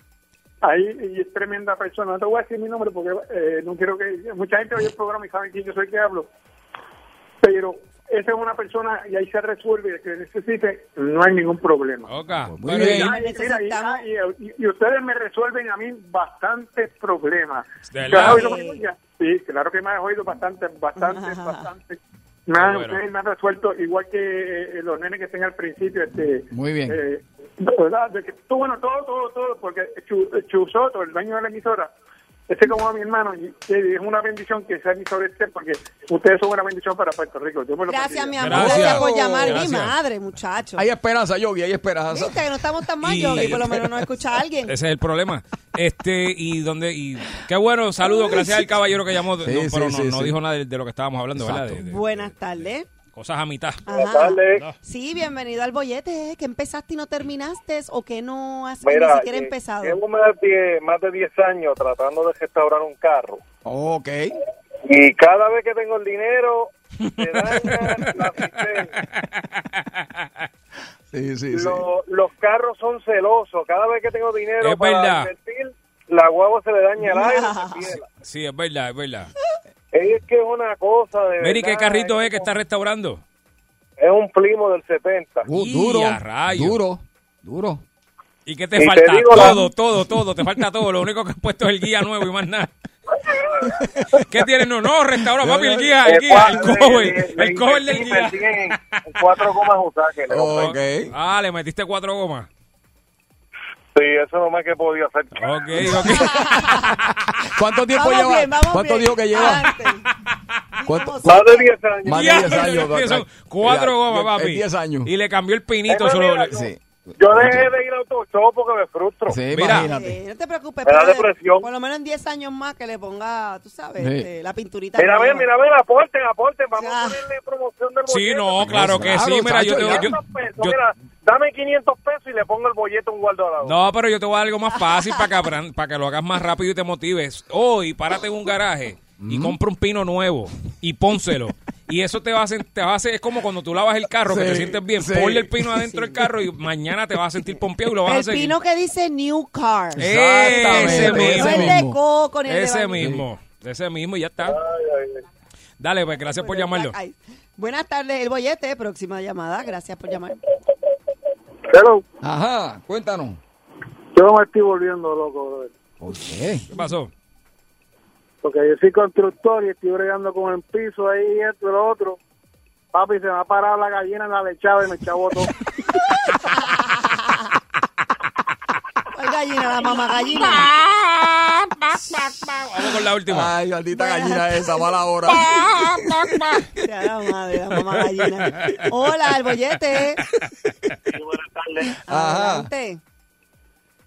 Speaker 11: Ahí y es tremenda persona. No te voy a decir mi nombre porque eh, no quiero que. Mucha gente oye el programa y sabe quién yo soy que hablo. Pero esa es una persona y ahí se resuelve que necesite. No hay ningún problema.
Speaker 3: Pues
Speaker 7: Muy
Speaker 11: Mira,
Speaker 7: bien.
Speaker 11: y- mira, y- y, y- y ustedes me resuelven a mí bastantes problemas.
Speaker 7: De
Speaker 11: ¿Te has
Speaker 7: verdad.
Speaker 11: oído por ella? Sí, claro que me has oído bastante, bastante, bastante. Me han,
Speaker 7: Bueno.
Speaker 11: ustedes me han resuelto igual que eh, los nenes que estén al principio. Este,
Speaker 3: Muy bien.
Speaker 11: eh, ¿Verdad? De que, tú, bueno, todo, todo, todo, porque Chu, Chu Soto, el dueño de la emisora, ese como a mi hermano, y que es una bendición que esa emisora esté, este, porque ustedes son una bendición para Puerto Rico. Dios me lo
Speaker 4: Gracias,
Speaker 11: bendiga.
Speaker 4: mi amor. Gracias, por llamar.
Speaker 3: Gracias.
Speaker 4: Mi madre, muchacho.
Speaker 3: Hay esperanza, Yogi, hay esperanza.
Speaker 4: Viste que no estamos tan mal,
Speaker 7: Y-
Speaker 4: Yogi. Por lo menos no escucha a alguien.
Speaker 7: Ese es el problema. Este, y donde, y qué bueno, saludos, gracias al caballero que llamó,
Speaker 3: Sí,
Speaker 7: no,
Speaker 3: sí,
Speaker 7: pero no,
Speaker 3: sí,
Speaker 7: no
Speaker 3: sí.
Speaker 7: dijo nada de, de lo que estábamos hablando, ¿verdad? De- de
Speaker 4: Buenas tardes.
Speaker 7: cosas a mitad.
Speaker 4: Ajá. Sí, bienvenido al bollete. eh, Que empezaste y no terminaste o que no has ni siquiera
Speaker 15: lle-
Speaker 4: empezado.
Speaker 15: Llevo eh, más de, 10, más de 10 años tratando de restaurar un carro.
Speaker 3: Ok.
Speaker 15: Y cada vez que tengo el dinero, se daña la asistencia.
Speaker 3: Sí, sí, sí.
Speaker 15: Lo- los carros son celosos. Cada vez que tengo dinero
Speaker 7: Es
Speaker 15: para
Speaker 7: verdad.
Speaker 15: invertir, la guagua se le daña el aire. y se piela.
Speaker 7: Sí, es verdad, es verdad.
Speaker 15: Es que es una cosa de
Speaker 7: Mary,
Speaker 15: verdad,
Speaker 7: ¿qué carrito es que está restaurando?
Speaker 15: Es un primo del 70.
Speaker 3: Uh, duro, duro, duro.
Speaker 7: ¿Y qué te
Speaker 15: Y te
Speaker 7: falta?
Speaker 15: digo la-
Speaker 7: todo, todo, todo, te falta todo. Lo único que has puesto es el guía nuevo y más nada. ¿Qué tienes? No, no, restauró, papi, el guía, el guía, el
Speaker 15: eh,
Speaker 7: cover, el cover del guía.
Speaker 15: Cuatro gomas usaje. le compré.
Speaker 7: Ah, le metiste cuatro gomas.
Speaker 15: Sí, eso es lo más que podía hacer.
Speaker 4: Ah,
Speaker 3: ¿Cuánto tiempo
Speaker 15: Vamos
Speaker 3: lleva?
Speaker 15: bien, vamos
Speaker 3: ¿Cuánto
Speaker 15: bien.
Speaker 3: dijo que lleva? ¿Cuánto-
Speaker 15: Más de 10 años.
Speaker 3: Más de
Speaker 7: Ya,
Speaker 3: 10 años.
Speaker 7: que son cuatro gomas, papi.
Speaker 3: 10 años.
Speaker 7: Y le cambió el pinito.
Speaker 15: Es
Speaker 7: solo-
Speaker 15: verdad, yo- Yo dejé de ir a auto show porque me frustro.
Speaker 3: Sí,
Speaker 7: Mira.
Speaker 4: Eh, no te preocupes.
Speaker 15: Me da
Speaker 4: por lo-
Speaker 15: depresión.
Speaker 4: Por lo menos en 10 años más que le ponga, tú sabes,
Speaker 15: Sí.
Speaker 4: eh, la pinturita.
Speaker 15: Mira, a ver,
Speaker 4: nueva.
Speaker 15: mira, a ver, aporten, aporten. Vamos a ponerle promoción del
Speaker 7: Sí,
Speaker 15: bollete.
Speaker 7: no, claro que sí. Mira, yo te, yo,
Speaker 15: 500 pesos, mira, dame 500 pesos y le pongo el bollete a un guardador.
Speaker 7: No, pero yo te voy a dar algo más fácil para que, abran- para que lo hagas más rápido y te motives. Hoy, párate en un garaje
Speaker 3: Mm.
Speaker 7: y compra un pino nuevo y pónselo. Y eso te va a hacer, te va a hacer- es como cuando tú lavas el carro, que
Speaker 3: Sí,
Speaker 7: te sientes bien.
Speaker 3: sí.
Speaker 7: Ponle el pino adentro del carro y mañana te vas a sentir pompeado y lo vas a
Speaker 4: El
Speaker 7: hacer.
Speaker 4: pino que dice New Car.
Speaker 7: Ese
Speaker 3: Exactamente,
Speaker 4: No
Speaker 7: mismo.
Speaker 4: el de coco ni el de
Speaker 7: Ese
Speaker 4: vainilla.
Speaker 7: mismo. Ese mismo y ya está. Dale, pues gracias por llamarlo.
Speaker 4: Ay, Buenas tardes, el bollete, próxima llamada. Gracias por llamar.
Speaker 11: Hello.
Speaker 17: Ajá, cuéntanos.
Speaker 11: Yo me estoy volviendo loco, brother.
Speaker 17: ¿Por qué?
Speaker 7: ¿Qué pasó?
Speaker 11: Porque yo soy constructor y estoy bregando con el piso ahí y esto y lo otro. Papi, se me ha parado la gallina en la lechada y me echaba todo.
Speaker 4: ¿Cuál gallina? La mamá gallina.
Speaker 7: Vamos con la última.
Speaker 3: Ay, maldita gallina esa, mala hora.
Speaker 4: Ya la madre, la mamá gallina. Hola, el bollete.
Speaker 3: Ajá.
Speaker 4: Adelante.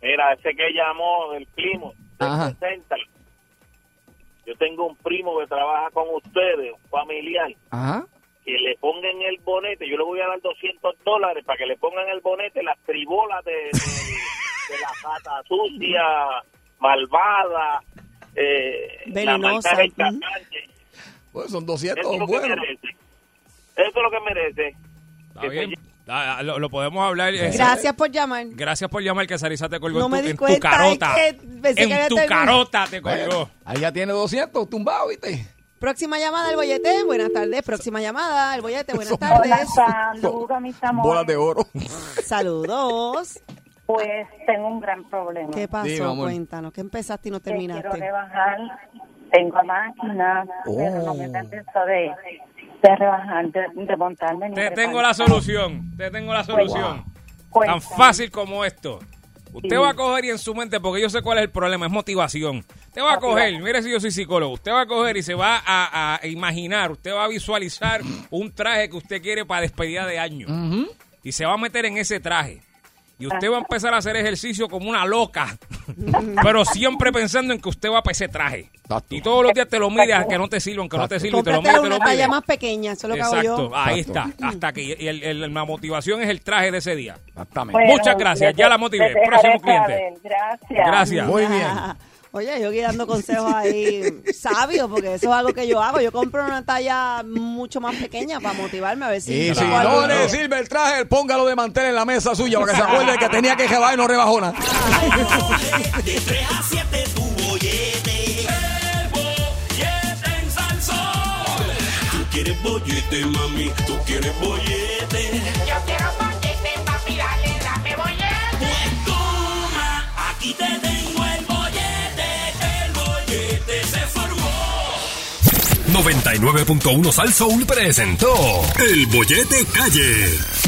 Speaker 14: Mira, ese que llamó el primo, del
Speaker 3: Ajá.
Speaker 14: 60. Yo tengo un primo que trabaja con ustedes, un familiar,
Speaker 3: Ajá.
Speaker 14: que le pongan el bonete, yo le voy a dar 200 dólares para que le pongan el bonete las tribolas de, de- de la pata sucia, malvada, eh, la
Speaker 3: Venenosa.
Speaker 14: maldad del
Speaker 3: Ujú.
Speaker 14: cacalle.
Speaker 3: Pues son
Speaker 14: Eso
Speaker 3: 200
Speaker 14: es lo que
Speaker 3: buenos.
Speaker 14: merece. Eso es lo que merece.
Speaker 7: Está bien. Ah, ah, Lo, lo podemos hablar. eh,
Speaker 4: Gracias por llamar.
Speaker 7: Gracias por llamar, que Sarisa te colgó
Speaker 4: No
Speaker 7: en,
Speaker 4: me
Speaker 7: tu,
Speaker 4: di
Speaker 7: en tu
Speaker 4: cuenta,
Speaker 7: carota.
Speaker 4: es que pensé
Speaker 7: en
Speaker 4: que había
Speaker 7: tu
Speaker 4: terminado.
Speaker 7: carota te colgó.
Speaker 3: Ahí ya tiene 200 tumbado, ¿viste?
Speaker 4: Próxima llamada, el bollete. Buenas tardes. Próxima llamada, el bollete. Buenas
Speaker 9: Hola,
Speaker 4: tardes.
Speaker 9: saludos, mis amores.
Speaker 3: de oro.
Speaker 4: Saludos.
Speaker 9: Pues tengo un gran problema.
Speaker 4: ¿Qué pasó?
Speaker 9: Dime, amor.
Speaker 4: Cuéntanos. ¿Qué empezaste y no
Speaker 9: Que quiero
Speaker 4: terminaste?
Speaker 9: rebajar. Tengo máquina, pero no me da eso de, de rebajar, de, de montarme. ni
Speaker 7: Te
Speaker 9: de
Speaker 7: tengo la
Speaker 9: panza.
Speaker 7: solución. Te tengo la solución. Tan
Speaker 9: Pues, Cuéntame.
Speaker 7: fácil como esto. Usted
Speaker 9: Sí.
Speaker 7: va a coger y en su mente, porque yo sé cuál es el problema, es motivación. Usted va a coger, mire si yo soy psicólogo, usted va a coger y se va a, a imaginar, usted va a visualizar un traje que usted quiere para despedida de año. Y se va a meter en ese traje. Y usted va a empezar a hacer ejercicio como una loca, pero siempre pensando en que usted va para ese traje. Y todos los días te lo miras, que no te sirvan, que no te sirvan, y te lo
Speaker 4: Cómprate
Speaker 7: miras, te lo
Speaker 4: una talla
Speaker 7: miras.
Speaker 4: más pequeña. Eso es lo que hago yo.
Speaker 7: Exacto, ahí está. Hasta que y el- el- la motivación es el traje de ese día.
Speaker 3: Exactamente.
Speaker 7: Muchas gracias, ya la motivé.
Speaker 9: Les dejaré
Speaker 7: Próximo cliente.
Speaker 9: saber. Gracias.
Speaker 7: Gracias. Muy bien.
Speaker 4: Oye, yo aquí dando consejos ahí sabios, porque eso es algo que yo hago. Yo compro una talla mucho más pequeña para motivarme a ver si.
Speaker 3: Y si
Speaker 4: Claro.
Speaker 3: no le sirve el traje, póngalo de mantel en la mesa suya para que se acuerde que tenía que rebajar y no rebajó nada.
Speaker 1: De 3 a 7 tu bollete. El bollete en Salsón. Tú quieres bollete, mami. Tú quieres bollete. Yo quiero bollete, papi. Dale, dame bollete. Pues toma, aquí te tengo el bollete. El bollete se formó.
Speaker 18: 99.1 Sal Soul presentó El Bollete Calle.